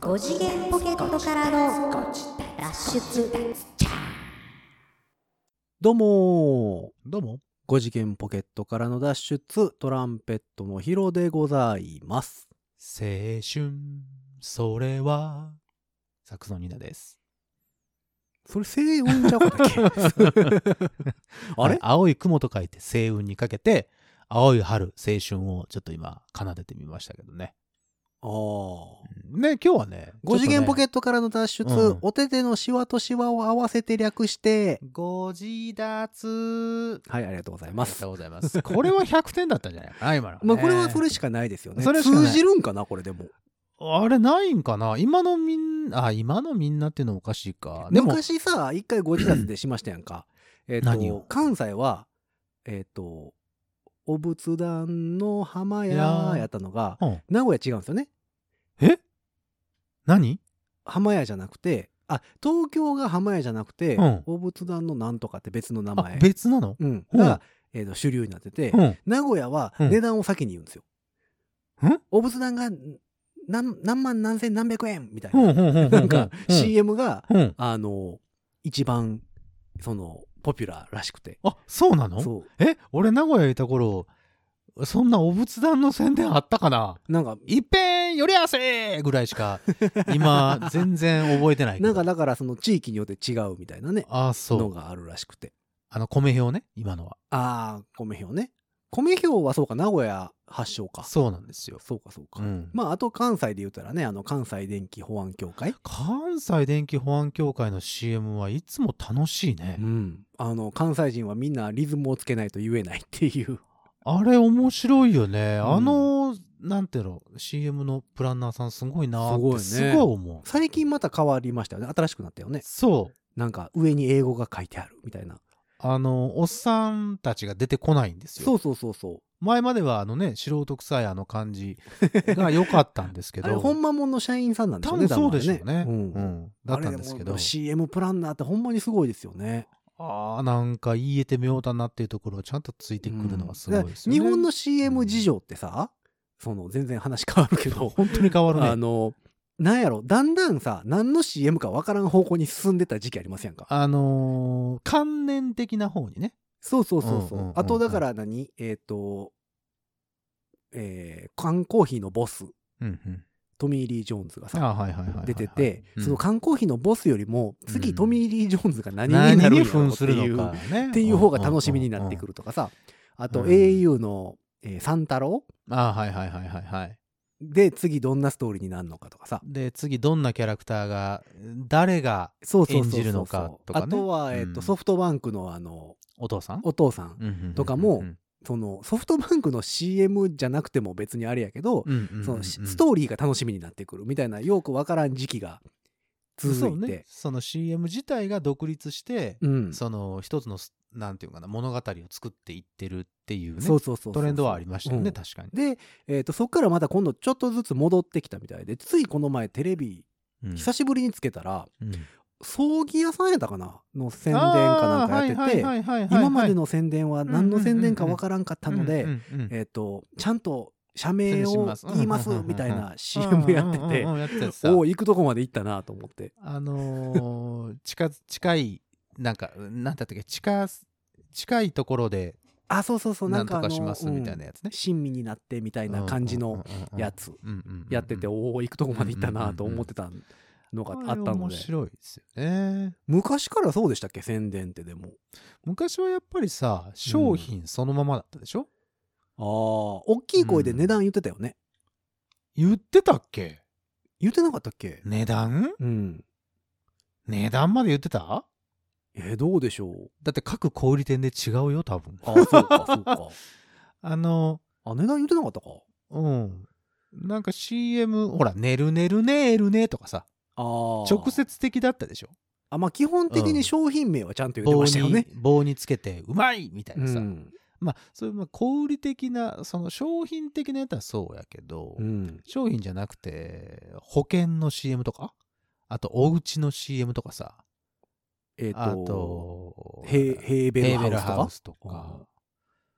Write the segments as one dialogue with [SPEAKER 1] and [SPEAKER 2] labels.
[SPEAKER 1] 5次元ポケットからの脱出
[SPEAKER 2] どうも
[SPEAKER 3] どうも。
[SPEAKER 2] ー !5 次元ポケットからの脱出、トランペットのヒロでございます。
[SPEAKER 3] 青春、それは、サックスのニーナです。
[SPEAKER 2] それ、声音ちゃうか ったっけあれ
[SPEAKER 3] 青い雲と書いて星雲にかけて、青い春、青春をちょっと今、奏でてみましたけどね。
[SPEAKER 2] あー
[SPEAKER 3] ね、今日はね、
[SPEAKER 2] 5次元ポケ
[SPEAKER 3] ッ
[SPEAKER 2] ットからの脱出、
[SPEAKER 3] うん
[SPEAKER 2] お手手のシワとシワを合わせて略して、
[SPEAKER 3] ト。ご自立。
[SPEAKER 2] はい、ありがとうござい
[SPEAKER 3] あ
[SPEAKER 2] ま
[SPEAKER 3] りが
[SPEAKER 2] す
[SPEAKER 3] とう。ござい ます。これは100点だったんじゃないかな、今の、ね。
[SPEAKER 2] まあ、これはそれしかないですよね。
[SPEAKER 3] それしかない
[SPEAKER 2] 通じるんかな、これでも。
[SPEAKER 3] あれないんかな今のみんな、あ、今のみんなっていうのもおかしいか。でも、
[SPEAKER 2] 昔さ、一回ご自宅でしましたやんか。えっ
[SPEAKER 3] 何を
[SPEAKER 2] と、関西は、えっと、お仏壇の浜屋やったのが、
[SPEAKER 3] うん、
[SPEAKER 2] 名古屋違うんですよね。
[SPEAKER 3] 何
[SPEAKER 2] 浜屋じゃなくて、あ、東京が浜屋じゃなくて、
[SPEAKER 3] うん
[SPEAKER 2] お仏壇のなんとかって別の名
[SPEAKER 3] あ
[SPEAKER 2] 前、
[SPEAKER 3] 別なの
[SPEAKER 2] うん、
[SPEAKER 3] うん
[SPEAKER 2] が、えっと主流になってて、
[SPEAKER 3] うん。
[SPEAKER 2] 名古屋は
[SPEAKER 3] うん
[SPEAKER 2] 値段を先に言うんですよ。
[SPEAKER 3] ん
[SPEAKER 2] お仏壇が何何万何千何百円みたい
[SPEAKER 3] うん、
[SPEAKER 2] な。
[SPEAKER 3] うん、うん。
[SPEAKER 2] なんか
[SPEAKER 3] うん
[SPEAKER 2] CM が、
[SPEAKER 3] うん。
[SPEAKER 2] あの、一番、その、ポピュラーらしくて。
[SPEAKER 3] あ、そうなの
[SPEAKER 2] そ
[SPEAKER 3] え俺名古屋いた頃そんなお仏壇の宣伝あったかな
[SPEAKER 2] う。なんか、
[SPEAKER 3] いっぺんより安いぐらいしか今全然覚えてないけ
[SPEAKER 2] な
[SPEAKER 3] ど
[SPEAKER 2] んかだからその地域によって違うみたいなね、
[SPEAKER 3] あそ
[SPEAKER 2] の
[SPEAKER 3] う
[SPEAKER 2] があるらしくて。
[SPEAKER 3] あの米表ね今のは
[SPEAKER 2] ああ、米票ね。米票はそうか、名古屋発祥か。
[SPEAKER 3] そうなんですよ、
[SPEAKER 2] そうか、そうか。
[SPEAKER 3] うん
[SPEAKER 2] まあ、あと関西で言ったらね、あの、関西電気保安協会。
[SPEAKER 3] 関西電気保安協会の CM はいつも楽しいね、
[SPEAKER 2] うん。あの、関西人はみんなリズムをつけないと言えないって いう。
[SPEAKER 3] あれ面白いよね、
[SPEAKER 2] ん
[SPEAKER 3] あのなんていうの CM のプランナーさんすごいなーって
[SPEAKER 2] す
[SPEAKER 3] す
[SPEAKER 2] ご
[SPEAKER 3] ご
[SPEAKER 2] いね
[SPEAKER 3] い思う
[SPEAKER 2] 最近また変わりましたよね。新しくなったよね。
[SPEAKER 3] そう
[SPEAKER 2] なんか、上に英語が書いてあるみたいな。
[SPEAKER 3] あのおっさんたちが出てこないんですよ
[SPEAKER 2] そうそうそうそう。
[SPEAKER 3] 前まではあのね素人臭いあの感じが良かったんですけど
[SPEAKER 2] あれ、本間もんの社員さんなんです
[SPEAKER 3] 多
[SPEAKER 2] よね。
[SPEAKER 3] 分そうでしょう
[SPEAKER 2] 多
[SPEAKER 3] ね
[SPEAKER 2] 分あれ
[SPEAKER 3] う
[SPEAKER 2] ね
[SPEAKER 3] んだったんですけ
[SPEAKER 2] あれも
[SPEAKER 3] ど
[SPEAKER 2] CM プランナーってほんまにすごいですよね。
[SPEAKER 3] ああなんか言えてみようだなっていうところをちゃんとついてくるのがすごいですよね、
[SPEAKER 2] 日本の CM 事情ってさ、その全然話変わるけど、
[SPEAKER 3] 本当に変わるね
[SPEAKER 2] あの、なんやろ、だんだんさ、何の CM かわからん方向に進んでた時期ありませんか。
[SPEAKER 3] あのー関連的な方にね
[SPEAKER 2] そうそうそうそう。
[SPEAKER 3] うんうんうんうん
[SPEAKER 2] あと、だから何えっ、と、えー缶コーヒーのボス、
[SPEAKER 3] うんうん
[SPEAKER 2] トミー・リー・ジョーンズが
[SPEAKER 3] あ
[SPEAKER 2] さ、
[SPEAKER 3] ーはいはいはいはいはい
[SPEAKER 2] 出てて、
[SPEAKER 3] うん
[SPEAKER 2] その缶コーヒーのボスよりも、次
[SPEAKER 3] うん
[SPEAKER 2] トミー・リー・ジョーンズが何にな
[SPEAKER 3] 何
[SPEAKER 2] るんやろ
[SPEAKER 3] に
[SPEAKER 2] うっていう
[SPEAKER 3] 扮するのか、ね、
[SPEAKER 2] っていう方が楽しみになってく
[SPEAKER 3] る、
[SPEAKER 2] るとかさ、あと
[SPEAKER 3] うん
[SPEAKER 2] au の、えー、三太郎
[SPEAKER 3] ああーはいはいはいはいはい
[SPEAKER 2] で次どんなストーリーになるのかとかさ、
[SPEAKER 3] で次どんなキャラクターが誰が
[SPEAKER 2] そうそうそうそう
[SPEAKER 3] 演じるのかとかね
[SPEAKER 2] あとは、えっ、と、
[SPEAKER 3] うん
[SPEAKER 2] ソフトバンクのあの、
[SPEAKER 3] お父さん
[SPEAKER 2] お父さん、
[SPEAKER 3] うんうんうんうん
[SPEAKER 2] とかもそのソフトバンクの CM じゃなくても別にあれやけど、
[SPEAKER 3] うんうんうんうん
[SPEAKER 2] そのしストーリーが楽しみになってくるみたいなよくわからん時期が続いて、
[SPEAKER 3] そうね、その CM 自体が独立して、
[SPEAKER 2] うん、
[SPEAKER 3] その一つのすなんていうかな物語を作っていってるっていうね
[SPEAKER 2] そうそうそうそう
[SPEAKER 3] トレンドはありましたよね、
[SPEAKER 2] うん
[SPEAKER 3] 確かに、
[SPEAKER 2] で、えー、とそっからまた今度ちょっとずつ戻ってきたみたいでついこの前テレビ
[SPEAKER 3] うん
[SPEAKER 2] 久しぶりにつけたら、
[SPEAKER 3] うん
[SPEAKER 2] 葬儀屋さんやったかなの宣伝かなんかやってて
[SPEAKER 3] あーはいはいはいはいはい
[SPEAKER 2] 今までの宣伝は何の宣伝かわからんかったの
[SPEAKER 3] う
[SPEAKER 2] で
[SPEAKER 3] んうんうん
[SPEAKER 2] えっとちゃんと社名
[SPEAKER 3] 失礼し
[SPEAKER 2] を
[SPEAKER 3] ます
[SPEAKER 2] 言います
[SPEAKER 3] うんうんうんうん
[SPEAKER 2] みたいな CM やって
[SPEAKER 3] うんうん
[SPEAKER 2] て
[SPEAKER 3] うんうんやってて
[SPEAKER 2] おお行くとこまで行ったなと思って
[SPEAKER 3] あのー近近いなんかなんだったっけ近す近いところで
[SPEAKER 2] あそうそうそうな
[SPEAKER 3] なんん
[SPEAKER 2] か
[SPEAKER 3] と
[SPEAKER 2] あの
[SPEAKER 3] かしますみたい
[SPEAKER 2] うん
[SPEAKER 3] なやつね、
[SPEAKER 2] 親身になってみたいな感じのやつ
[SPEAKER 3] うんうんうんうん
[SPEAKER 2] やってておお行くとこまで行ったなと思ってたのがあった
[SPEAKER 3] あれ
[SPEAKER 2] の
[SPEAKER 3] 面
[SPEAKER 2] で
[SPEAKER 3] 白いですよね
[SPEAKER 2] 昔からそうでしたっけ宣伝ってでも
[SPEAKER 3] 昔はやっぱりさ商品そのままだったでしょ、
[SPEAKER 2] ああ大きい声で値段言ってたよね
[SPEAKER 3] 言ってたっけ
[SPEAKER 2] 言ってなかったっけ
[SPEAKER 3] 値段
[SPEAKER 2] うん
[SPEAKER 3] 値段まで言ってた
[SPEAKER 2] えーどうでしょう
[SPEAKER 3] だって各小売店で違うよ多分
[SPEAKER 2] あそうか、そう か。
[SPEAKER 3] あの
[SPEAKER 2] あ、値段言ってなかったか。
[SPEAKER 3] うんなんか CM ほら「ねるねるねるね」とかさ
[SPEAKER 2] あ
[SPEAKER 3] 直。接的だったでしょ
[SPEAKER 2] あ、まあ、基本的に商品名はちゃんと言って
[SPEAKER 3] 棒
[SPEAKER 2] ましたよ
[SPEAKER 3] に
[SPEAKER 2] ね。
[SPEAKER 3] 棒につけて「うまい!」みたいうなさ、
[SPEAKER 2] ん。
[SPEAKER 3] まあそういうまあ小売的なその商品的なやつはそうやけど、
[SPEAKER 2] うん。
[SPEAKER 3] 商品じゃなくて保険の CM とかあとお家の CM とかさ
[SPEAKER 2] えっ
[SPEAKER 3] あ
[SPEAKER 2] と、
[SPEAKER 3] と、
[SPEAKER 2] ヘーヘーベルハウスとか。
[SPEAKER 3] とか。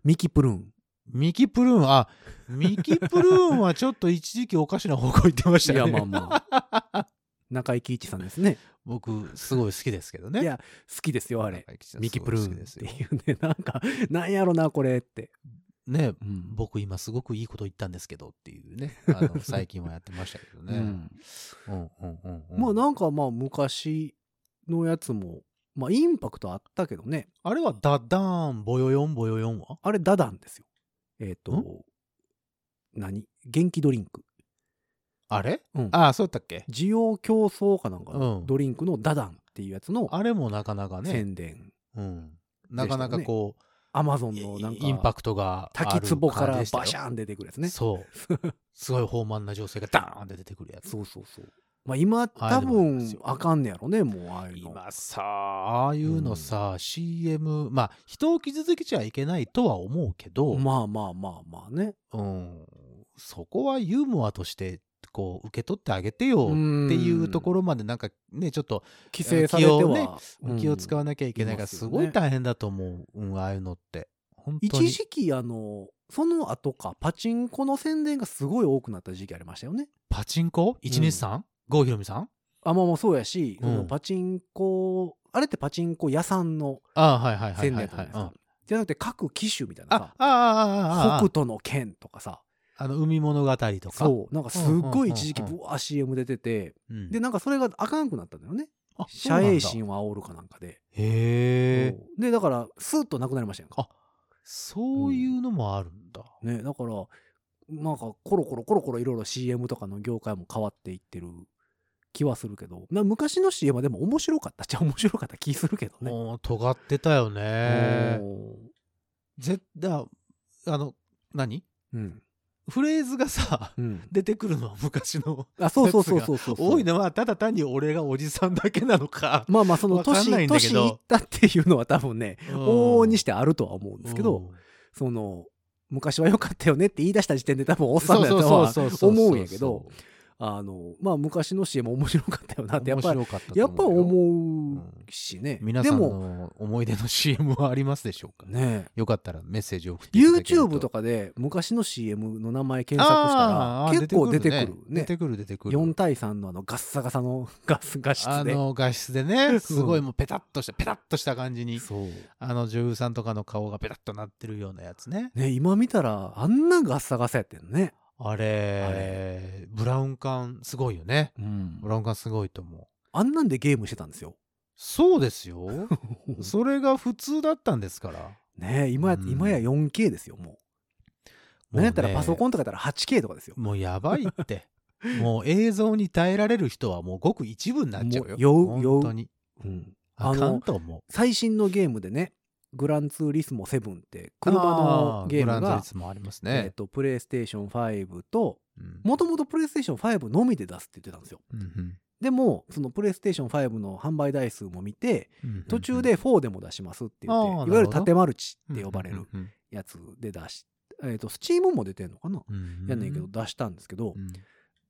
[SPEAKER 2] ミキプルーン。
[SPEAKER 3] ミキプルーン、あ、ミキプルーンはちょっと一時期おかしな方向行ってまし
[SPEAKER 2] い
[SPEAKER 3] た
[SPEAKER 2] や
[SPEAKER 3] よね。
[SPEAKER 2] まあまあ中井貴一さんですね
[SPEAKER 3] 僕、すごい好きですけどね。
[SPEAKER 2] いや好きですよあれ
[SPEAKER 3] 中井貴一さん
[SPEAKER 2] ミキプルー
[SPEAKER 3] すごい好き
[SPEAKER 2] ンっ
[SPEAKER 3] です
[SPEAKER 2] て
[SPEAKER 3] よ
[SPEAKER 2] いうねなんかなんやろなこれって、
[SPEAKER 3] ね、
[SPEAKER 2] うん
[SPEAKER 3] 僕今すごくいいこと言ったんですけどっていうね、あ の最近はやってましたけどね。
[SPEAKER 2] う
[SPEAKER 3] うん
[SPEAKER 2] ん
[SPEAKER 3] うんうんうん
[SPEAKER 2] まあなんかまあ昔のやつもまあインパクトあったけどね
[SPEAKER 3] あれはダダーン、ボヨヨン、ボヨヨンは
[SPEAKER 2] あれダダンですよえっ、
[SPEAKER 3] ん
[SPEAKER 2] と何元気ドリンク、
[SPEAKER 3] あれ
[SPEAKER 2] うん、
[SPEAKER 3] ああ、そうだったっけ
[SPEAKER 2] 需要競争かなんかの
[SPEAKER 3] うん
[SPEAKER 2] ドリンクのダダンっていうやつの
[SPEAKER 3] あれもなかなかね、
[SPEAKER 2] 宣伝
[SPEAKER 3] うん、なかなかこ
[SPEAKER 2] アマ
[SPEAKER 3] う、
[SPEAKER 2] ゾンのなんか
[SPEAKER 3] インパクトがある
[SPEAKER 2] 滝壺から
[SPEAKER 3] 感じ
[SPEAKER 2] バ
[SPEAKER 3] で
[SPEAKER 2] シ
[SPEAKER 3] したよ
[SPEAKER 2] ャーン出てくるやつね
[SPEAKER 3] そう。すごい豊満な女性がダーンって出てくるやつ。
[SPEAKER 2] そうそうそう。まあ今
[SPEAKER 3] あ
[SPEAKER 2] 多
[SPEAKER 3] あいうのもあります
[SPEAKER 2] 分
[SPEAKER 3] よ
[SPEAKER 2] あかんねやろね、もうああいうの。
[SPEAKER 3] 今さ、ああいうのさ、CM、まあ、人を傷つけちゃいけないとは思うけど、
[SPEAKER 2] まあまあまあまあね。
[SPEAKER 3] うん、そこはユーモアとして、こう、受け取ってあげてよって
[SPEAKER 2] て
[SPEAKER 3] いうところまで、なんかね、ちょっと
[SPEAKER 2] 規制されて
[SPEAKER 3] 気を
[SPEAKER 2] は、
[SPEAKER 3] ね気を使わなきゃいけないから、
[SPEAKER 2] います
[SPEAKER 3] す
[SPEAKER 2] よね
[SPEAKER 3] ごい大変だと思う、うん、ああいうのって。本当に。
[SPEAKER 2] 一時期あのその後かパチンコの宣伝がすごい多くなった時期ありましたよね。
[SPEAKER 3] パチンコ一日さん郷ひろみさん
[SPEAKER 2] あまあまあそうやし、
[SPEAKER 3] うん
[SPEAKER 2] そのパチンコあれってパチンコ屋さんの
[SPEAKER 3] ああ、はいはいはい
[SPEAKER 2] 宣
[SPEAKER 3] は
[SPEAKER 2] 伝
[SPEAKER 3] い、
[SPEAKER 2] とか
[SPEAKER 3] はい。うん
[SPEAKER 2] さじゃなくて各機種みたいな
[SPEAKER 3] あ
[SPEAKER 2] さ、
[SPEAKER 3] ああ、ああ、ああ、あ
[SPEAKER 2] 北斗の剣とかさ
[SPEAKER 3] あの、海物語とか。
[SPEAKER 2] そうなんかすっごい一時期
[SPEAKER 3] うんうんうん
[SPEAKER 2] ぶわー CM 出てて
[SPEAKER 3] うん。
[SPEAKER 2] でなんかそれがあかんくなったんだよね
[SPEAKER 3] あ、
[SPEAKER 2] 社営
[SPEAKER 3] そうなんだ
[SPEAKER 2] 心は煽るかなんかで
[SPEAKER 3] へえ。
[SPEAKER 2] そうでだからスーッとなくなりましたやんか
[SPEAKER 3] あそういうのもあるんだ。
[SPEAKER 2] ねだからなんかコロコロコロコロいろいろ CM とかの業界も変わっていってる気はするけどな昔の CM はでも面白かったじゃ あ面白かった気するけどね
[SPEAKER 3] もう尖ってたよね。
[SPEAKER 2] おー
[SPEAKER 3] 絶対、あの、何
[SPEAKER 2] うん
[SPEAKER 3] フレーズがさ、
[SPEAKER 2] うん
[SPEAKER 3] 出てくるのは昔の
[SPEAKER 2] あそうそうそうそうそうそう
[SPEAKER 3] 多いのはただ単に俺がおじさんだけなのか。
[SPEAKER 2] まあまあその
[SPEAKER 3] わかんな
[SPEAKER 2] 年
[SPEAKER 3] いんだ
[SPEAKER 2] 年
[SPEAKER 3] け
[SPEAKER 2] い
[SPEAKER 3] ど
[SPEAKER 2] ったっていうのは多分ね往々にしてあるとは思うん
[SPEAKER 3] て
[SPEAKER 2] ですけどその昔は良かったよねって言い出した時点で多分おっさん
[SPEAKER 3] そう
[SPEAKER 2] だと
[SPEAKER 3] そう
[SPEAKER 2] は
[SPEAKER 3] そうそう
[SPEAKER 2] 思うんやけどあのまあ昔の CM 面白かったよなってやっぱり
[SPEAKER 3] 面白かたと思う
[SPEAKER 2] や
[SPEAKER 3] よ
[SPEAKER 2] っぱ思うしね、
[SPEAKER 3] 皆
[SPEAKER 2] で
[SPEAKER 3] さん
[SPEAKER 2] も
[SPEAKER 3] の思い出の CM はありますでしょうか
[SPEAKER 2] ね
[SPEAKER 3] よかったらメッセージを送っていただける
[SPEAKER 2] YouTube とかで昔の CM の名前検索したら
[SPEAKER 3] あー
[SPEAKER 2] 結構出てくる
[SPEAKER 3] 出
[SPEAKER 2] ね
[SPEAKER 3] てくる出てくる
[SPEAKER 2] 4対3のあのガッサガサの ガスガ
[SPEAKER 3] あ
[SPEAKER 2] 室で
[SPEAKER 3] の画質でねすごいもうペタッとしたペタッとした感じに
[SPEAKER 2] そう、
[SPEAKER 3] あの女優さんとかの顔がペタッとなってるようなやつね
[SPEAKER 2] ね、今見たらあんなガッサガサやってんね、
[SPEAKER 3] あれ
[SPEAKER 2] あ
[SPEAKER 3] ブラウン管すごいよね
[SPEAKER 2] うん
[SPEAKER 3] ブラウン管すごいと思う
[SPEAKER 2] あんなんでゲームしてたんですよ
[SPEAKER 3] そうで すよそれが普通だったんですから
[SPEAKER 2] ね今や
[SPEAKER 3] うん
[SPEAKER 2] 今や 4K ですよもう
[SPEAKER 3] もう
[SPEAKER 2] なん
[SPEAKER 3] ね
[SPEAKER 2] やったらパソコンとかやったら 8K とかですよ
[SPEAKER 3] もうやばいって もう映像に耐えられる人はもうごく一部になっちゃうよ
[SPEAKER 2] もう酔う酔う
[SPEAKER 3] 本当に
[SPEAKER 2] うん
[SPEAKER 3] あ
[SPEAKER 2] あの
[SPEAKER 3] かんと思う
[SPEAKER 2] 最新のゲームでねグランツーリスモ7って車のゲー
[SPEAKER 3] あ
[SPEAKER 2] ム
[SPEAKER 3] グラン
[SPEAKER 2] が
[SPEAKER 3] ドリスもあります
[SPEAKER 2] えっ
[SPEAKER 3] ね、
[SPEAKER 2] とプレイステーション5と
[SPEAKER 3] うん
[SPEAKER 2] もともとプレイステーション5のみで出すって言ってたんですよ
[SPEAKER 3] うんうん
[SPEAKER 2] でもそのプレイステーション5の販売台数も見て
[SPEAKER 3] うんうんうん
[SPEAKER 2] 途中で4でも出しますって言
[SPEAKER 3] あ
[SPEAKER 2] っ
[SPEAKER 3] あ
[SPEAKER 2] ていわゆる
[SPEAKER 3] なるほど
[SPEAKER 2] 縦マルチって呼ばれる
[SPEAKER 3] うんうん
[SPEAKER 2] やつで出しえっとスチームも出てんのかな
[SPEAKER 3] うんうん
[SPEAKER 2] やんねんけど出したんですけど
[SPEAKER 3] うん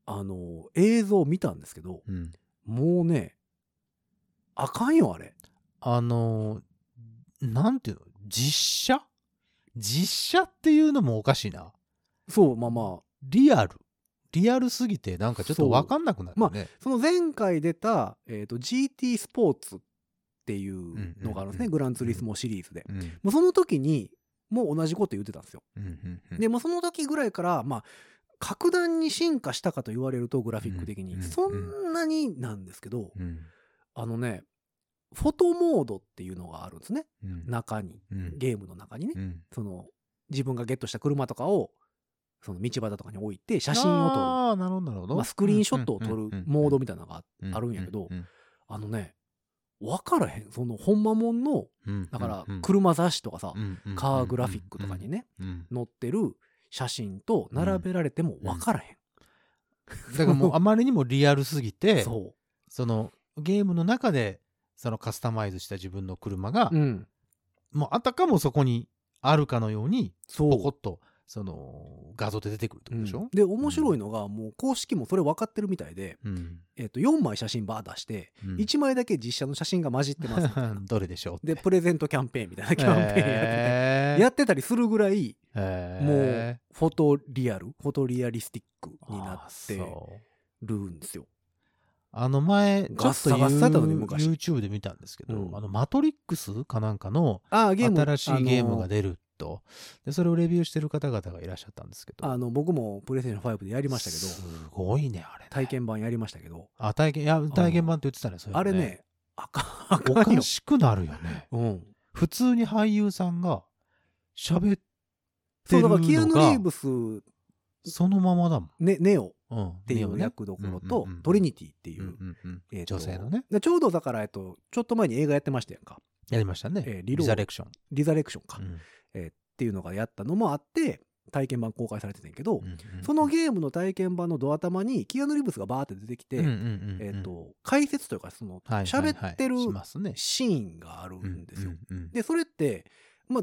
[SPEAKER 2] あの映像見たんですけど
[SPEAKER 3] うん
[SPEAKER 2] もうねあかんよあれ
[SPEAKER 3] あのーなんていうの実写実写っていうのもおかしいな
[SPEAKER 2] そうまあまあ
[SPEAKER 3] リアルリアルすぎてなんかちょっと分かんなくなるね
[SPEAKER 2] そうその前回出た、えー、と GT スポーツっていうのがあるんですね、
[SPEAKER 3] うんうんうん
[SPEAKER 2] グランツーリスモシリーズで。
[SPEAKER 3] うん
[SPEAKER 2] もうその時にもう同じこと言ってたんですよ。
[SPEAKER 3] うんうんうん
[SPEAKER 2] でもうその時ぐらいからまあ格段に進化したかと言われるとグラフィック的に、
[SPEAKER 3] うんうんうん
[SPEAKER 2] そんなになんですけど、
[SPEAKER 3] うん
[SPEAKER 2] あのねフォトモードっていうのがあるんですね
[SPEAKER 3] うん
[SPEAKER 2] 中に
[SPEAKER 3] うん
[SPEAKER 2] ゲームの中にね、
[SPEAKER 3] うん
[SPEAKER 2] その自分がゲットした車とかをその道端とかに置いて写真を撮る
[SPEAKER 3] ああなるほどなるほど、
[SPEAKER 2] まあ、スクリーンショットを撮るモードみたいなのがあって
[SPEAKER 3] ド
[SPEAKER 2] あるんやけど
[SPEAKER 3] ううん
[SPEAKER 2] あのね、わからへん。その、ほんまもんの、
[SPEAKER 3] うん
[SPEAKER 2] だから、車雑誌とかさ、カーグラフィックとかに
[SPEAKER 3] ね、
[SPEAKER 2] ね、
[SPEAKER 3] うんうん
[SPEAKER 2] 載ってる写真と並べられてもわからへん。
[SPEAKER 3] だからもうあまりにもリアルすぎてそ
[SPEAKER 2] そ
[SPEAKER 3] のゲームの中でそのカスタマイズした自分の車が、
[SPEAKER 2] う。うん。
[SPEAKER 3] もうあたかもそこにあるかのように
[SPEAKER 2] そう。
[SPEAKER 3] ポコッとその画像で出てくるって
[SPEAKER 2] う
[SPEAKER 3] こと
[SPEAKER 2] ん
[SPEAKER 3] でしょ、
[SPEAKER 2] で、面白いのが、もう公式もそれ分かってるみたいで、
[SPEAKER 3] うん
[SPEAKER 2] えっと、4枚写真バー出して、
[SPEAKER 3] うん
[SPEAKER 2] 1枚
[SPEAKER 3] 。
[SPEAKER 2] だけ実写の写真が混じってますみたいな
[SPEAKER 3] どれでしょう
[SPEAKER 2] で、プレゼントキャンペーンみたいなキ
[SPEAKER 3] キ
[SPEAKER 2] ャンペーンやってて、
[SPEAKER 3] え
[SPEAKER 2] やってたりするぐらいもう
[SPEAKER 3] え
[SPEAKER 2] フォトリアルフォトリアリスティックにな
[SPEAKER 3] あ
[SPEAKER 2] って
[SPEAKER 3] そう
[SPEAKER 2] るんですよ。
[SPEAKER 3] あの前、ちょっと
[SPEAKER 2] ガッサガッサやったのに
[SPEAKER 3] You-
[SPEAKER 2] 昔
[SPEAKER 3] YouTube で見たんですけど、
[SPEAKER 2] うん
[SPEAKER 3] あの、マトリックスかなんかの
[SPEAKER 2] あーゲーム
[SPEAKER 3] 新しいゲームが
[SPEAKER 2] 出
[SPEAKER 3] 出ると、で、それをレビューしてる方々がいらっしゃったんですけど、
[SPEAKER 2] あのあの僕もプレイステーション5でやり
[SPEAKER 3] り
[SPEAKER 2] ましたけど
[SPEAKER 3] すごいね、あれね、
[SPEAKER 2] 体験版やりましたけど
[SPEAKER 3] あ、体験、いや、体験版って言ってたね、それ
[SPEAKER 2] あれねあかんあ
[SPEAKER 3] お
[SPEAKER 2] かんよ
[SPEAKER 3] か。しくなるよね。
[SPEAKER 2] うん、
[SPEAKER 3] 普通に俳優さんが喋っ
[SPEAKER 2] そ
[SPEAKER 3] て
[SPEAKER 2] う
[SPEAKER 3] る
[SPEAKER 2] だか
[SPEAKER 3] のが
[SPEAKER 2] らキアヌ・リーブス、
[SPEAKER 3] そのままだもん。
[SPEAKER 2] ね、ネオっ
[SPEAKER 3] うん。って
[SPEAKER 2] いう役どころ
[SPEAKER 3] う
[SPEAKER 2] と
[SPEAKER 3] んうんうん
[SPEAKER 2] トリニティっていううん
[SPEAKER 3] うん
[SPEAKER 2] え
[SPEAKER 3] う
[SPEAKER 2] ー
[SPEAKER 3] ん、
[SPEAKER 2] と
[SPEAKER 3] 女性のね。
[SPEAKER 2] でちょうどだから、えっと、ちょっと前に映画やってましたやんか。
[SPEAKER 3] やりましたね。
[SPEAKER 2] えーリ
[SPEAKER 3] リ
[SPEAKER 2] ロー
[SPEAKER 3] ザレクション。
[SPEAKER 2] リザレクションか。
[SPEAKER 3] うん
[SPEAKER 2] えーっていうのがやったのもあって、体験版公開されてたんやけど、
[SPEAKER 3] うんうん
[SPEAKER 2] そのゲームの体験版のドア玉に、キアヌ・リーブスがバーって出てきて、
[SPEAKER 3] うんうんうんうん
[SPEAKER 2] えっ、、と、解説というか、その、
[SPEAKER 3] はいはいはい
[SPEAKER 2] 喋ってる
[SPEAKER 3] しますね。
[SPEAKER 2] シーンがある
[SPEAKER 3] うん
[SPEAKER 2] ですよ。
[SPEAKER 3] うんうん
[SPEAKER 2] で、それって、まあ、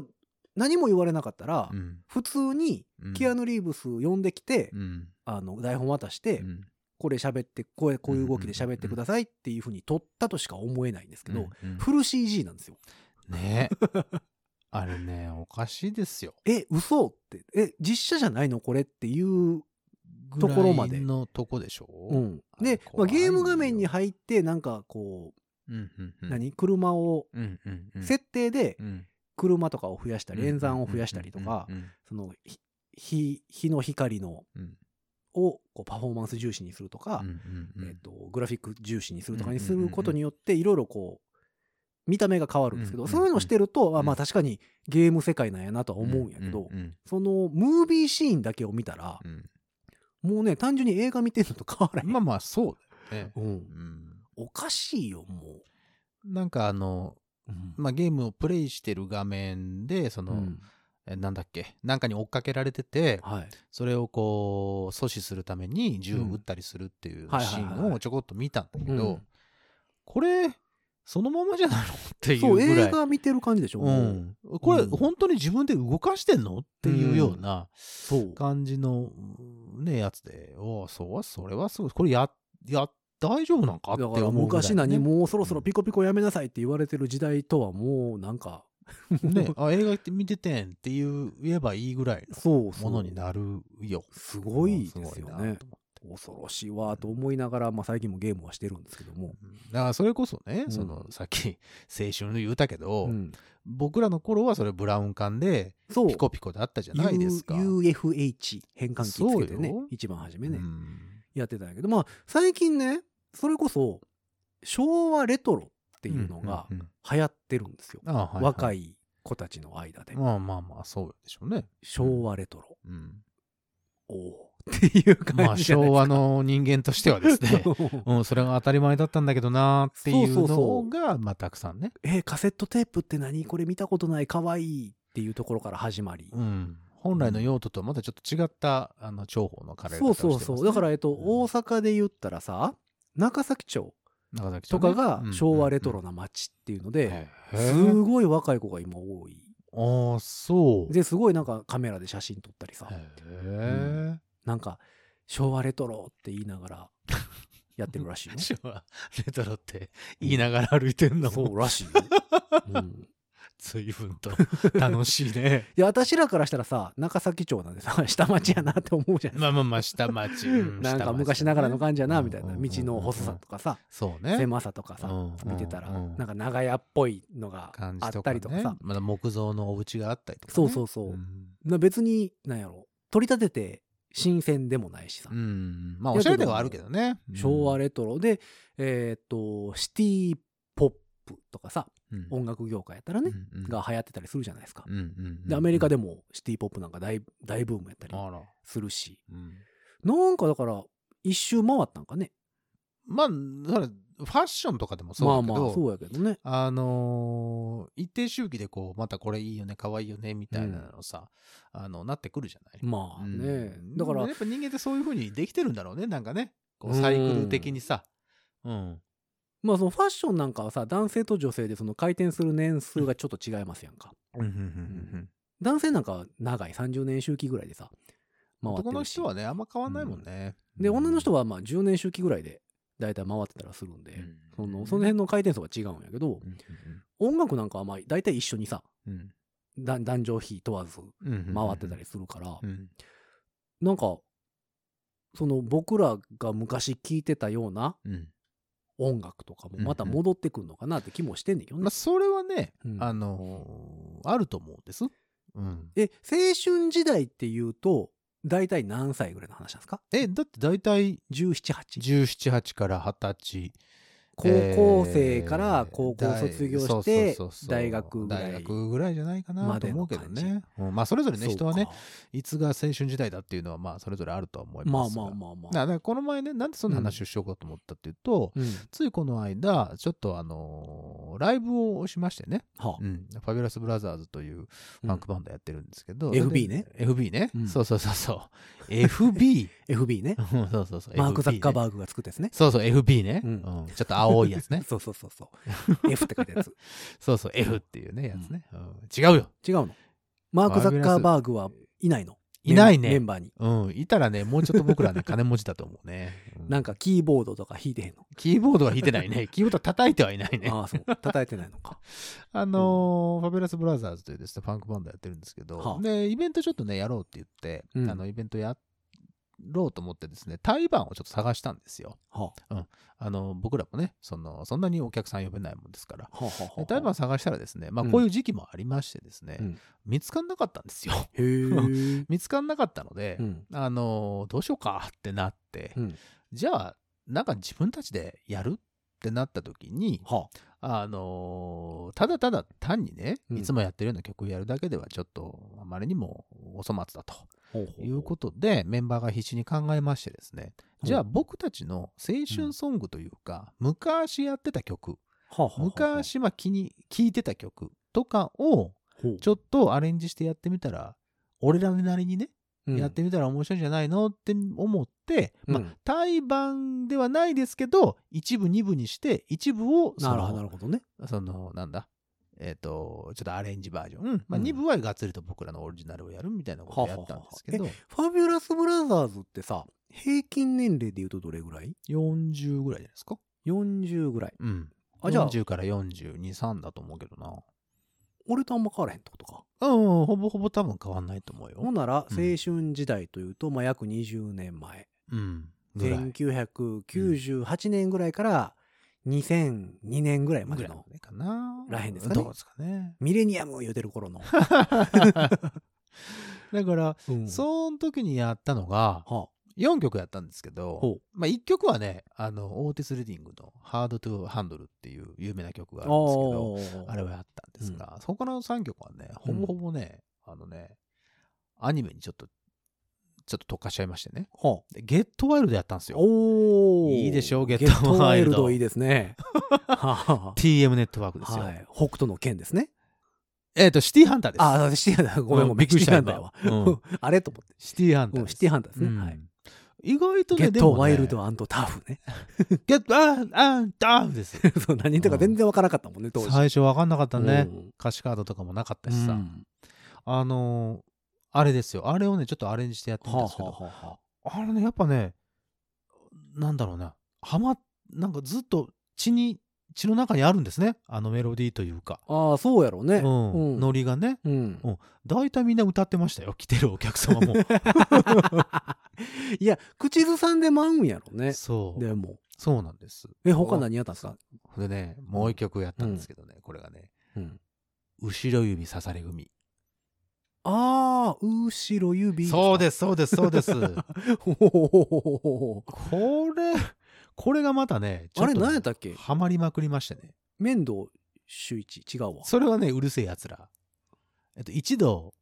[SPEAKER 2] 何も言われなかったら、
[SPEAKER 3] うん
[SPEAKER 2] 普通に
[SPEAKER 3] うん
[SPEAKER 2] キアヌ・リーブス呼んできて、
[SPEAKER 3] うん
[SPEAKER 2] あの、台本渡して、
[SPEAKER 3] うん
[SPEAKER 2] これ喋って、こうこういう動きで喋ってくださいっていうふうに撮ったとしか思えないんですけど、
[SPEAKER 3] うんうん
[SPEAKER 2] フル CG なんですよ。
[SPEAKER 3] ねあれね、おかしいですよ。
[SPEAKER 2] え、嘘って、え、実写じゃないのこれっていう。ところまで
[SPEAKER 3] ぐらいのとこでしょ
[SPEAKER 2] う。ん、
[SPEAKER 3] あれ
[SPEAKER 2] で、まあ、
[SPEAKER 3] 怖いよ
[SPEAKER 2] ゲーム画面に入って、なんかこ
[SPEAKER 3] うんうんう
[SPEAKER 2] う、
[SPEAKER 3] ん
[SPEAKER 2] 何車を、
[SPEAKER 3] うんうんうん
[SPEAKER 2] 設定で
[SPEAKER 3] うん
[SPEAKER 2] 車とかを増やしたり、演算を増やしたりとか
[SPEAKER 3] う、ん
[SPEAKER 2] その、ひ日、日の光の、
[SPEAKER 3] うんうん
[SPEAKER 2] をこうパフォーマンス重視にするとか
[SPEAKER 3] うん、うんうん
[SPEAKER 2] えっと、グラフィック重視にするとかにすることによって、いろいろこう、見た目が変わるんですけ
[SPEAKER 3] う
[SPEAKER 2] ど、
[SPEAKER 3] ん
[SPEAKER 2] そういうのしてると、あまあ
[SPEAKER 3] うん
[SPEAKER 2] 確かにゲーム世界なんやなとは思うんやけど
[SPEAKER 3] う、ん
[SPEAKER 2] そのムービーシーンだけを見たら
[SPEAKER 3] う、ん
[SPEAKER 2] もうね、単純に映画見てんのと変わらへん。
[SPEAKER 3] まあまあそうだよね。
[SPEAKER 2] うん
[SPEAKER 3] う、ん
[SPEAKER 2] おかしいよ、も
[SPEAKER 3] なんかあの、
[SPEAKER 2] う。
[SPEAKER 3] まあ、ゲームをプレイしてる画面で、その、
[SPEAKER 2] うん
[SPEAKER 3] えなんだっけ、なんかに追っかけられてて、
[SPEAKER 2] はい。
[SPEAKER 3] それをこう、阻止するために銃を撃ったりするっていうシ
[SPEAKER 2] はいはいはいはい
[SPEAKER 3] ーンをちょこっと見たんだけ
[SPEAKER 2] う
[SPEAKER 3] ど
[SPEAKER 2] ん、
[SPEAKER 3] これ、そのままじゃないのってい
[SPEAKER 2] そうう、
[SPEAKER 3] ぐら
[SPEAKER 2] 映
[SPEAKER 3] い。
[SPEAKER 2] 画見てる感じでしょ、
[SPEAKER 3] う
[SPEAKER 2] もう。
[SPEAKER 3] ん、これ、
[SPEAKER 2] うん
[SPEAKER 3] 本当に自分で動かしてんのっていうような
[SPEAKER 2] そう。
[SPEAKER 3] 感じの、ね、やつで、おうそうは、それはすごい。これや、や、大丈夫なん
[SPEAKER 2] だ
[SPEAKER 3] かって
[SPEAKER 2] か
[SPEAKER 3] 思うぐら
[SPEAKER 2] ら
[SPEAKER 3] いね、
[SPEAKER 2] 昔何もうそろそうろ
[SPEAKER 3] ん
[SPEAKER 2] ピコピコやめなさいって言われてる時代とはもうなんか、
[SPEAKER 3] ね、あ、映画って見ててんっていう言えばいいぐらい
[SPEAKER 2] そう
[SPEAKER 3] の
[SPEAKER 2] そう
[SPEAKER 3] ものになるよ。
[SPEAKER 2] すごいです
[SPEAKER 3] すご
[SPEAKER 2] よ
[SPEAKER 3] いなと思っ
[SPEAKER 2] ね
[SPEAKER 3] て。
[SPEAKER 2] 恐ろしいわと思いながら、まあ最近もゲームはしてるんですけども。
[SPEAKER 3] うんだからそれこそね、
[SPEAKER 2] うん
[SPEAKER 3] そのさっき青春言うたけど、
[SPEAKER 2] うん
[SPEAKER 3] 僕らの頃はそれブラウン管で
[SPEAKER 2] そう。
[SPEAKER 3] ピコピコだったじゃないですか。
[SPEAKER 2] U- UFH 変換器つけてね
[SPEAKER 3] そうよ、
[SPEAKER 2] 一番初めね、
[SPEAKER 3] うん
[SPEAKER 2] やってたんやけど、まあ最近ね、それこそ昭和レトロっていうのが
[SPEAKER 3] うんうん
[SPEAKER 2] 流行ってるんですよ。
[SPEAKER 3] あはいはい
[SPEAKER 2] 若い子たちの間で。
[SPEAKER 3] まあまあまあそうでしょうね。
[SPEAKER 2] 昭和レトロ。
[SPEAKER 3] うん
[SPEAKER 2] おおうっていう
[SPEAKER 3] ま
[SPEAKER 2] 感
[SPEAKER 3] あ
[SPEAKER 2] じじゃないで
[SPEAKER 3] 昭
[SPEAKER 2] すか。、
[SPEAKER 3] 和の人間としてはですね
[SPEAKER 2] そう
[SPEAKER 3] うん、それが当たり前だったんだけどなーっていう
[SPEAKER 2] そうそうそ
[SPEAKER 3] のが、まあたくさんね。
[SPEAKER 2] えーカセットテープって何これ見たことないかわいいっていうところから始まり、
[SPEAKER 3] うん、本来の用途とはまたちょっと違ったあの重宝のカレー
[SPEAKER 2] そうそうそうだから、えっと、
[SPEAKER 3] うん
[SPEAKER 2] 大阪で言ったらさ中崎町
[SPEAKER 3] 長崎
[SPEAKER 2] と
[SPEAKER 3] 町
[SPEAKER 2] か
[SPEAKER 3] ね
[SPEAKER 2] が昭和レトロ
[SPEAKER 3] うん
[SPEAKER 2] な街っていうの
[SPEAKER 3] うんうん
[SPEAKER 2] で
[SPEAKER 3] へ、
[SPEAKER 2] す
[SPEAKER 3] ー
[SPEAKER 2] ごい若い子が今多い
[SPEAKER 3] ああそう
[SPEAKER 2] ですごいなんかカメラで写真撮ったりさ、
[SPEAKER 3] へえ、
[SPEAKER 2] なんか昭和レトロって言いながらやってるらしい よ
[SPEAKER 3] 昭和レトロって言いながら歩いてんの
[SPEAKER 2] そうら しいよ、うん
[SPEAKER 3] 随分と楽しい ね
[SPEAKER 2] いや私らからしたらさ中崎町なんでさ下町やなって思うじゃない
[SPEAKER 3] まあまあまあ下町、う
[SPEAKER 2] なん
[SPEAKER 3] 下町だ
[SPEAKER 2] か
[SPEAKER 3] ね
[SPEAKER 2] 昔ながらの感じやなみたいな道
[SPEAKER 3] うんうんうん
[SPEAKER 2] の細さとかさ
[SPEAKER 3] そうね
[SPEAKER 2] 狭さとかさ
[SPEAKER 3] うん
[SPEAKER 2] 見てたら
[SPEAKER 3] うん
[SPEAKER 2] なんか長屋っぽいのが
[SPEAKER 3] 感
[SPEAKER 2] あ
[SPEAKER 3] じ
[SPEAKER 2] っ
[SPEAKER 3] と
[SPEAKER 2] た
[SPEAKER 3] か,、
[SPEAKER 2] り
[SPEAKER 3] ね、
[SPEAKER 2] とかさ
[SPEAKER 3] まだ木造のお家があったりとか、ね、
[SPEAKER 2] そうそうそう
[SPEAKER 3] うん
[SPEAKER 2] な別になんやろ取り立てて新鮮でもないしさ
[SPEAKER 3] うんまあおしゃれではあるけどね
[SPEAKER 2] 昭和
[SPEAKER 3] レ、
[SPEAKER 2] レトロでえーっとシティポップとかさ
[SPEAKER 3] うん
[SPEAKER 2] 音楽業界やったらね
[SPEAKER 3] うんうん
[SPEAKER 2] が流行ってたりするじゃないですか
[SPEAKER 3] うんうん
[SPEAKER 2] でアメリカで
[SPEAKER 3] も
[SPEAKER 2] もシティポップなんか大大ブームやったり
[SPEAKER 3] あら、
[SPEAKER 2] するし
[SPEAKER 3] うん
[SPEAKER 2] なんかだから一周回ったんかね
[SPEAKER 3] まあそれファッションとかでもそ
[SPEAKER 2] まあ
[SPEAKER 3] うだけど、
[SPEAKER 2] まあそうやけどね
[SPEAKER 3] あのー一定周期でこうまたこれいいよね可愛いよねみたいなのさ、あのなってくるじゃない、
[SPEAKER 2] まあね
[SPEAKER 3] うん
[SPEAKER 2] だから
[SPEAKER 3] やっぱ人間ってそういうふうにできてるんだろうねなんかねこう
[SPEAKER 2] うん
[SPEAKER 3] サイクル的にさうん、
[SPEAKER 2] まあそのファッションなんかはさ男性と女性でその回転する年数がちょっと違いますやんか
[SPEAKER 3] うんうんうん
[SPEAKER 2] 男性なんかは長い30年周期ぐらいでさ
[SPEAKER 3] うん、
[SPEAKER 2] 回ってるし
[SPEAKER 3] 男の人はねあんま変わんないもんね、
[SPEAKER 2] で女の人
[SPEAKER 3] は、
[SPEAKER 2] はまあ10年周期ぐらいで大体回ってたらするんで、
[SPEAKER 3] うん
[SPEAKER 2] そのその辺の回転数は違うんやけど
[SPEAKER 3] うん
[SPEAKER 2] 音楽なんかはまあ大体一緒にさ
[SPEAKER 3] うんうん
[SPEAKER 2] だ男女比問わず
[SPEAKER 3] うんうんうん
[SPEAKER 2] 回ってたりするから、
[SPEAKER 3] うん
[SPEAKER 2] なんかその僕らが昔聴いてたような
[SPEAKER 3] うん
[SPEAKER 2] 音楽とかも
[SPEAKER 3] うんうん
[SPEAKER 2] また戻ってくるのかなって気もしてんねんけどね
[SPEAKER 3] まあ、それはね、
[SPEAKER 2] うん
[SPEAKER 3] あのーあると思うんです。うん、
[SPEAKER 2] え青春時代っていうと大体何歳ぐらいの話なんですか
[SPEAKER 3] えだって大体
[SPEAKER 2] 1718
[SPEAKER 3] 1718から20歳
[SPEAKER 2] 高校生から高校卒業して大学ぐら
[SPEAKER 3] 大
[SPEAKER 2] い
[SPEAKER 3] 学ぐらいじゃないかな
[SPEAKER 2] ま
[SPEAKER 3] と
[SPEAKER 2] で
[SPEAKER 3] 思
[SPEAKER 2] の
[SPEAKER 3] うけど
[SPEAKER 2] 感じ
[SPEAKER 3] ね、うんまあそれぞれね
[SPEAKER 2] そう
[SPEAKER 3] 人はね
[SPEAKER 2] か
[SPEAKER 3] いつが青春時代だっていうのはまあそれぞれあるとは思い
[SPEAKER 2] まあ
[SPEAKER 3] ますが
[SPEAKER 2] まあまあま
[SPEAKER 3] な
[SPEAKER 2] あ、
[SPEAKER 3] だからこの前ねなんでそんな話をしようかと思ったっていうと、
[SPEAKER 2] うん
[SPEAKER 3] ついこの間ちょっとあのーライブをしましてね、
[SPEAKER 2] は
[SPEAKER 3] う
[SPEAKER 2] あ
[SPEAKER 3] ん、ファビュラスブラザーズというファンクバンドやってるんですけど、
[SPEAKER 2] うん FB ね
[SPEAKER 3] FB ね、
[SPEAKER 2] うん
[SPEAKER 3] そうそうそうそう FB
[SPEAKER 2] FB ね
[SPEAKER 3] うんそうそうそう
[SPEAKER 2] マーク・ザッカー
[SPEAKER 3] ー
[SPEAKER 2] バーグが作ったやつね
[SPEAKER 3] そうそう FB ね、
[SPEAKER 2] うん
[SPEAKER 3] うんちょっと青いやつ ね
[SPEAKER 2] そうそうそうそう F って書いたやつ
[SPEAKER 3] そうそう F っていうねやつね、うん違うよ
[SPEAKER 2] 違うのマーク・ザッカーバーグはいないの
[SPEAKER 3] いないね
[SPEAKER 2] メンバーに
[SPEAKER 3] うんいたらねもうちょっと 僕らね金持ちだと思うね、う
[SPEAKER 2] なんかキーボードとか弾いてへんの
[SPEAKER 3] キーボードは弾いてない ねキーボードは叩いてはいないね
[SPEAKER 2] ああそう叩いてないのか
[SPEAKER 3] あのーファビュラスブラザーズというですね、ファンクバンドやってるんですけど、
[SPEAKER 2] はあ
[SPEAKER 3] で、イベントちょっとね、やろうって言って、
[SPEAKER 2] うん
[SPEAKER 3] あの、イベントやろうと思ってですね、台湾をちょっと探したんですよ。
[SPEAKER 2] は
[SPEAKER 3] あの、僕らもね、その、そんなにお客さん呼べないもんですから。
[SPEAKER 2] あはあはあはあ
[SPEAKER 3] で台湾探したらですね、まあ、
[SPEAKER 2] うん
[SPEAKER 3] こういう時期もありましてですね、
[SPEAKER 2] うん
[SPEAKER 3] 見つかんなかったんですよ。
[SPEAKER 2] へえ
[SPEAKER 3] 見つかんなかったので、
[SPEAKER 2] うん
[SPEAKER 3] あのーどうしようかってなって、
[SPEAKER 2] うん
[SPEAKER 3] じゃあ、なんか自分たちでやるってなった時に、
[SPEAKER 2] はあ
[SPEAKER 3] あのーただただ単にね、
[SPEAKER 2] うん
[SPEAKER 3] いつもやってるような曲をやるだけではちょっとあまりにもお粗末だと
[SPEAKER 2] ほうほうほう
[SPEAKER 3] いうことでメンバーが必死に考えましてですね
[SPEAKER 2] うん
[SPEAKER 3] じゃあ僕たちの青春ソングというか、昔やってた曲
[SPEAKER 2] はあはあはあ
[SPEAKER 3] 昔まあ気に聴いてた曲とかを
[SPEAKER 2] ほう
[SPEAKER 3] ちょっとアレンジしてやってみたら俺らなりにね、
[SPEAKER 2] うん
[SPEAKER 3] やってみたら面白いんじゃないのって思って、ま
[SPEAKER 2] う
[SPEAKER 3] あ
[SPEAKER 2] ん
[SPEAKER 3] 対バンではないですけど一部二部にして一部をそ
[SPEAKER 2] なるほ
[SPEAKER 3] の
[SPEAKER 2] どなるほどね
[SPEAKER 3] その、なんだ、えっ、と、ちょっとアレンジバージョン。うんまあ、
[SPEAKER 2] うん
[SPEAKER 3] 2部はがっつりと僕らのオリジナルをやるみたいなことをやったんですけど、
[SPEAKER 2] ファビュラス・ブラザーズってさ平均年齢で言うとどれぐらい
[SPEAKER 3] 40ぐらいじゃないですか。
[SPEAKER 2] 40ぐらい
[SPEAKER 3] うん。
[SPEAKER 2] あじゃあ
[SPEAKER 3] 40から42、3だと思うけどな。
[SPEAKER 2] 俺とあんま変わらへんってことか
[SPEAKER 3] うん、ほぼほぼ多分変わんないと思う
[SPEAKER 2] ほ
[SPEAKER 3] よ
[SPEAKER 2] ん。なら青
[SPEAKER 3] うん
[SPEAKER 2] 春時代というと、まあ約20年前
[SPEAKER 3] うん。ぐらい。
[SPEAKER 2] 1998年ぐらいから2002年ぐらいま
[SPEAKER 3] ぐ
[SPEAKER 2] で
[SPEAKER 3] らいな
[SPEAKER 2] の
[SPEAKER 3] のかな。
[SPEAKER 2] らへんですかね。
[SPEAKER 3] どうですかね
[SPEAKER 2] ミレニアム言うてる頃の、
[SPEAKER 3] だから、 その時にやったのが、
[SPEAKER 2] は
[SPEAKER 3] 4曲やったんですけ
[SPEAKER 2] ほ
[SPEAKER 3] ど
[SPEAKER 2] う、
[SPEAKER 3] まあ、1曲はね、あの、オーティス・レディングのハード・トゥ・ハンドルっていう有名な曲が
[SPEAKER 2] あ、
[SPEAKER 3] あるんですけど、
[SPEAKER 2] あ
[SPEAKER 3] あれはやったんですが、そこからの3曲はね、ほぼほぼね、あのね、アニメにちょっと、ちょっと特化しちゃいましてね。
[SPEAKER 2] は
[SPEAKER 3] でゲットワイルドやったんですよ。
[SPEAKER 2] おー
[SPEAKER 3] いいでしょうゲット
[SPEAKER 2] ワイル
[SPEAKER 3] ワイルド
[SPEAKER 2] ドいいです ねは
[SPEAKER 3] TM ネットワークです
[SPEAKER 2] あ
[SPEAKER 3] よ。
[SPEAKER 2] はい北斗の剣ですね
[SPEAKER 3] えっ、と、シティハンターです。
[SPEAKER 2] ああシティハンターごめんご
[SPEAKER 3] うん
[SPEAKER 2] めん
[SPEAKER 3] びっくり
[SPEAKER 2] シ
[SPEAKER 3] し
[SPEAKER 2] テ
[SPEAKER 3] た
[SPEAKER 2] ィハンターやわ、
[SPEAKER 3] 今う
[SPEAKER 2] あれと思って
[SPEAKER 3] シティハンタ
[SPEAKER 2] う
[SPEAKER 3] ー
[SPEAKER 2] ん
[SPEAKER 3] です。
[SPEAKER 2] シティハンターですね、
[SPEAKER 3] うん
[SPEAKER 2] はい、
[SPEAKER 3] 意外と
[SPEAKER 2] ゲ
[SPEAKER 3] ね、
[SPEAKER 2] ッ
[SPEAKER 3] で
[SPEAKER 2] ト
[SPEAKER 3] もね
[SPEAKER 2] ワイルドターフね
[SPEAKER 3] ゲット、あーあー、ダーンです。
[SPEAKER 2] そう何言ってるか全然わからなかったも んね当時
[SPEAKER 3] 最初わかんなかったね
[SPEAKER 2] う。ん
[SPEAKER 3] 歌詞カードとかもなかった
[SPEAKER 2] う
[SPEAKER 3] しさ。
[SPEAKER 2] ん
[SPEAKER 3] あのーあれですよ。あれをね、ちょっとアレンジしてやってみたん
[SPEAKER 2] は
[SPEAKER 3] ですけ
[SPEAKER 2] あ
[SPEAKER 3] ど、
[SPEAKER 2] はあはあはあ
[SPEAKER 3] あれね、やっぱね、なんだろうな、はま、なんかずっと血に、血の中にあるんですね。あのメロディーというか。
[SPEAKER 2] ああそうやろうね
[SPEAKER 3] うん。
[SPEAKER 2] うん
[SPEAKER 3] ノリがね。
[SPEAKER 2] うん
[SPEAKER 3] うん。大体みんな歌ってましたよ。来てるお客様 も。
[SPEAKER 2] いや口ずさんで舞うんやろうね
[SPEAKER 3] そう。
[SPEAKER 2] でも
[SPEAKER 3] そうなんです。
[SPEAKER 2] え他何やったんですか、
[SPEAKER 3] でね、もう一曲やったんですけどね、これがね、
[SPEAKER 2] うん、
[SPEAKER 3] 後ろ指刺され組。
[SPEAKER 2] ああ後ろ指
[SPEAKER 3] そう
[SPEAKER 2] す
[SPEAKER 3] です、そうです、そうです。
[SPEAKER 2] かほほほほほほ
[SPEAKER 3] これ、これがまたね、ちょ
[SPEAKER 2] あれ
[SPEAKER 3] とね
[SPEAKER 2] 何やったっけ
[SPEAKER 3] ハマりまくりましたね。
[SPEAKER 2] 面倒周一違うわ
[SPEAKER 3] それはね、うるせえ奴ら。えっと、一同、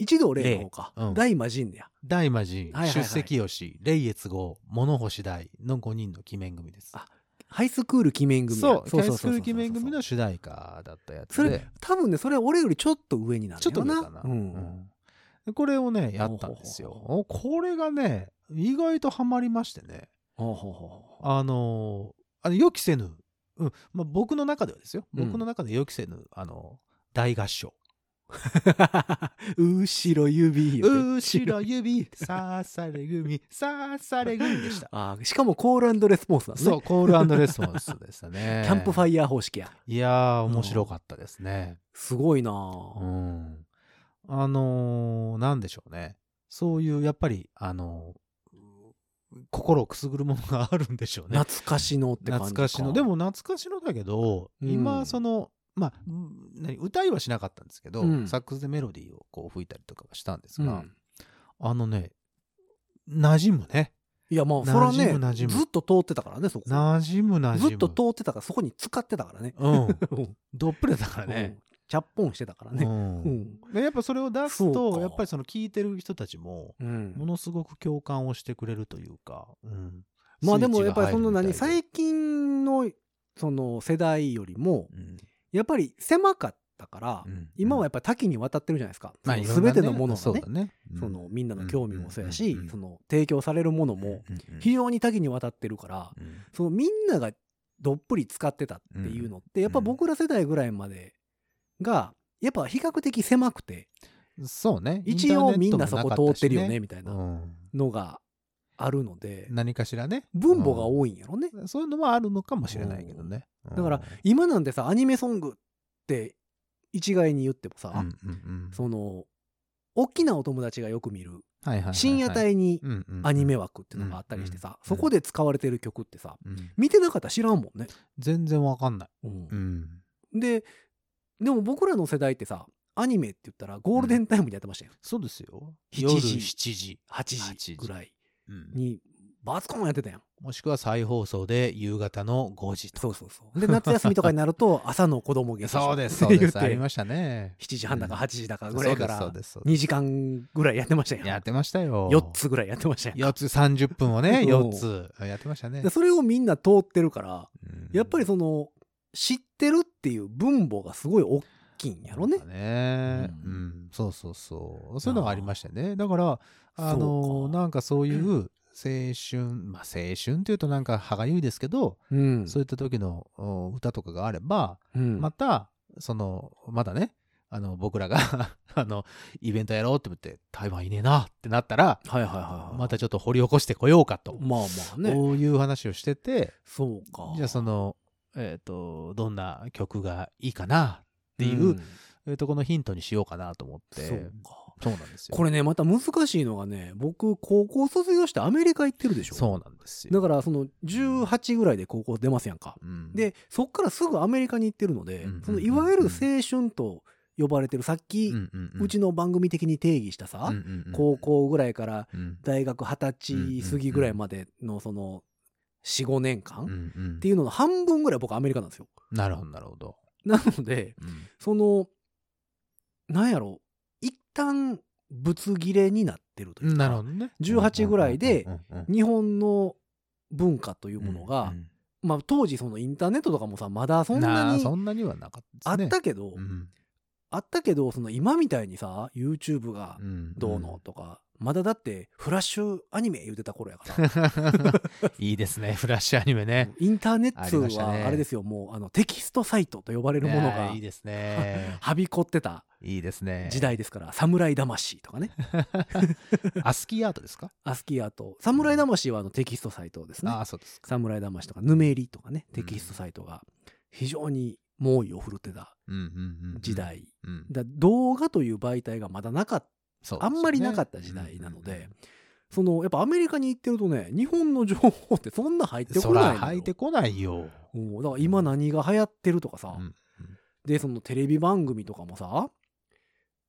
[SPEAKER 2] 一度例の方か、
[SPEAKER 3] うん
[SPEAKER 2] 大魔神でや
[SPEAKER 3] 大魔神、
[SPEAKER 2] はいはいは
[SPEAKER 3] 出
[SPEAKER 2] い
[SPEAKER 3] 席吉、霊越号、物干大の5人の鬼面組です。
[SPEAKER 2] あハイスクール鬼面組や
[SPEAKER 3] そう、キャイスクール鬼面組の主題歌だったやつ
[SPEAKER 2] そ
[SPEAKER 3] で、
[SPEAKER 2] れ多分ねそれは俺よりちょっと上になる
[SPEAKER 3] ちょっと
[SPEAKER 2] よな
[SPEAKER 3] 上かな、
[SPEAKER 2] うん
[SPEAKER 3] うんでこれをね、やったんですよ。おこれがね、意外とハマりましてね、
[SPEAKER 2] ほうほうほう
[SPEAKER 3] あのーあの予期せぬ、うんまあ、僕の中ではですよ、
[SPEAKER 2] うん
[SPEAKER 3] 僕の中で予期せぬ、あの大合唱。
[SPEAKER 2] 後ろ指言うて
[SPEAKER 3] 後ろ指、刺され組、刺され組でした。
[SPEAKER 2] あーしかもコールレスポンスだね。
[SPEAKER 3] そう、コールレスポンスでしたね
[SPEAKER 2] キャンプファイヤー方式や
[SPEAKER 3] いやー、面白かったですね。
[SPEAKER 2] すごいな
[SPEAKER 3] う
[SPEAKER 2] あ
[SPEAKER 3] ん。あのーなんでしょうね。そういう、やっぱり、あのー心をくすぐるものがあるんでしょうね。
[SPEAKER 2] 懐かしのって感じか
[SPEAKER 3] 懐かしの。で、も懐かしのだけど、
[SPEAKER 2] うん
[SPEAKER 3] 今、その、まあ、うん何歌いはしなかったんですけど、
[SPEAKER 2] うん
[SPEAKER 3] サックスでメロディーをこう吹いたりとかはしたんです
[SPEAKER 2] う
[SPEAKER 3] が、
[SPEAKER 2] ん、
[SPEAKER 3] あのね、馴染むね。
[SPEAKER 2] いやまあそれは
[SPEAKER 3] 馴
[SPEAKER 2] ね
[SPEAKER 3] 染む馴染む
[SPEAKER 2] ずっと通ってたからねそこ
[SPEAKER 3] 馴染む馴染む。
[SPEAKER 2] ずっと通ってたからそこに使ってたからね
[SPEAKER 3] うん。
[SPEAKER 2] うん
[SPEAKER 3] どっぷりだからね。
[SPEAKER 2] ちゃっぽんしてたから ね
[SPEAKER 3] うん
[SPEAKER 2] うん
[SPEAKER 3] でやっぱそれを出す
[SPEAKER 2] そう
[SPEAKER 3] と
[SPEAKER 2] か
[SPEAKER 3] やっぱりその聞いてる人たちも
[SPEAKER 2] うん
[SPEAKER 3] ものすごく共感をしてくれるというか、うん
[SPEAKER 2] まあでもやっぱりその何
[SPEAKER 3] スイッチが入るみ
[SPEAKER 2] 最近のその世代よりも
[SPEAKER 3] たいで
[SPEAKER 2] やっぱり狭かったから
[SPEAKER 3] うんうん
[SPEAKER 2] 今はやっぱり多岐にわたってるじゃないですか
[SPEAKER 3] まあ
[SPEAKER 2] その全てのもの
[SPEAKER 3] そ
[SPEAKER 2] がね
[SPEAKER 3] うだね、うん
[SPEAKER 2] そのみんなの興味もそうやし
[SPEAKER 3] うんうん
[SPEAKER 2] その提供されるものも
[SPEAKER 3] うん
[SPEAKER 2] 非常に多岐にわたってるから
[SPEAKER 3] うん
[SPEAKER 2] そのみんながどっぷり使ってたっていうのってやっぱ僕ら世代ぐらいまでがやっぱ比較的狭くて
[SPEAKER 3] そうね
[SPEAKER 2] 一応みんなそこ通ってるよね
[SPEAKER 3] イン
[SPEAKER 2] みたい
[SPEAKER 3] ターネット
[SPEAKER 2] な
[SPEAKER 3] もなかったしね
[SPEAKER 2] のがあるので
[SPEAKER 3] うん、何かしらね
[SPEAKER 2] 分母が多いんやろね。
[SPEAKER 3] うんそういうのはあるのかもしれないけどね、
[SPEAKER 2] だから
[SPEAKER 3] う
[SPEAKER 2] 今なんてさアニメソングって一概に言ってもさ、
[SPEAKER 3] んうんうん
[SPEAKER 2] その大きなお友達がよく見る
[SPEAKER 3] はいはいはいはい
[SPEAKER 2] 深夜帯に
[SPEAKER 3] うんうんうん
[SPEAKER 2] アニメ枠っていうのがあったりしてさ、
[SPEAKER 3] うん
[SPEAKER 2] そこで使われてる曲ってさ
[SPEAKER 3] うん
[SPEAKER 2] 見てなかったら知らんもんね。
[SPEAKER 3] 全然わかんない、
[SPEAKER 2] うん
[SPEAKER 3] うん、
[SPEAKER 2] ででも僕らの世代ってさアニメって言ったらゴールデンタイムにやってましたよ、
[SPEAKER 3] そうですよ
[SPEAKER 2] 7時
[SPEAKER 3] 夜7時、
[SPEAKER 2] 8
[SPEAKER 3] 8
[SPEAKER 2] 時
[SPEAKER 3] 時
[SPEAKER 2] ぐらい
[SPEAKER 3] うん
[SPEAKER 2] にバツコンやってたやん
[SPEAKER 3] もしくは再放送で夕方の5時と
[SPEAKER 2] そうそうそうで夏休みとかになる と朝の子供ゲー
[SPEAKER 3] そうで
[SPEAKER 2] っ
[SPEAKER 3] す、そう
[SPEAKER 2] て 言
[SPEAKER 3] で
[SPEAKER 2] っ
[SPEAKER 3] す。あり
[SPEAKER 2] て
[SPEAKER 3] ましたね。
[SPEAKER 2] 7時半だか8時だか
[SPEAKER 3] そ
[SPEAKER 2] ぐ
[SPEAKER 3] う
[SPEAKER 2] ら
[SPEAKER 3] で
[SPEAKER 2] い
[SPEAKER 3] す
[SPEAKER 2] から
[SPEAKER 3] そうです。そうで
[SPEAKER 2] 2時間ぐらいやってましたや
[SPEAKER 3] す
[SPEAKER 2] ん
[SPEAKER 3] やってましたよ。
[SPEAKER 2] 4。つぐらいやってましたやん
[SPEAKER 3] 4つ30分を ね、
[SPEAKER 2] うん
[SPEAKER 3] 4つやってましたね
[SPEAKER 2] で。それをみんな通ってるから
[SPEAKER 3] うん
[SPEAKER 2] やっぱりその知ってるっていう分母がすごい大きいんやろね
[SPEAKER 3] そうだね
[SPEAKER 2] う
[SPEAKER 3] うんん、そうそうそう。そういうのがありましたね。だから、あ
[SPEAKER 2] そ
[SPEAKER 3] の
[SPEAKER 2] う、か
[SPEAKER 3] なんかそういう青春、まあ青春っていうとなんか歯がゆいですけど、
[SPEAKER 2] うん
[SPEAKER 3] そういった時のお歌とかがあれば、
[SPEAKER 2] うん
[SPEAKER 3] また、その、まだね、あの、僕らが、 あの、イベントやろうって思って、台湾いねえなってなったら、
[SPEAKER 2] はいはいはいはい
[SPEAKER 3] またちょっと掘り起こしてこようかと、
[SPEAKER 2] まあまあね
[SPEAKER 3] こういう話をしてて
[SPEAKER 2] そうか
[SPEAKER 3] じゃあそのえっ、とどんな曲がいいかなっていう、
[SPEAKER 2] ん
[SPEAKER 3] えーとこのヒントにしようかなと思って
[SPEAKER 2] そうか
[SPEAKER 3] そうなんですよ
[SPEAKER 2] これねまた難しいのがね僕高校卒業してアメリカ行ってるでしょ
[SPEAKER 3] そうなんですよ
[SPEAKER 2] だからその18ぐらいで高校出ますやんか
[SPEAKER 3] うん
[SPEAKER 2] でそっからすぐアメリカに行ってるので、
[SPEAKER 3] うん
[SPEAKER 2] そのいわゆる青春と呼ばれてるさっき、
[SPEAKER 3] うんうん
[SPEAKER 2] うちの番組的に定義したさ、
[SPEAKER 3] うんうんうん
[SPEAKER 2] 高校ぐらいから
[SPEAKER 3] うん
[SPEAKER 2] 大学二十歳過ぎぐらいまでのその45年間
[SPEAKER 3] うん
[SPEAKER 2] っ
[SPEAKER 3] うん
[SPEAKER 2] ていうのの半分ぐらい僕アメリカなんですよ。
[SPEAKER 3] なるほどなるほど、
[SPEAKER 2] なので
[SPEAKER 3] うん
[SPEAKER 2] そのなんやろ一旦ぶつ切れになってるというか
[SPEAKER 3] なるほどね
[SPEAKER 2] 18ぐらいで
[SPEAKER 3] うんうんうん
[SPEAKER 2] 日本の文化という
[SPEAKER 3] うん
[SPEAKER 2] ものが、
[SPEAKER 3] うん
[SPEAKER 2] まあ、当時そのインターネットとかもさまだそんな
[SPEAKER 3] な
[SPEAKER 2] に
[SPEAKER 3] そんなにはなかった
[SPEAKER 2] あ
[SPEAKER 3] で
[SPEAKER 2] っ
[SPEAKER 3] すね
[SPEAKER 2] たけど、
[SPEAKER 3] うん
[SPEAKER 2] あったけどその今みたいにさ YouTube が
[SPEAKER 3] うん
[SPEAKER 2] どうのとか、まだだってフラッシュアニメ言ってた頃やから
[SPEAKER 3] いいですねフラッシュアニメね
[SPEAKER 2] インターネ
[SPEAKER 3] ありま
[SPEAKER 2] ッ
[SPEAKER 3] し
[SPEAKER 2] ト
[SPEAKER 3] た
[SPEAKER 2] は
[SPEAKER 3] ね
[SPEAKER 2] あれですよもうあのテキストサイトと呼ばれるもの
[SPEAKER 3] いや
[SPEAKER 2] が
[SPEAKER 3] ーいいですね
[SPEAKER 2] はびこってた
[SPEAKER 3] いいですね
[SPEAKER 2] 時代ですから「侍魂」とか ね
[SPEAKER 3] アスキーアートですか、
[SPEAKER 2] 「アスキーアート」「侍魂」はあのテキストサイトですね
[SPEAKER 3] ああそうです
[SPEAKER 2] 「侍魂」とか「ぬめり」とかねテキストサイトが非常に猛威を振るってた
[SPEAKER 3] うんうんうん
[SPEAKER 2] 時、代
[SPEAKER 3] うん、
[SPEAKER 2] だ動画という媒体がまだなかった
[SPEAKER 3] そうです
[SPEAKER 2] あ
[SPEAKER 3] よ
[SPEAKER 2] ん
[SPEAKER 3] ね
[SPEAKER 2] まりなかった時代なので、そのやっぱアメリカに行ってるとね日本の情報ってそんな入って
[SPEAKER 3] うんそ
[SPEAKER 2] こない
[SPEAKER 3] ら
[SPEAKER 2] のよ
[SPEAKER 3] 入ってこないよ、
[SPEAKER 2] うんだから今何が流行ってるとかさ、
[SPEAKER 3] うん
[SPEAKER 2] でそのテレビ番組とかもさ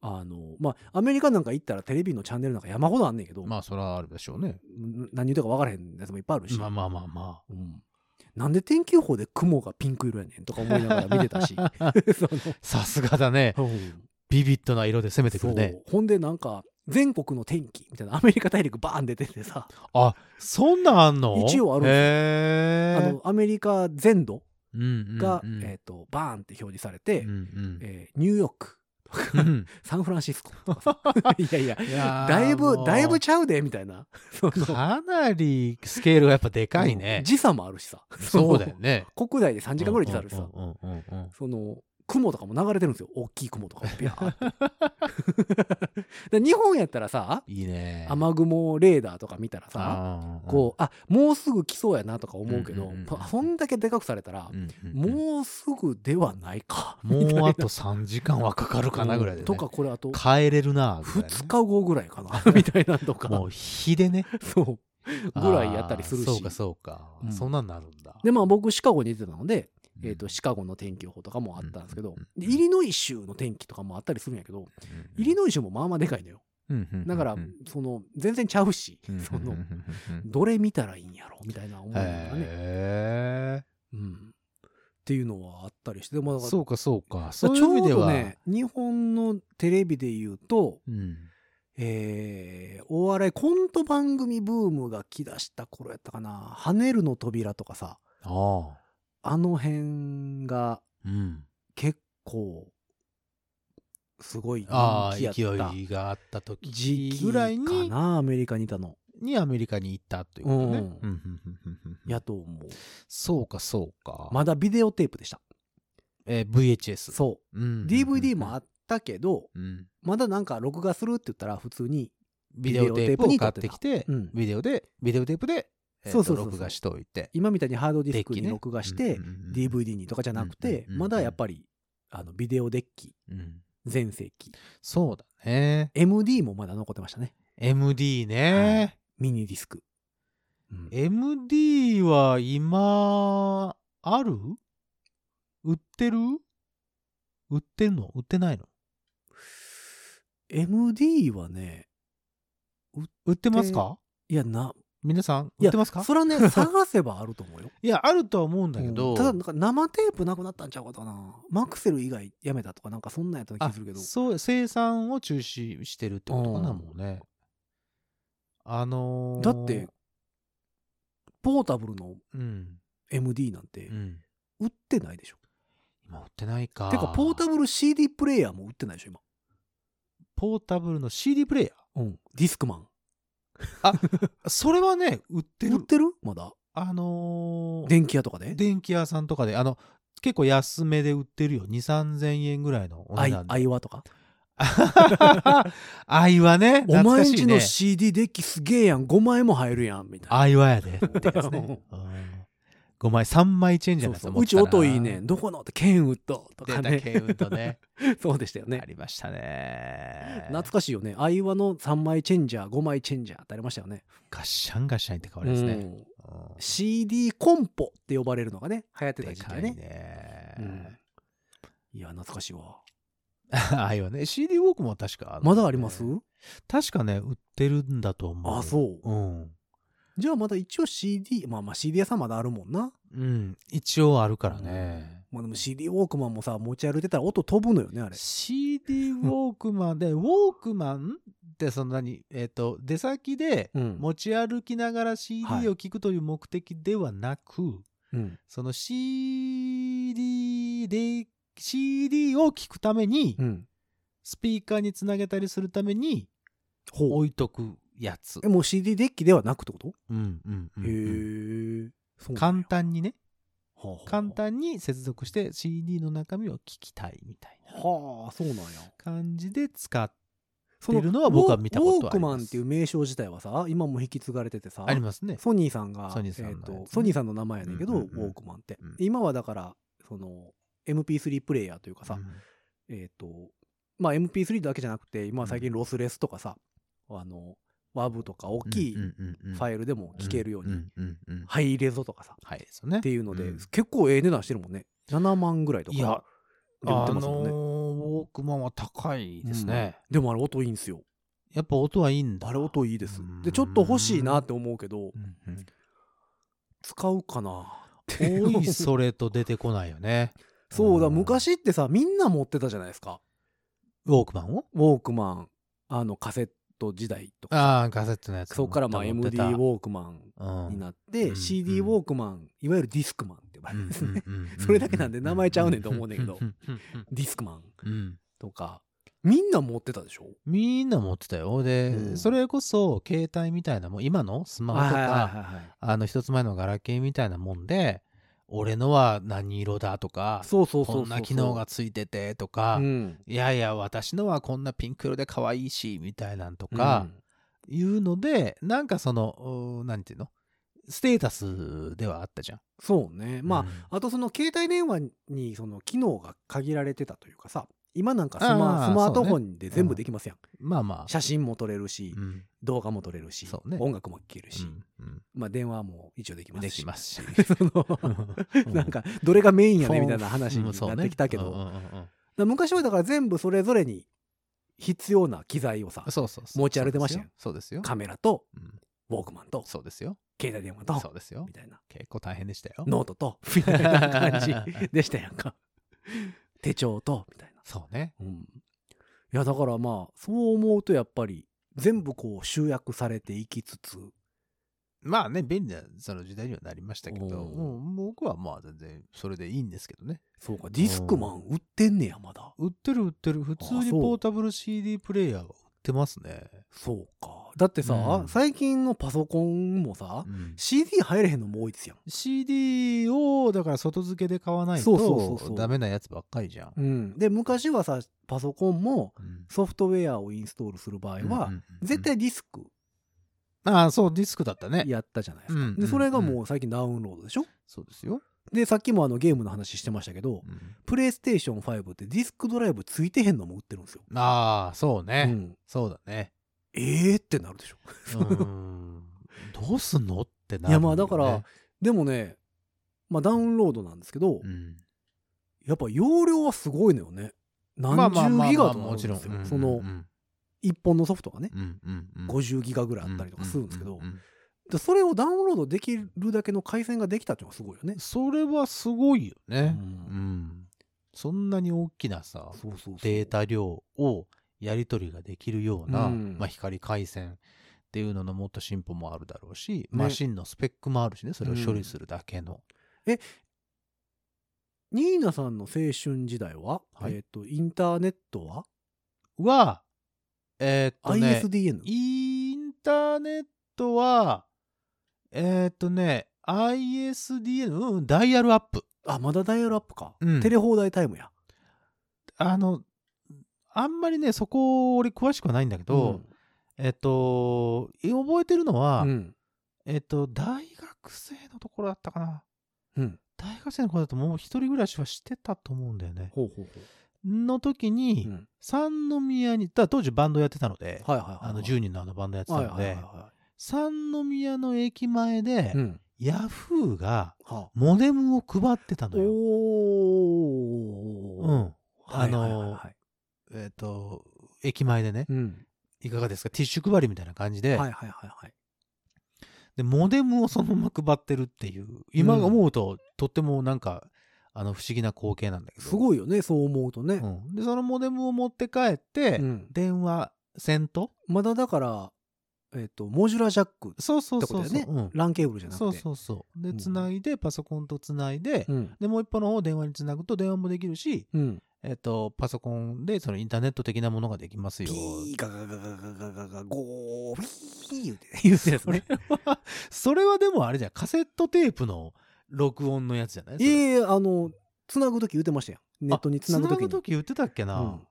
[SPEAKER 2] あのまあアメリカなんか行ったらテレビのチャンネルなんか山ほどあんねんけど、
[SPEAKER 3] まあそれはあるでしょうね
[SPEAKER 2] うん何言うてるか分からへんやつもいっぱいあるし、
[SPEAKER 3] まあまあまあま
[SPEAKER 2] うんなんで天気予報で雲がピンク色やねんとか思いながら見てた し
[SPEAKER 3] あ
[SPEAKER 2] その
[SPEAKER 3] さすがだね
[SPEAKER 2] うん
[SPEAKER 3] ビビッドな色で攻めてくるね
[SPEAKER 2] そうほんでなんか全国の天気みたいなアメリカ大陸バーン出ててさ
[SPEAKER 3] あそんなんあんの
[SPEAKER 2] 一応あるんですよ
[SPEAKER 3] へ
[SPEAKER 2] あ
[SPEAKER 3] え
[SPEAKER 2] のアメリカ全土が、
[SPEAKER 3] うんうんうん
[SPEAKER 2] えー、とバーンって表示されて、
[SPEAKER 3] うん
[SPEAKER 2] えーニューヨーク
[SPEAKER 3] うんうん
[SPEAKER 2] サンフランシスコと かさい やいや
[SPEAKER 3] い やー
[SPEAKER 2] だいぶ
[SPEAKER 3] もう
[SPEAKER 2] だいぶちゃうでみたいな その
[SPEAKER 3] かなりスケールがやっぱでかいね
[SPEAKER 2] 時差もあるしさ
[SPEAKER 3] そうだよね
[SPEAKER 2] その国内で3時間ぐらい時差あるしさ、
[SPEAKER 3] うんうんうんうんうん
[SPEAKER 2] その雲とかも流れてるんですよ大きい雲とかも ビャーってで日本やったらさ
[SPEAKER 3] いいね
[SPEAKER 2] 雨雲レーダーとか見たらさ
[SPEAKER 3] あー
[SPEAKER 2] こうあもうすぐ来そうやなとか思うけど、
[SPEAKER 3] うんうんうんうん
[SPEAKER 2] パそんだけでかくされたら、
[SPEAKER 3] うんうんうん
[SPEAKER 2] もうすぐではないか
[SPEAKER 3] も
[SPEAKER 2] みたいうな
[SPEAKER 3] あと3時間はかかるかなぐらいで、ね、
[SPEAKER 2] とかこれあと
[SPEAKER 3] 帰れるなぐらいね
[SPEAKER 2] 2日後ぐらいかな みたいなとか
[SPEAKER 3] もう日でね
[SPEAKER 2] そう ぐらいやったりするし
[SPEAKER 3] あーそうかそうか、
[SPEAKER 2] うん
[SPEAKER 3] そんなんなるんだ
[SPEAKER 2] でまあ僕シカゴにいてたので、えー、と
[SPEAKER 3] うん
[SPEAKER 2] シカゴの天気予報とかもあったんですけど、
[SPEAKER 3] うん
[SPEAKER 2] でイリノイ州の天気とかもあったりするんやけど
[SPEAKER 3] うん
[SPEAKER 2] イリノイ州もまあまあでかいのよ
[SPEAKER 3] うんうん
[SPEAKER 2] だから、
[SPEAKER 3] うんうん
[SPEAKER 2] その全然ちゃうし、
[SPEAKER 3] うん
[SPEAKER 2] その
[SPEAKER 3] うんうんうんうん
[SPEAKER 2] どれ見たらいいんやろみたいな思いながらね、
[SPEAKER 3] へ
[SPEAKER 2] うん、っていうのはあったりしてでもだ
[SPEAKER 3] ー
[SPEAKER 2] から
[SPEAKER 3] そうかそうか
[SPEAKER 2] だ
[SPEAKER 3] そ
[SPEAKER 2] か
[SPEAKER 3] う
[SPEAKER 2] ら
[SPEAKER 3] い
[SPEAKER 2] ちょ
[SPEAKER 3] う
[SPEAKER 2] う
[SPEAKER 3] 意味で
[SPEAKER 2] ど
[SPEAKER 3] は、
[SPEAKER 2] ね日本のテレビで言うと、
[SPEAKER 3] うん、
[SPEAKER 2] えーお笑いコント番組ブームが来だした頃やったかな「跳ねるの扉」とかさ
[SPEAKER 3] ああ
[SPEAKER 2] あの辺が
[SPEAKER 3] うん
[SPEAKER 2] 結構すごい人
[SPEAKER 3] ああ
[SPEAKER 2] 気やっ
[SPEAKER 3] 勢
[SPEAKER 2] た
[SPEAKER 3] いがあった
[SPEAKER 2] 時
[SPEAKER 3] 時
[SPEAKER 2] 期
[SPEAKER 3] ぐらい
[SPEAKER 2] か
[SPEAKER 3] に
[SPEAKER 2] なアメリカにいたの
[SPEAKER 3] にアメリカに行ったということね、
[SPEAKER 2] うん
[SPEAKER 3] うんうんうんうんうんうん
[SPEAKER 2] やと思う
[SPEAKER 3] そうかそうか、
[SPEAKER 2] まだビデオテープでした
[SPEAKER 3] えー VHS、
[SPEAKER 2] そう
[SPEAKER 3] うんうんうんうん
[SPEAKER 2] DVD もあったけど
[SPEAKER 3] うん、
[SPEAKER 2] まだなんか録画するって言ったら普通に
[SPEAKER 3] ビデオテープを買ってきて、
[SPEAKER 2] うん
[SPEAKER 3] ビデオで、ビデオテープで、えーと
[SPEAKER 2] そうそうそうそう
[SPEAKER 3] 録画しておいて、
[SPEAKER 2] 今みたいにハードディスク
[SPEAKER 3] デッキ
[SPEAKER 2] に
[SPEAKER 3] ね
[SPEAKER 2] 録画して、DVD にとかじゃなくて
[SPEAKER 3] うんうんうん
[SPEAKER 2] まだやっぱりあのビデオデッキ
[SPEAKER 3] うんうんうん
[SPEAKER 2] 全盛期
[SPEAKER 3] そうだね。
[SPEAKER 2] MD もまだ残ってましたね
[SPEAKER 3] MD ね。
[SPEAKER 2] ミニディスク、うん、
[SPEAKER 3] MD は今、ある売ってる売ってんの売ってないの
[SPEAKER 2] MD はね
[SPEAKER 3] 売ってますか
[SPEAKER 2] いやな
[SPEAKER 3] 皆さん、
[SPEAKER 2] い
[SPEAKER 3] 売
[SPEAKER 2] や
[SPEAKER 3] ってますか
[SPEAKER 2] それはね探せばあると思うよ
[SPEAKER 3] いや、あるとは思うんだけど、
[SPEAKER 2] うんただなんか生テープなくなったんちゃうかったかなマクセル以外やめたとかなんかそんなんやった気
[SPEAKER 3] あ
[SPEAKER 2] がするけど
[SPEAKER 3] そう生産を中止してるってことかな、
[SPEAKER 2] うん
[SPEAKER 3] もうねあのー
[SPEAKER 2] だってポータブルの
[SPEAKER 3] うん、
[SPEAKER 2] MD なんて
[SPEAKER 3] うん、
[SPEAKER 2] 売ってないでしょ、
[SPEAKER 3] 今売ってないか
[SPEAKER 2] てかポータブル CD プレイヤーも売ってないでしょ今、
[SPEAKER 3] ポータブルの CD プレイヤ
[SPEAKER 2] うん、ディスクマン
[SPEAKER 3] ーそれはね売って
[SPEAKER 2] 売っ
[SPEAKER 3] る
[SPEAKER 2] てるまだ
[SPEAKER 3] あのー
[SPEAKER 2] 電気屋とかで
[SPEAKER 3] 電気屋さんとかであの結構安めで売ってるよ2 3 0円ぐらいのお
[SPEAKER 2] ア
[SPEAKER 3] 値
[SPEAKER 2] イ
[SPEAKER 3] 段
[SPEAKER 2] ア
[SPEAKER 3] で
[SPEAKER 2] イワとか
[SPEAKER 3] あいはね
[SPEAKER 2] お
[SPEAKER 3] 懐
[SPEAKER 2] 前
[SPEAKER 3] か
[SPEAKER 2] ん
[SPEAKER 3] しい
[SPEAKER 2] ち
[SPEAKER 3] ね
[SPEAKER 2] の CD デッキすげえやん5枚も入るやんみたいな
[SPEAKER 3] あいはやでってや つね、5枚3枚チェンジ
[SPEAKER 2] そ
[SPEAKER 3] ャ
[SPEAKER 2] う
[SPEAKER 3] ーな
[SPEAKER 2] そううち音いいねんどこのってケンウッドと
[SPEAKER 3] 出
[SPEAKER 2] か
[SPEAKER 3] た
[SPEAKER 2] ね
[SPEAKER 3] ケンウッドね
[SPEAKER 2] そうでしたよね
[SPEAKER 3] ありましたね
[SPEAKER 2] 懐かしいよねアイワの3枚チェンジャー5枚チェンジャーってありましたよね
[SPEAKER 3] ガッシャンガッシャンって変わりですね、
[SPEAKER 2] う
[SPEAKER 3] うん
[SPEAKER 2] ん CD コンポって呼ばれるのがね流行ってた
[SPEAKER 3] で
[SPEAKER 2] 時期
[SPEAKER 3] か
[SPEAKER 2] だ
[SPEAKER 3] い
[SPEAKER 2] ね
[SPEAKER 3] ね、
[SPEAKER 2] うんいや懐かしいわ
[SPEAKER 3] あいはね CD ウォークも確かるね
[SPEAKER 2] まだあります
[SPEAKER 3] 確かね売ってるんだと思う
[SPEAKER 2] あそう
[SPEAKER 3] うん、
[SPEAKER 2] じゃあまだ一応 CD まあまあ CD 屋さんまだあるもんな
[SPEAKER 3] うん、一応あるからね、
[SPEAKER 2] まあでも CD ウォークマンもさ持ち歩いてたら音飛ぶのよねあれ
[SPEAKER 3] CD ウォークマンでウォークマンってそんなにえっ、と出先で
[SPEAKER 2] うん
[SPEAKER 3] 持ち歩きながら CD
[SPEAKER 2] はい
[SPEAKER 3] を聞くという目的ではなく、
[SPEAKER 2] うん
[SPEAKER 3] その CD で CD を聞くために、
[SPEAKER 2] うん
[SPEAKER 3] スピーカーにつなげたりするために
[SPEAKER 2] ほう
[SPEAKER 3] 置いとくやつ
[SPEAKER 2] え。もう CD デッキではなくってこと
[SPEAKER 3] うんうんうんうん
[SPEAKER 2] へえそうなん
[SPEAKER 3] 簡
[SPEAKER 2] や
[SPEAKER 3] 単にね、
[SPEAKER 2] はあはあ
[SPEAKER 3] 簡単に接続して CD の中身を聞きたいみたいな
[SPEAKER 2] はあそうなんや
[SPEAKER 3] 感じで使っ
[SPEAKER 2] そ
[SPEAKER 3] てるのは僕は見たことあり
[SPEAKER 2] ウォ
[SPEAKER 3] ます
[SPEAKER 2] ークマンっていう名称自体はさ今も引き継がれててさ
[SPEAKER 3] ありますね。
[SPEAKER 2] ソニーさんが
[SPEAKER 3] ソニーさんのやつね
[SPEAKER 2] えーとソニーさんの名前やねんけど、
[SPEAKER 3] うんうんうん
[SPEAKER 2] ウォークマンって、
[SPEAKER 3] うん
[SPEAKER 2] 今はだからその MP3 プレイヤーというかさ、
[SPEAKER 3] うん
[SPEAKER 2] えっ、とまあ MP3 だけじゃなくて今は最近ロスレスとかさ、あの WAV とか大きいファ
[SPEAKER 3] イ
[SPEAKER 2] イルでも聴けるように、
[SPEAKER 3] に。
[SPEAKER 2] ハイレゾとかさ
[SPEAKER 3] はいですよね
[SPEAKER 2] って。いうので、
[SPEAKER 3] うん
[SPEAKER 2] 結構ええ値段してるもんね7万ぐらいとか
[SPEAKER 3] いや、
[SPEAKER 2] で売っ
[SPEAKER 3] あ
[SPEAKER 2] て
[SPEAKER 3] の
[SPEAKER 2] ますもんね、
[SPEAKER 3] ーウォークマンは高いですね。
[SPEAKER 2] でもあれ音いいんすよ
[SPEAKER 3] やっぱ音はいいんだ。
[SPEAKER 2] あれ音いいです
[SPEAKER 3] うん
[SPEAKER 2] でちょっと欲しいなって思うけど
[SPEAKER 3] うん うん
[SPEAKER 2] 使うかな
[SPEAKER 3] おいそれと出てこないよね。
[SPEAKER 2] そうだ
[SPEAKER 3] うん
[SPEAKER 2] 昔ってさみんな持ってたじゃないですか
[SPEAKER 3] ウォークマンを
[SPEAKER 2] ウォークマンあのカセット時代とか
[SPEAKER 3] ああ、カセットのやつ。
[SPEAKER 2] そこからまあ MD ウ
[SPEAKER 3] 持って
[SPEAKER 2] ォークマン
[SPEAKER 3] たうん
[SPEAKER 2] になって、
[SPEAKER 3] うん
[SPEAKER 2] CD
[SPEAKER 3] うん
[SPEAKER 2] ウォークマンいわゆるディスクマンって呼ばれるんですね、
[SPEAKER 3] うんうんうんうん
[SPEAKER 2] それだけなんで名前ちゃうねんと思うねんけど
[SPEAKER 3] うんうん
[SPEAKER 2] ディスクマン
[SPEAKER 3] うんうん
[SPEAKER 2] とかみんな持ってたでしょ
[SPEAKER 3] みんな持ってたよで、
[SPEAKER 2] うん
[SPEAKER 3] それこそ携帯みたいなもん今のスマホとか、
[SPEAKER 2] はいはい
[SPEAKER 3] あの一つ前のガラケーみたいなもんで俺のは何色だとか
[SPEAKER 2] そうそうそうそう
[SPEAKER 3] こんな機能がついててとか、
[SPEAKER 2] うん
[SPEAKER 3] いやいや私のはこんなピンク色で可愛いしみたいなんとか、いうのでなんかその何ていうのステータスではあったじゃん。
[SPEAKER 2] そうねまあ、
[SPEAKER 3] うん
[SPEAKER 2] あとその携帯電話にその機能が限られてたというかさ今なんかス
[SPEAKER 3] あ
[SPEAKER 2] マ
[SPEAKER 3] ー
[SPEAKER 2] スマートフォンで全部できますやん、
[SPEAKER 3] まあまあ、
[SPEAKER 2] 写真も撮れるし、
[SPEAKER 3] うん
[SPEAKER 2] 動画も撮れるし、
[SPEAKER 3] そうね
[SPEAKER 2] 音楽も聴けるし、
[SPEAKER 3] うん
[SPEAKER 2] まあ電話も一応でき
[SPEAKER 3] うん
[SPEAKER 2] ます
[SPEAKER 3] で
[SPEAKER 2] し
[SPEAKER 3] きます し。
[SPEAKER 2] そのなんかどれがメインやねみたいな話になってきたけど、
[SPEAKER 3] うん
[SPEAKER 2] だか
[SPEAKER 3] うんうん
[SPEAKER 2] ら昔はだから全部それぞれに必要な機材をさ
[SPEAKER 3] うんそうそうそう
[SPEAKER 2] 持ち歩いてましたよ
[SPEAKER 3] そうですよ。
[SPEAKER 2] カメラと
[SPEAKER 3] うん
[SPEAKER 2] ウォークマンと
[SPEAKER 3] そうですよ。
[SPEAKER 2] 携帯電話
[SPEAKER 3] そ
[SPEAKER 2] と
[SPEAKER 3] うですよ
[SPEAKER 2] み。たいな
[SPEAKER 3] 結構大変でしたよ。
[SPEAKER 2] ノートと みたいな感 じでしたやんか手帳とみたいな
[SPEAKER 3] そうね。
[SPEAKER 2] うんいやだからまあそう思うとやっぱり全部こう集約されていきつつ
[SPEAKER 3] まあね、便利なその時代にはなりましたけど、
[SPEAKER 2] うん
[SPEAKER 3] もう僕はまあ全然それでいいんですけどね。
[SPEAKER 2] そうかディスクマン売ってんねやまだ
[SPEAKER 3] 売ってる売ってる。普通
[SPEAKER 2] あ
[SPEAKER 3] に
[SPEAKER 2] そう
[SPEAKER 3] ポータブル CD プレイヤーは売ってますね。
[SPEAKER 2] そうかだってさ、
[SPEAKER 3] うん
[SPEAKER 2] 最近のパソコンもさ、
[SPEAKER 3] うん
[SPEAKER 2] CD 入れへんのも多いですやん
[SPEAKER 3] CD をだから外付けで買わない
[SPEAKER 2] そうそうそうそ
[SPEAKER 3] と
[SPEAKER 2] う
[SPEAKER 3] ダメなやつばっかりじゃん。
[SPEAKER 2] うん、で昔はさパソコンも
[SPEAKER 3] うん
[SPEAKER 2] ソフトウェアをインストールする場合は、
[SPEAKER 3] うんうんうん
[SPEAKER 2] 絶対ディスク
[SPEAKER 3] ああそうディスクだったね
[SPEAKER 2] やったじゃないですか、
[SPEAKER 3] うん
[SPEAKER 2] でそれがもう最近ダウンロードでしょ
[SPEAKER 3] そうですよ、
[SPEAKER 2] でさっきもあのゲームの話してましたけど
[SPEAKER 3] うん
[SPEAKER 2] プレイステーション5ってディスクドライブついてへんのも売ってるんですよ、
[SPEAKER 3] ああそう
[SPEAKER 2] う
[SPEAKER 3] ね、
[SPEAKER 2] ん、
[SPEAKER 3] そうだ ね
[SPEAKER 2] えーってなるでしょ
[SPEAKER 3] うーんどうすんのってなる
[SPEAKER 2] いや
[SPEAKER 3] よね、
[SPEAKER 2] まあだからでもねまあダウンロードなんですけど、
[SPEAKER 3] うん
[SPEAKER 2] やっぱ容量はすごいのよね何
[SPEAKER 3] まあまあまあ
[SPEAKER 2] 十ギガとかある
[SPEAKER 3] も
[SPEAKER 2] んです
[SPEAKER 3] ち
[SPEAKER 2] よ、
[SPEAKER 3] ろんうん
[SPEAKER 2] そうの
[SPEAKER 3] ん
[SPEAKER 2] 1本のソフトがね
[SPEAKER 3] うんうんうん
[SPEAKER 2] 50ギガぐらいあったりとかするんですけど、
[SPEAKER 3] うううん
[SPEAKER 2] でそれをダウンロードできるだけの回線ができたっていうのがすごいよね。
[SPEAKER 3] それはすごいよね
[SPEAKER 2] う
[SPEAKER 3] うん、
[SPEAKER 2] ん
[SPEAKER 3] そんなに大きなさ
[SPEAKER 2] そうそうそう
[SPEAKER 3] データ量をやり取りができるような、
[SPEAKER 2] うん
[SPEAKER 3] まあ、光回線っていうののもっと進歩もあるだろうし、
[SPEAKER 2] ね
[SPEAKER 3] マシンのスペックもあるしねそれを処理するだけの、
[SPEAKER 2] ニーナさんの青春時代は、
[SPEAKER 3] はい
[SPEAKER 2] えっ、とインターネットは、
[SPEAKER 3] はえーっとね
[SPEAKER 2] ISDN
[SPEAKER 3] インターネットはえーっとね ISDN、うんうん、ダイヤルアップ
[SPEAKER 2] あまだダイヤルアップか、
[SPEAKER 3] うん
[SPEAKER 2] テレ放題タイムや。
[SPEAKER 3] あのあんまりねそこ俺詳しくはないんだけど、えっとえ覚えてるの
[SPEAKER 2] う
[SPEAKER 3] は、
[SPEAKER 2] んうん
[SPEAKER 3] えっと大学生のところだったかな
[SPEAKER 2] うん、
[SPEAKER 3] 大学生の頃だともう一人暮らしはしてたと思うんだよね。
[SPEAKER 2] ほうほうほ
[SPEAKER 3] の時
[SPEAKER 2] う、
[SPEAKER 3] に、
[SPEAKER 2] うん
[SPEAKER 3] 三宮に、だ当時バンドやってたので、
[SPEAKER 2] はいはいはいはい、
[SPEAKER 3] あの10人のあのバンドやってた
[SPEAKER 2] はい
[SPEAKER 3] の
[SPEAKER 2] はいはい
[SPEAKER 3] で、
[SPEAKER 2] は
[SPEAKER 3] 三宮の駅前で、
[SPEAKER 2] い。うん
[SPEAKER 3] ヤフーが
[SPEAKER 2] はあ、
[SPEAKER 3] モデムを配ってたのよ。
[SPEAKER 2] お
[SPEAKER 3] う
[SPEAKER 2] ー、
[SPEAKER 3] ん。あの
[SPEAKER 2] はいはいはいはい
[SPEAKER 3] えっ、と、駅前でね、
[SPEAKER 2] うん
[SPEAKER 3] いかがですか、ティッシュ配りみたいな感じで、
[SPEAKER 2] はいはいはいはい。
[SPEAKER 3] で、モデムをそのまま配ってるっていう、今
[SPEAKER 2] うん
[SPEAKER 3] 思うと、とってもなんか、あの、不思議な光景なんだけど。
[SPEAKER 2] すごいよねそう思うとね
[SPEAKER 3] う。ん。で、そのモデムを持って帰って、
[SPEAKER 2] うん
[SPEAKER 3] 電話線と
[SPEAKER 2] まだだから、えっ、と、モジュラージャック、
[SPEAKER 3] そうそうそう
[SPEAKER 2] っ
[SPEAKER 3] そ
[SPEAKER 2] てこ
[SPEAKER 3] う、
[SPEAKER 2] とだランケーブルじゃ
[SPEAKER 3] うん、
[SPEAKER 2] なくて。
[SPEAKER 3] そうそうそうで
[SPEAKER 2] ん
[SPEAKER 3] つないでパソコンとつないで、
[SPEAKER 2] うん。
[SPEAKER 3] でもう一方の方を電話につなぐと電話もできるし、
[SPEAKER 2] うん。
[SPEAKER 3] えっとパソコンでそのインターネット的なものができますよ
[SPEAKER 2] ピーガガガガガガガガゴーピー言うて言うてやつね。
[SPEAKER 3] それはでもあれじゃんカセットテープの録音のやつじゃ ないそれ
[SPEAKER 2] ええあの、つなぐとき言うてましたやん。ネットにつなぐと
[SPEAKER 3] あ
[SPEAKER 2] きに。
[SPEAKER 3] 繋言ってたっけ
[SPEAKER 2] う
[SPEAKER 3] な、
[SPEAKER 2] ん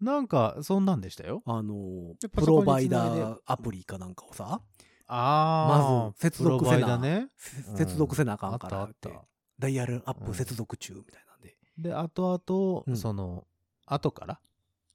[SPEAKER 3] なんかそんなんでしたよ
[SPEAKER 2] あの
[SPEAKER 3] やっ、ぱ
[SPEAKER 2] プ
[SPEAKER 3] そこ
[SPEAKER 2] ロ
[SPEAKER 3] につな
[SPEAKER 2] バ
[SPEAKER 3] い
[SPEAKER 2] イ
[SPEAKER 3] で
[SPEAKER 2] ダーアプリかなんかをさ、
[SPEAKER 3] ああ
[SPEAKER 2] まず接続せな
[SPEAKER 3] プロバイダねうん
[SPEAKER 2] 接続せなあか
[SPEAKER 3] あ
[SPEAKER 2] ん
[SPEAKER 3] っ
[SPEAKER 2] か
[SPEAKER 3] た
[SPEAKER 2] ら
[SPEAKER 3] あ
[SPEAKER 2] っ
[SPEAKER 3] ってた、
[SPEAKER 2] ダイヤルアッ
[SPEAKER 3] うん
[SPEAKER 2] プ接続中みたいなんで。
[SPEAKER 3] で後々、
[SPEAKER 2] うん
[SPEAKER 3] その後から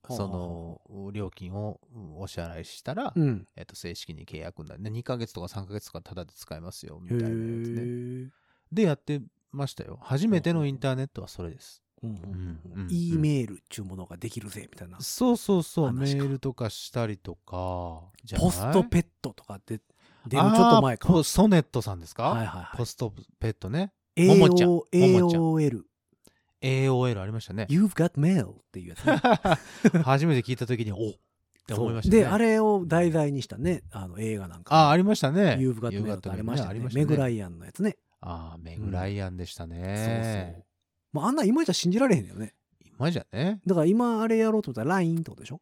[SPEAKER 2] はあ
[SPEAKER 3] その料金をうんお支払いしたら、
[SPEAKER 2] うん。
[SPEAKER 3] えっと正式に契約になる、ね、2ヶ月とか3ヶ月とかタダで使えますよみ
[SPEAKER 2] へ
[SPEAKER 3] たい
[SPEAKER 2] え
[SPEAKER 3] なやつね。でやってましたよ初めてのインターネットはそれです、
[SPEAKER 2] うんうん
[SPEAKER 3] うんうんうん
[SPEAKER 2] E メールっちゅうものができるぜみたいな。
[SPEAKER 3] そうそうそうメ
[SPEAKER 2] 話か
[SPEAKER 3] ールとかしたりとかじゃない
[SPEAKER 2] ポストペットとかって出る
[SPEAKER 3] あー
[SPEAKER 2] ちょっと前か。
[SPEAKER 3] ポソネットさんですか、
[SPEAKER 2] はいはいはい。
[SPEAKER 3] ポストペットね
[SPEAKER 2] AO
[SPEAKER 3] ももちゃんももちゃん
[SPEAKER 2] AOL。
[SPEAKER 3] AOL ありました ね
[SPEAKER 2] You've got mail っていうや つね、
[SPEAKER 3] 初めて聞いた時におっって思いました
[SPEAKER 2] そう
[SPEAKER 3] ね
[SPEAKER 2] で、あれを題材にしたね、あの映画なんか。
[SPEAKER 3] あありましたね
[SPEAKER 2] You've got mail ってありましたよね。メグライアンのやつね。
[SPEAKER 3] ああメグライアンでした
[SPEAKER 2] そうそ
[SPEAKER 3] ね
[SPEAKER 2] う、。まあ、あんな今じゃ信じられへんよね。
[SPEAKER 3] 今じゃね
[SPEAKER 2] だから今あれやろうと思ったら LINE ってことでしょ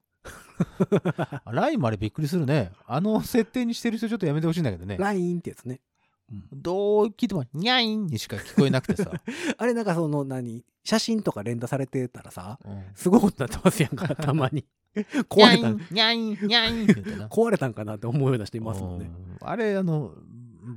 [SPEAKER 3] あラインもあれびっくりするねあの設定にしてる人ちょっとやめてほしいんだけどね
[SPEAKER 2] ?LINE ってやつね。うん
[SPEAKER 3] どう聞いても、にゃいんにしか聞こえなくて さ。
[SPEAKER 2] あれなんかその何写真とか連打されてたらさ
[SPEAKER 3] うん
[SPEAKER 2] すごいことになってますやんかたま に
[SPEAKER 3] にゃ
[SPEAKER 2] 壊れ
[SPEAKER 3] い
[SPEAKER 2] た
[SPEAKER 3] ん、にゃいん、にゃいんって言ってな。
[SPEAKER 2] 壊れたんかなって思うような人いますもんね
[SPEAKER 3] うんあれ、あの、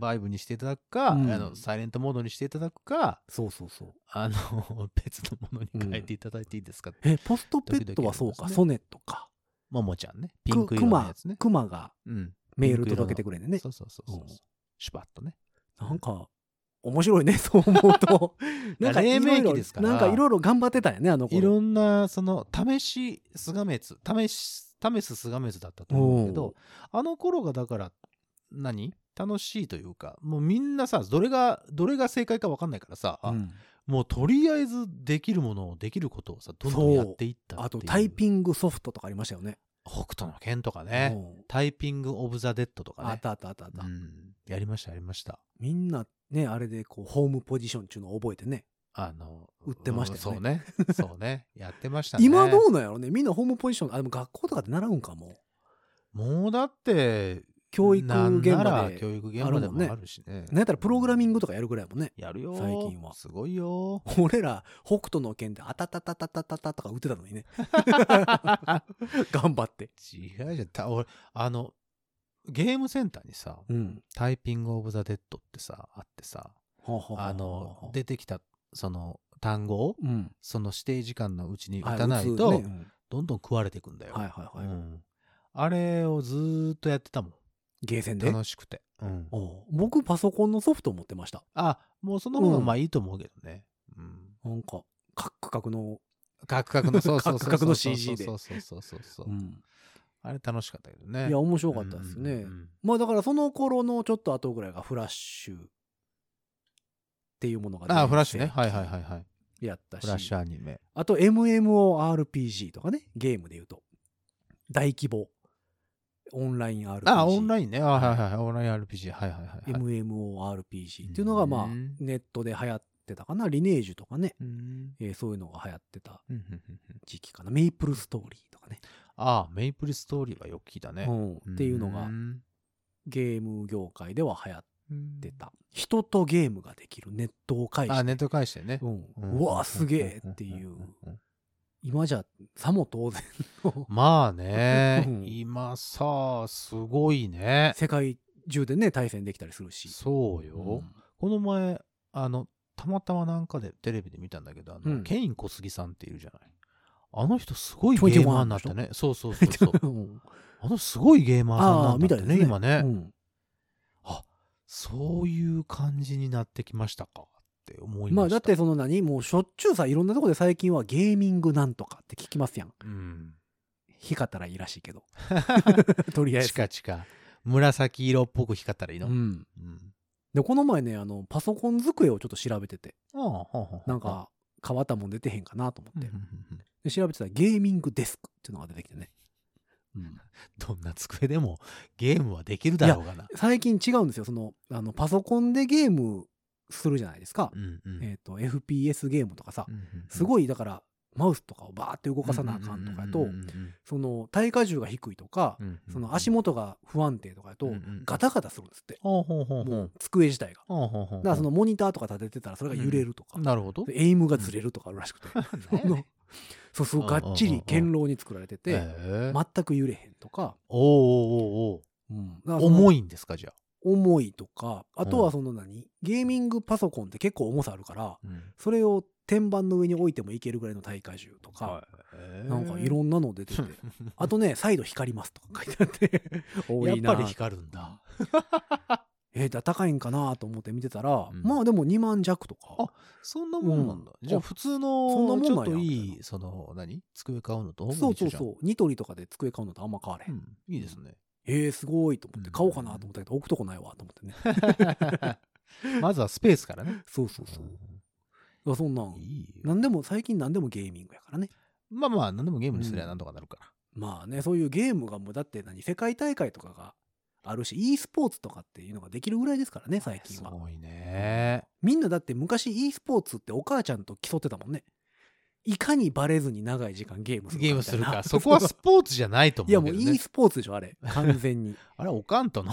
[SPEAKER 3] バイブにしていただくか、
[SPEAKER 2] うん
[SPEAKER 3] あの、サイレントモードにしていただくか、
[SPEAKER 2] そうそうそう
[SPEAKER 3] あの、 別のものに変えていただいていいですか。
[SPEAKER 2] えポストペットはそうか
[SPEAKER 3] 時々ありますね
[SPEAKER 2] ソネットか
[SPEAKER 3] ももちゃんね。ピン
[SPEAKER 2] く
[SPEAKER 3] ク
[SPEAKER 2] ク
[SPEAKER 3] 色の
[SPEAKER 2] マ
[SPEAKER 3] やつね。
[SPEAKER 2] クマが
[SPEAKER 3] うん。
[SPEAKER 2] メール届けてくれんねんね。
[SPEAKER 3] そうそうそうそううんシュパッとね。
[SPEAKER 2] なんか面白いね そう思う となんかいろ
[SPEAKER 3] 黎
[SPEAKER 2] い
[SPEAKER 3] 明
[SPEAKER 2] ろ
[SPEAKER 3] 期ですから
[SPEAKER 2] なんかいろいろ頑張ってたよねあの
[SPEAKER 3] い
[SPEAKER 2] 頃
[SPEAKER 3] ろんな、その、試し、スガメツ、試し、試すスガメツだったと思うんだけど、あの頃がだから、何楽しいというか、もうみんなさ、どれが、どれが正解か分かんないからさ、
[SPEAKER 2] うん
[SPEAKER 3] もうとりあえずできるものをできることをさ、どんどんやっていった
[SPEAKER 2] あとタイ
[SPEAKER 3] ング。
[SPEAKER 2] ピングソフトとかありましたよね
[SPEAKER 3] 北斗の剣とかね、
[SPEAKER 2] うん
[SPEAKER 3] タイピング・オブ・ザ・デッドとかね。
[SPEAKER 2] あったあったあったあった
[SPEAKER 3] うんやりました、やりました。
[SPEAKER 2] みんなねあれでこうホームポジションっていうのを覚えてね
[SPEAKER 3] あの、
[SPEAKER 2] 売ってましたよ
[SPEAKER 3] ね。そうね。そうね。やってましたね。
[SPEAKER 2] 今どうなんやろねみんなホームポジションあでも学校とかで習うんかも
[SPEAKER 3] もうだって、
[SPEAKER 2] 教育現
[SPEAKER 3] なんな
[SPEAKER 2] 場
[SPEAKER 3] ら
[SPEAKER 2] で
[SPEAKER 3] 教育現場で
[SPEAKER 2] あるもんね
[SPEAKER 3] もあるしね。
[SPEAKER 2] なんやったらプログラミングとかやるぐらいやもんね
[SPEAKER 3] やるよ。
[SPEAKER 2] 最近は
[SPEAKER 3] すごいよ。
[SPEAKER 2] 俺ら北斗の剣であたたたたたたたとか打ってたのにね頑張って
[SPEAKER 3] 違うじゃん。た俺、あの、ゲームセンターにさ、
[SPEAKER 2] うん
[SPEAKER 3] タイピング・オブ・ザ・デッドってさ、あってさ、あ
[SPEAKER 2] あ
[SPEAKER 3] の、出てきた、その、単語を、
[SPEAKER 2] うん
[SPEAKER 3] その指定時間のうちに
[SPEAKER 2] はい
[SPEAKER 3] 打たない
[SPEAKER 2] 打
[SPEAKER 3] と
[SPEAKER 2] つね、うん
[SPEAKER 3] どんどん食われていくんだよ。
[SPEAKER 2] はいは
[SPEAKER 3] う
[SPEAKER 2] いはい
[SPEAKER 3] んあれをずーっとやってたも
[SPEAKER 2] ゲーセン
[SPEAKER 3] ん。
[SPEAKER 2] で
[SPEAKER 3] 楽しくて。うん
[SPEAKER 2] おう僕パソコンのソフト持ってました
[SPEAKER 3] あ、もうその方
[SPEAKER 2] う
[SPEAKER 3] が
[SPEAKER 2] ん
[SPEAKER 3] まあいいと思うけどね。うん
[SPEAKER 2] なんかカックカクの
[SPEAKER 3] カ クカクの、そうそうそう。
[SPEAKER 2] カクカクの CG で
[SPEAKER 3] そうそうそうそうそう。
[SPEAKER 2] うん
[SPEAKER 3] あれ楽しかったけどね。
[SPEAKER 2] いや面白かったですね、
[SPEAKER 3] うんうん
[SPEAKER 2] まあだからその頃のちょっと後ぐらいがフラッシュっていうものが
[SPEAKER 3] うんあ、フラッシュね。はいはいはいはい。
[SPEAKER 2] いやったし
[SPEAKER 3] フラッシュアニメ。
[SPEAKER 2] あと MMORPG とかねゲームで言うと大規模オンライン RPG
[SPEAKER 3] あ、オンラインね。あ、はいはいはい。オンライン RPG。はいはいはいはい。
[SPEAKER 2] MMORPG っていうのがまあ
[SPEAKER 3] うん
[SPEAKER 2] ネットで流行ってたかなリネージュとかね、
[SPEAKER 3] うん
[SPEAKER 2] えーそういうのが流行ってた
[SPEAKER 3] うんうんうんうん
[SPEAKER 2] 時期かなメイプルストーリーとかね
[SPEAKER 3] あ、メイプルストーリーはよく聞いたね。
[SPEAKER 2] うん、っていうのが
[SPEAKER 3] ん
[SPEAKER 2] ゲーム業界では流行ってた人とゲームができるネットを介して
[SPEAKER 3] あ、ネット返してね
[SPEAKER 2] う。、
[SPEAKER 3] うんん
[SPEAKER 2] うわすげえっていうん
[SPEAKER 3] んん
[SPEAKER 2] 今じゃさも当 然の
[SPEAKER 3] まあね
[SPEAKER 2] うん、
[SPEAKER 3] 今さ、すごいね。
[SPEAKER 2] 世界中でね対戦できたりするし、
[SPEAKER 3] そう
[SPEAKER 2] う
[SPEAKER 3] よ
[SPEAKER 2] ん。
[SPEAKER 3] この前、あの、たまたまなんかでテレビで見たんだけど、あの、
[SPEAKER 2] うん
[SPEAKER 3] ケイン小杉さんっているじゃない。あの人すごいゲーマーになったね。そうそうそう そう。
[SPEAKER 2] うん
[SPEAKER 3] あのすごいゲーマーさん
[SPEAKER 2] ああ
[SPEAKER 3] なん
[SPEAKER 2] み
[SPEAKER 3] だ
[SPEAKER 2] た
[SPEAKER 3] っ
[SPEAKER 2] い
[SPEAKER 3] て
[SPEAKER 2] です
[SPEAKER 3] ね、
[SPEAKER 2] ね
[SPEAKER 3] 今ね、
[SPEAKER 2] うん
[SPEAKER 3] そういう感じになってきましたかって思いました。
[SPEAKER 2] まあだって、その何もうしょっちゅうさいろんなとこで最近はゲーミングなんとかって聞きますやん
[SPEAKER 3] うん。
[SPEAKER 2] 光ったらいいらしいけ どとりあえず
[SPEAKER 3] チカチカ。紫色っぽく光ったらいいの。
[SPEAKER 2] うん
[SPEAKER 3] うん
[SPEAKER 2] でこの前ねあのパソコン机をちょっと調べてて
[SPEAKER 3] ああほうほうほう
[SPEAKER 2] なんか変わったもん出てへんかなと思
[SPEAKER 3] う
[SPEAKER 2] っ
[SPEAKER 3] んう
[SPEAKER 2] て
[SPEAKER 3] ん、うん
[SPEAKER 2] で調べてたらゲーミングデスクっていうのが出てきてね、うん、
[SPEAKER 3] どんな机でもゲームはできるだろうがな。
[SPEAKER 2] 最近違うんですよそのあのパソコンでゲームするじゃないですか、
[SPEAKER 3] うんうん
[SPEAKER 2] えっと FPS ゲームとかさ、
[SPEAKER 3] うんうん
[SPEAKER 2] すごいだからマウスとかをバーって動
[SPEAKER 3] 動
[SPEAKER 2] かさなあかんとかやと、その耐荷重が低いとか、その足
[SPEAKER 3] も
[SPEAKER 2] 元が不安定とかやと、ガタガタするんですって、
[SPEAKER 3] ほうほうほうほ
[SPEAKER 2] も
[SPEAKER 3] う
[SPEAKER 2] う机自体が。
[SPEAKER 3] ほうほうほう
[SPEAKER 2] だからそのモニターとか立ててたらそれが揺れるとか、
[SPEAKER 3] なるほど。
[SPEAKER 2] エイムがずれる とかあるらしくて、そのそうすごいがっち
[SPEAKER 3] うんうんうんう
[SPEAKER 2] り
[SPEAKER 3] ん
[SPEAKER 2] 堅牢に作られてて、
[SPEAKER 3] えー
[SPEAKER 2] 全く揺れへんとか,、
[SPEAKER 3] おおおう
[SPEAKER 2] うん、
[SPEAKER 3] おうおう重
[SPEAKER 2] い
[SPEAKER 3] いんですかじゃあ。
[SPEAKER 2] 重いとかあとはその何、ゲーミングパソコンって結構重さあるからそれを天板の上に置いてもいけるぐらいの耐荷重とか、なんかいろ
[SPEAKER 3] ん
[SPEAKER 2] んなの出てて あとね再度光りますとか書いてあって多
[SPEAKER 3] やっ
[SPEAKER 2] いな
[SPEAKER 3] ぱり光るんだ。
[SPEAKER 2] えーだ高いんかなと思って見てたら、
[SPEAKER 3] うん
[SPEAKER 2] まあでも2万弱とか
[SPEAKER 3] あそんなもんなんだ。
[SPEAKER 2] うん
[SPEAKER 3] じゃあ普通
[SPEAKER 2] そんなもんな
[SPEAKER 3] の
[SPEAKER 2] ん
[SPEAKER 3] ち
[SPEAKER 2] や
[SPEAKER 3] ょっと
[SPEAKER 2] みた
[SPEAKER 3] い
[SPEAKER 2] い
[SPEAKER 3] いその何机買うのとほぼ
[SPEAKER 2] そう
[SPEAKER 3] 一
[SPEAKER 2] そ
[SPEAKER 3] 緒
[SPEAKER 2] う
[SPEAKER 3] じゃん
[SPEAKER 2] そうニトリとかで机買うのとあんま変われへん、
[SPEAKER 3] うんいいですね。
[SPEAKER 2] えー、すごいと思って
[SPEAKER 3] うん
[SPEAKER 2] 買おうかなと思ったけど置くとこないわと思って ね
[SPEAKER 3] まずはスペースからね。
[SPEAKER 2] そうそうそう、あそんなん
[SPEAKER 3] いいよ
[SPEAKER 2] 何でも最近何でもゲーミングやからね
[SPEAKER 3] まあまあ、何でもゲームにすりゃなんとかなるから。
[SPEAKER 2] まあねそういうゲームがもうだって何世界大会とかがあるし e スポーツとかっていうのができるぐらいですからね最近
[SPEAKER 3] す
[SPEAKER 2] は
[SPEAKER 3] ごいね。
[SPEAKER 2] みんなだって昔 e スポーツってお母ちゃんと競ってたもんねいかにバレずに長い時間ゲームするかみたいな
[SPEAKER 3] ゲームするか。そこはスポーツじゃないと
[SPEAKER 2] いや
[SPEAKER 3] 思う
[SPEAKER 2] も
[SPEAKER 3] け
[SPEAKER 2] う
[SPEAKER 3] ど、ね。
[SPEAKER 2] e スポーツでしょあ れ完全に
[SPEAKER 3] あれ、おかんとの、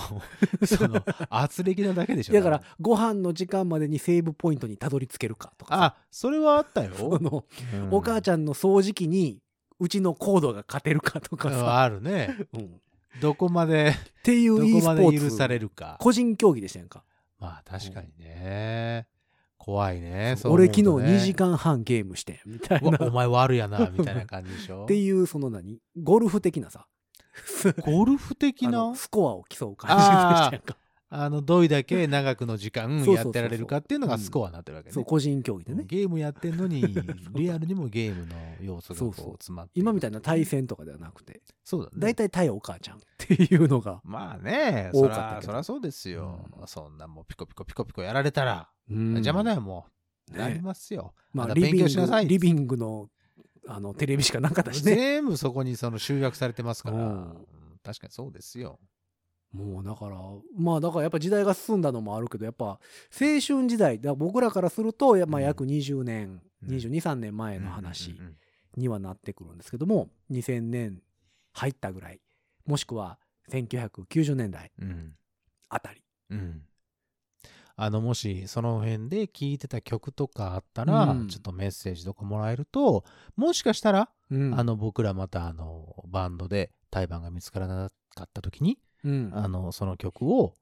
[SPEAKER 3] その、圧力なだけでし ょ。
[SPEAKER 2] だから、ご飯の時間までにセーブポイントにたどり着けるかとかさ
[SPEAKER 3] あ、それはあったよ。
[SPEAKER 2] その
[SPEAKER 3] うん
[SPEAKER 2] お母ちゃんの掃除機にうちのコードが勝てるかとか
[SPEAKER 3] うん
[SPEAKER 2] さ、
[SPEAKER 3] あるね。
[SPEAKER 2] うんっ
[SPEAKER 3] どこまで、
[SPEAKER 2] てい
[SPEAKER 3] ど
[SPEAKER 2] う e
[SPEAKER 3] こ
[SPEAKER 2] スポ
[SPEAKER 3] まで
[SPEAKER 2] ー
[SPEAKER 3] 許
[SPEAKER 2] ツ
[SPEAKER 3] されるか。
[SPEAKER 2] 個人競技でしたやんか、
[SPEAKER 3] まあ、確かにね。怖いね。そう思
[SPEAKER 2] 俺
[SPEAKER 3] う
[SPEAKER 2] 昨日
[SPEAKER 3] とね
[SPEAKER 2] 2時。間半ゲームしてんみたいうな
[SPEAKER 3] わお前悪やな、みたいな感じでし ょ。
[SPEAKER 2] っていうその何ゴルフ的なさ
[SPEAKER 3] ゴルフ的
[SPEAKER 2] あ
[SPEAKER 3] な
[SPEAKER 2] のスコアを競う感じでしたやんか
[SPEAKER 3] あの、どいだけ長くの時
[SPEAKER 2] そ
[SPEAKER 3] 間
[SPEAKER 2] うそうそ
[SPEAKER 3] や
[SPEAKER 2] うそう
[SPEAKER 3] ってられるかっていうのがスコアになってるわけね。
[SPEAKER 2] そう個人競技でね
[SPEAKER 3] ゲームやってん のに、リアルにもゲームの要素がこう
[SPEAKER 2] そうそう
[SPEAKER 3] 詰まってる
[SPEAKER 2] 今みたいな対戦とかではなくて
[SPEAKER 3] そうだね。
[SPEAKER 2] 大体対お母ちゃんっていうのが
[SPEAKER 3] まあね、
[SPEAKER 2] 多か
[SPEAKER 3] そ
[SPEAKER 2] った
[SPEAKER 3] ら
[SPEAKER 2] けど
[SPEAKER 3] そらそうですよ、そんなもうピコピコピコピコやられたら、
[SPEAKER 2] うん
[SPEAKER 3] 邪魔だよ、もう。
[SPEAKER 2] ね
[SPEAKER 3] なりますよ。
[SPEAKER 2] ま
[SPEAKER 3] あ
[SPEAKER 2] あ
[SPEAKER 3] なた
[SPEAKER 2] リビン
[SPEAKER 3] 勉強しなさ
[SPEAKER 2] グ
[SPEAKER 3] い
[SPEAKER 2] リビングのあのテレビしかなかったしね
[SPEAKER 3] 全部そこにその集約されてますから、
[SPEAKER 2] うん
[SPEAKER 3] うん確かにそうですよ。
[SPEAKER 2] もうだからまあだからやっぱ時代が進んだのもあるけどやっぱ青春時代だから僕らからするとやまあ
[SPEAKER 3] うん
[SPEAKER 2] 約20年、
[SPEAKER 3] うん
[SPEAKER 2] 223年前の話
[SPEAKER 3] うんうんうん
[SPEAKER 2] にはなってくるんですけども2000年入ったぐらいもしくは1990年代
[SPEAKER 3] うん
[SPEAKER 2] あたり
[SPEAKER 3] うんあのもしその辺で聴いてた曲とかあったら、
[SPEAKER 2] うん
[SPEAKER 3] ちょっとメッセージとかもらえるともしかしたら、
[SPEAKER 2] うん
[SPEAKER 3] あの僕らまたあのバンドで対バンが見つからなかった時に、
[SPEAKER 2] うん
[SPEAKER 3] あのその曲を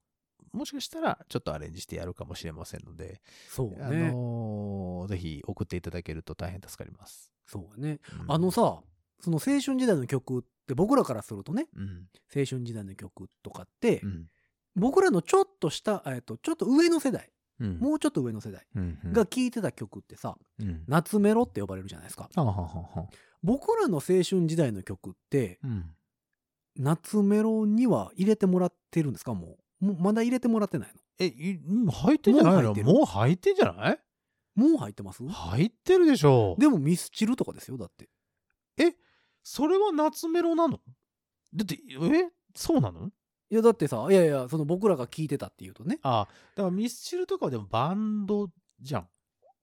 [SPEAKER 3] もしかしたらちょっとアレンジしてやるかもしれませんので、
[SPEAKER 2] そう
[SPEAKER 3] あ
[SPEAKER 2] ね、
[SPEAKER 3] のーぜひ送っていただけると大変助かります。
[SPEAKER 2] そうね
[SPEAKER 3] うん
[SPEAKER 2] あの、さその青春時代の曲って僕らからするとね
[SPEAKER 3] うん
[SPEAKER 2] 青春時代の曲とかって、
[SPEAKER 3] うん
[SPEAKER 2] 僕らのちょっとした、えっとちょっと上の世代
[SPEAKER 3] うん、
[SPEAKER 2] もうちょっと上の世代
[SPEAKER 3] うんうん
[SPEAKER 2] が聴いてた曲ってさ、
[SPEAKER 3] うん
[SPEAKER 2] 夏メロって呼ばれるじゃないですか
[SPEAKER 3] あははは
[SPEAKER 2] 僕らの青春時代の曲って
[SPEAKER 3] うん
[SPEAKER 2] 夏メロには入れてもらってるんですかもうもうまだ入れてもらってない
[SPEAKER 3] え、いうん入ってんじゃない
[SPEAKER 2] もう入っ
[SPEAKER 3] の
[SPEAKER 2] てる
[SPEAKER 3] もう入ってんじゃない
[SPEAKER 2] のもう入ってます
[SPEAKER 3] 入ってるでしょで
[SPEAKER 2] でもミスチルとかですよだって
[SPEAKER 3] それは夏メロなのだってえそうなの
[SPEAKER 2] いやだってさいやいやその僕らが聴いてたっていうとね、
[SPEAKER 3] あだからミスチルとかはでもバンドじゃん、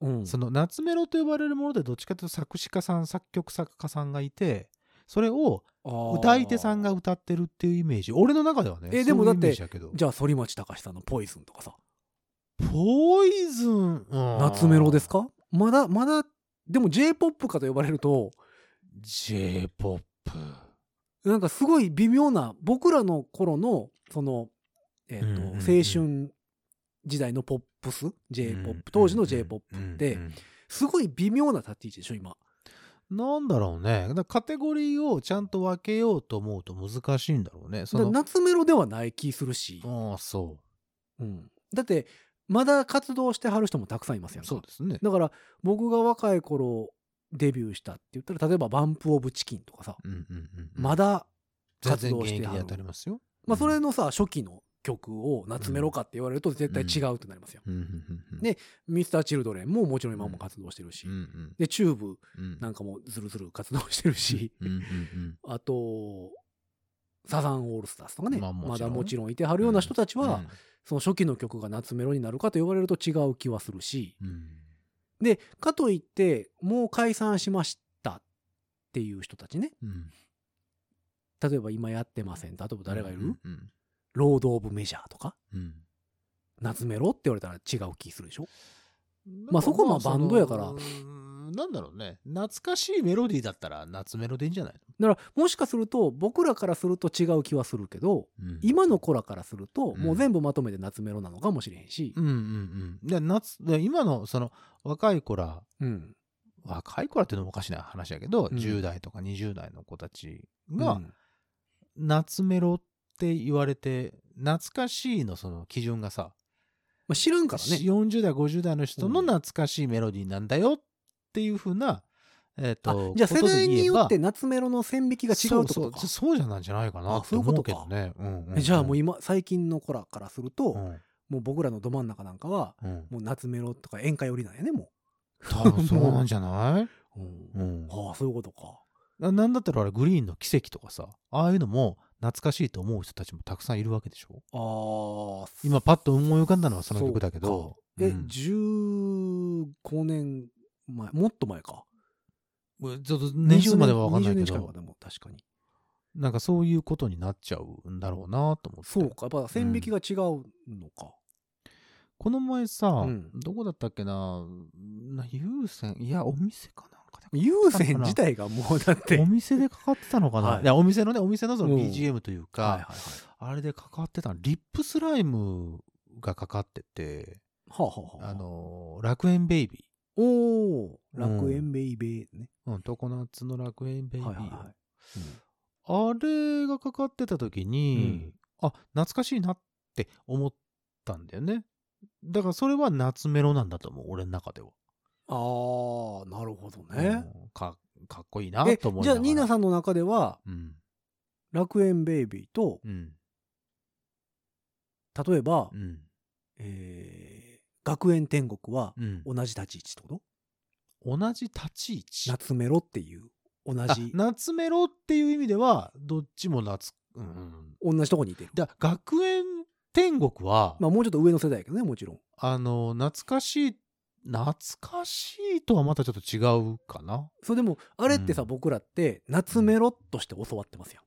[SPEAKER 2] うん、
[SPEAKER 3] その夏メロと呼ばれるものでどっちかというと作詞家さん作曲作家さんがいてそれを歌い手さんが
[SPEAKER 2] あー
[SPEAKER 3] 歌ってるっていうイメージ俺の中ではね
[SPEAKER 2] えでもだって
[SPEAKER 3] そういうイメージけど
[SPEAKER 2] じゃあ反町隆史さんの「ポイズン」とかさ
[SPEAKER 3] ポイズン、うん
[SPEAKER 2] 夏メロですかまだまだでも j p o p かと呼ばれると
[SPEAKER 3] J−POP
[SPEAKER 2] なんかすごい微妙な僕らの頃のその、えっと
[SPEAKER 3] うんうんうん
[SPEAKER 2] 青春時代のポップス j p o p 当時の j p o p って、
[SPEAKER 3] うんうん
[SPEAKER 2] すごい微妙な立ち位置でしょ今
[SPEAKER 3] なんだろうね。だからカテゴリーをちゃんと分けようと思うと難しいんだろうね。そ
[SPEAKER 2] だから
[SPEAKER 3] の
[SPEAKER 2] 夏メロではない気するし、
[SPEAKER 3] ああ、そ
[SPEAKER 2] うんだってまだ活動してはる人もたくさんいますよ
[SPEAKER 3] う。そうですね。
[SPEAKER 2] だから僕が若い頃デビューしたって言ったら例えば「バンプ・オブ・チキン」とかさ、
[SPEAKER 3] うんうんうんうん。
[SPEAKER 2] まだ、
[SPEAKER 3] 全
[SPEAKER 2] 活
[SPEAKER 3] 然
[SPEAKER 2] 動
[SPEAKER 3] 現
[SPEAKER 2] して
[SPEAKER 3] 役
[SPEAKER 2] は
[SPEAKER 3] に
[SPEAKER 2] る
[SPEAKER 3] 当たりますよ。
[SPEAKER 2] まあ、それ
[SPEAKER 3] うん
[SPEAKER 2] のさ初期の曲を夏メロかって言われると絶対違うってなりますよ。
[SPEAKER 3] うんうんうん。
[SPEAKER 2] でミスターチルドレンももちろん今も活動してるし、
[SPEAKER 3] うんうん
[SPEAKER 2] でチューブ
[SPEAKER 3] うん。
[SPEAKER 2] なんかもずるずる活動してるし、
[SPEAKER 3] うんうんうん
[SPEAKER 2] あとサザンオールスターズとかね、
[SPEAKER 3] まあもちろん
[SPEAKER 2] まだもちろんいてはるような人たちは、その初期の曲が夏メロになるかと言われると違う気はするし
[SPEAKER 3] うんうん
[SPEAKER 2] でかといってもう解散しましたっていう人たちね
[SPEAKER 3] うん
[SPEAKER 2] 例えば今やってません例えば誰がいる、
[SPEAKER 3] うんうん
[SPEAKER 2] ロード・オブ・メジャーとか
[SPEAKER 3] うん
[SPEAKER 2] 夏メロって言われたら違う気するでしょ
[SPEAKER 3] なんか
[SPEAKER 2] まあそこもバンドやから
[SPEAKER 3] そのなんだろうね。懐かしいメロディーだったら夏メロでいいんじゃない
[SPEAKER 2] だからもしかすると僕らからすると違う気はするけど
[SPEAKER 3] のうん
[SPEAKER 2] 今の子らからすると
[SPEAKER 3] うん
[SPEAKER 2] もう全部まとめて夏メロなのかもしれへんし
[SPEAKER 3] う、んうんうん。で夏で今のその若い子ら
[SPEAKER 2] うん
[SPEAKER 3] 若い子らっていうのもおかしな話やけど、
[SPEAKER 2] うん
[SPEAKER 3] 10代とか20代の子たち
[SPEAKER 2] う
[SPEAKER 3] が
[SPEAKER 2] ん
[SPEAKER 3] 夏メロって言われて懐かしいのその基準がさ、
[SPEAKER 2] まあ、知らんからね
[SPEAKER 3] 40代50代の人の
[SPEAKER 2] うん
[SPEAKER 3] 懐かしいメロディーなんだよっていうふうな、えっ
[SPEAKER 2] あ
[SPEAKER 3] と
[SPEAKER 2] じゃあ世
[SPEAKER 3] ことで
[SPEAKER 2] 代
[SPEAKER 3] 言
[SPEAKER 2] に
[SPEAKER 3] え
[SPEAKER 2] よ
[SPEAKER 3] ば
[SPEAKER 2] って夏メロの線引きが違うってことか
[SPEAKER 3] そうそうそうじゃないんじゃないかな
[SPEAKER 2] あ
[SPEAKER 3] って
[SPEAKER 2] そういう
[SPEAKER 3] 思
[SPEAKER 2] こと
[SPEAKER 3] うけ
[SPEAKER 2] か
[SPEAKER 3] どねうんうんん
[SPEAKER 2] えじゃあもう今最近の子らからすると、
[SPEAKER 3] うん
[SPEAKER 2] もう僕らのど真ん中なんかは
[SPEAKER 3] うん
[SPEAKER 2] もう夏メロとか宴会寄りなんやねも
[SPEAKER 3] 多分そうなんじゃない、
[SPEAKER 2] う、
[SPEAKER 3] うん、
[SPEAKER 2] ああそういうことか
[SPEAKER 3] ななんだったらあれグリーンの奇跡とかさああいうのも懐かしいと思う人たちもたくさんいるわけでしょ
[SPEAKER 2] ああ
[SPEAKER 3] 今パッと思い浮かんだのはその曲だけど
[SPEAKER 2] え、
[SPEAKER 3] うん
[SPEAKER 2] 15年前もっと前か
[SPEAKER 3] うんちょっと年数までは分かんないけ
[SPEAKER 2] 20年近は
[SPEAKER 3] ど、
[SPEAKER 2] でも確かに。
[SPEAKER 3] なんかそういうことになっちゃうんだろうなと思って。
[SPEAKER 2] そうか、やっぱ線引きが違うのか。
[SPEAKER 3] この前さ、
[SPEAKER 2] うん
[SPEAKER 3] どこだったっけな、な優先、いや、お店かなんかで。
[SPEAKER 2] 優先自体がもうだって。
[SPEAKER 3] お店でかかってたのかな、
[SPEAKER 2] はい
[SPEAKER 3] い、や、お店のね、お店のその
[SPEAKER 2] うん
[SPEAKER 3] BGM という
[SPEAKER 2] はいはい
[SPEAKER 3] か、
[SPEAKER 2] はい。
[SPEAKER 3] あれでかかってたの、リップスライムがかかってて、
[SPEAKER 2] はあ、はあはあ、
[SPEAKER 3] あの、楽園ベイビ
[SPEAKER 2] おお楽園ベイベーね。
[SPEAKER 3] ー。うん、常夏の楽園ベイビー。
[SPEAKER 2] はいはいはい。
[SPEAKER 3] あれがかかってた時に、あ、懐かしいなって思ったんだよね。だからそれは夏メロなんだと思う、俺の中では。
[SPEAKER 2] ああ、なるほどね。
[SPEAKER 3] うんかかっこいいな
[SPEAKER 2] え
[SPEAKER 3] と思い
[SPEAKER 2] じゃあ、ニーナ
[SPEAKER 3] ん。
[SPEAKER 2] さんの中では、
[SPEAKER 3] うん。
[SPEAKER 2] 楽園ベイビーと、
[SPEAKER 3] うん。
[SPEAKER 2] 例えば、
[SPEAKER 3] うん。
[SPEAKER 2] えー学園天国は
[SPEAKER 3] うん。
[SPEAKER 2] 同じ立ち位置ってこと
[SPEAKER 3] 同じ立ち位置。
[SPEAKER 2] 夏メロっていう、同じ、
[SPEAKER 3] あ夏メロっていう意味では、どっちも夏、うんうん。
[SPEAKER 2] 同じとこにいてる。
[SPEAKER 3] だ学園天国は、
[SPEAKER 2] まあ、もうちょっと上の世代やけどね、もちろん。
[SPEAKER 3] あの、懐かしい、懐かしいとはまたちょっと違うかな。
[SPEAKER 2] それでも、あれってさ、
[SPEAKER 3] うん
[SPEAKER 2] 僕らって、夏メロとして教わってますやん。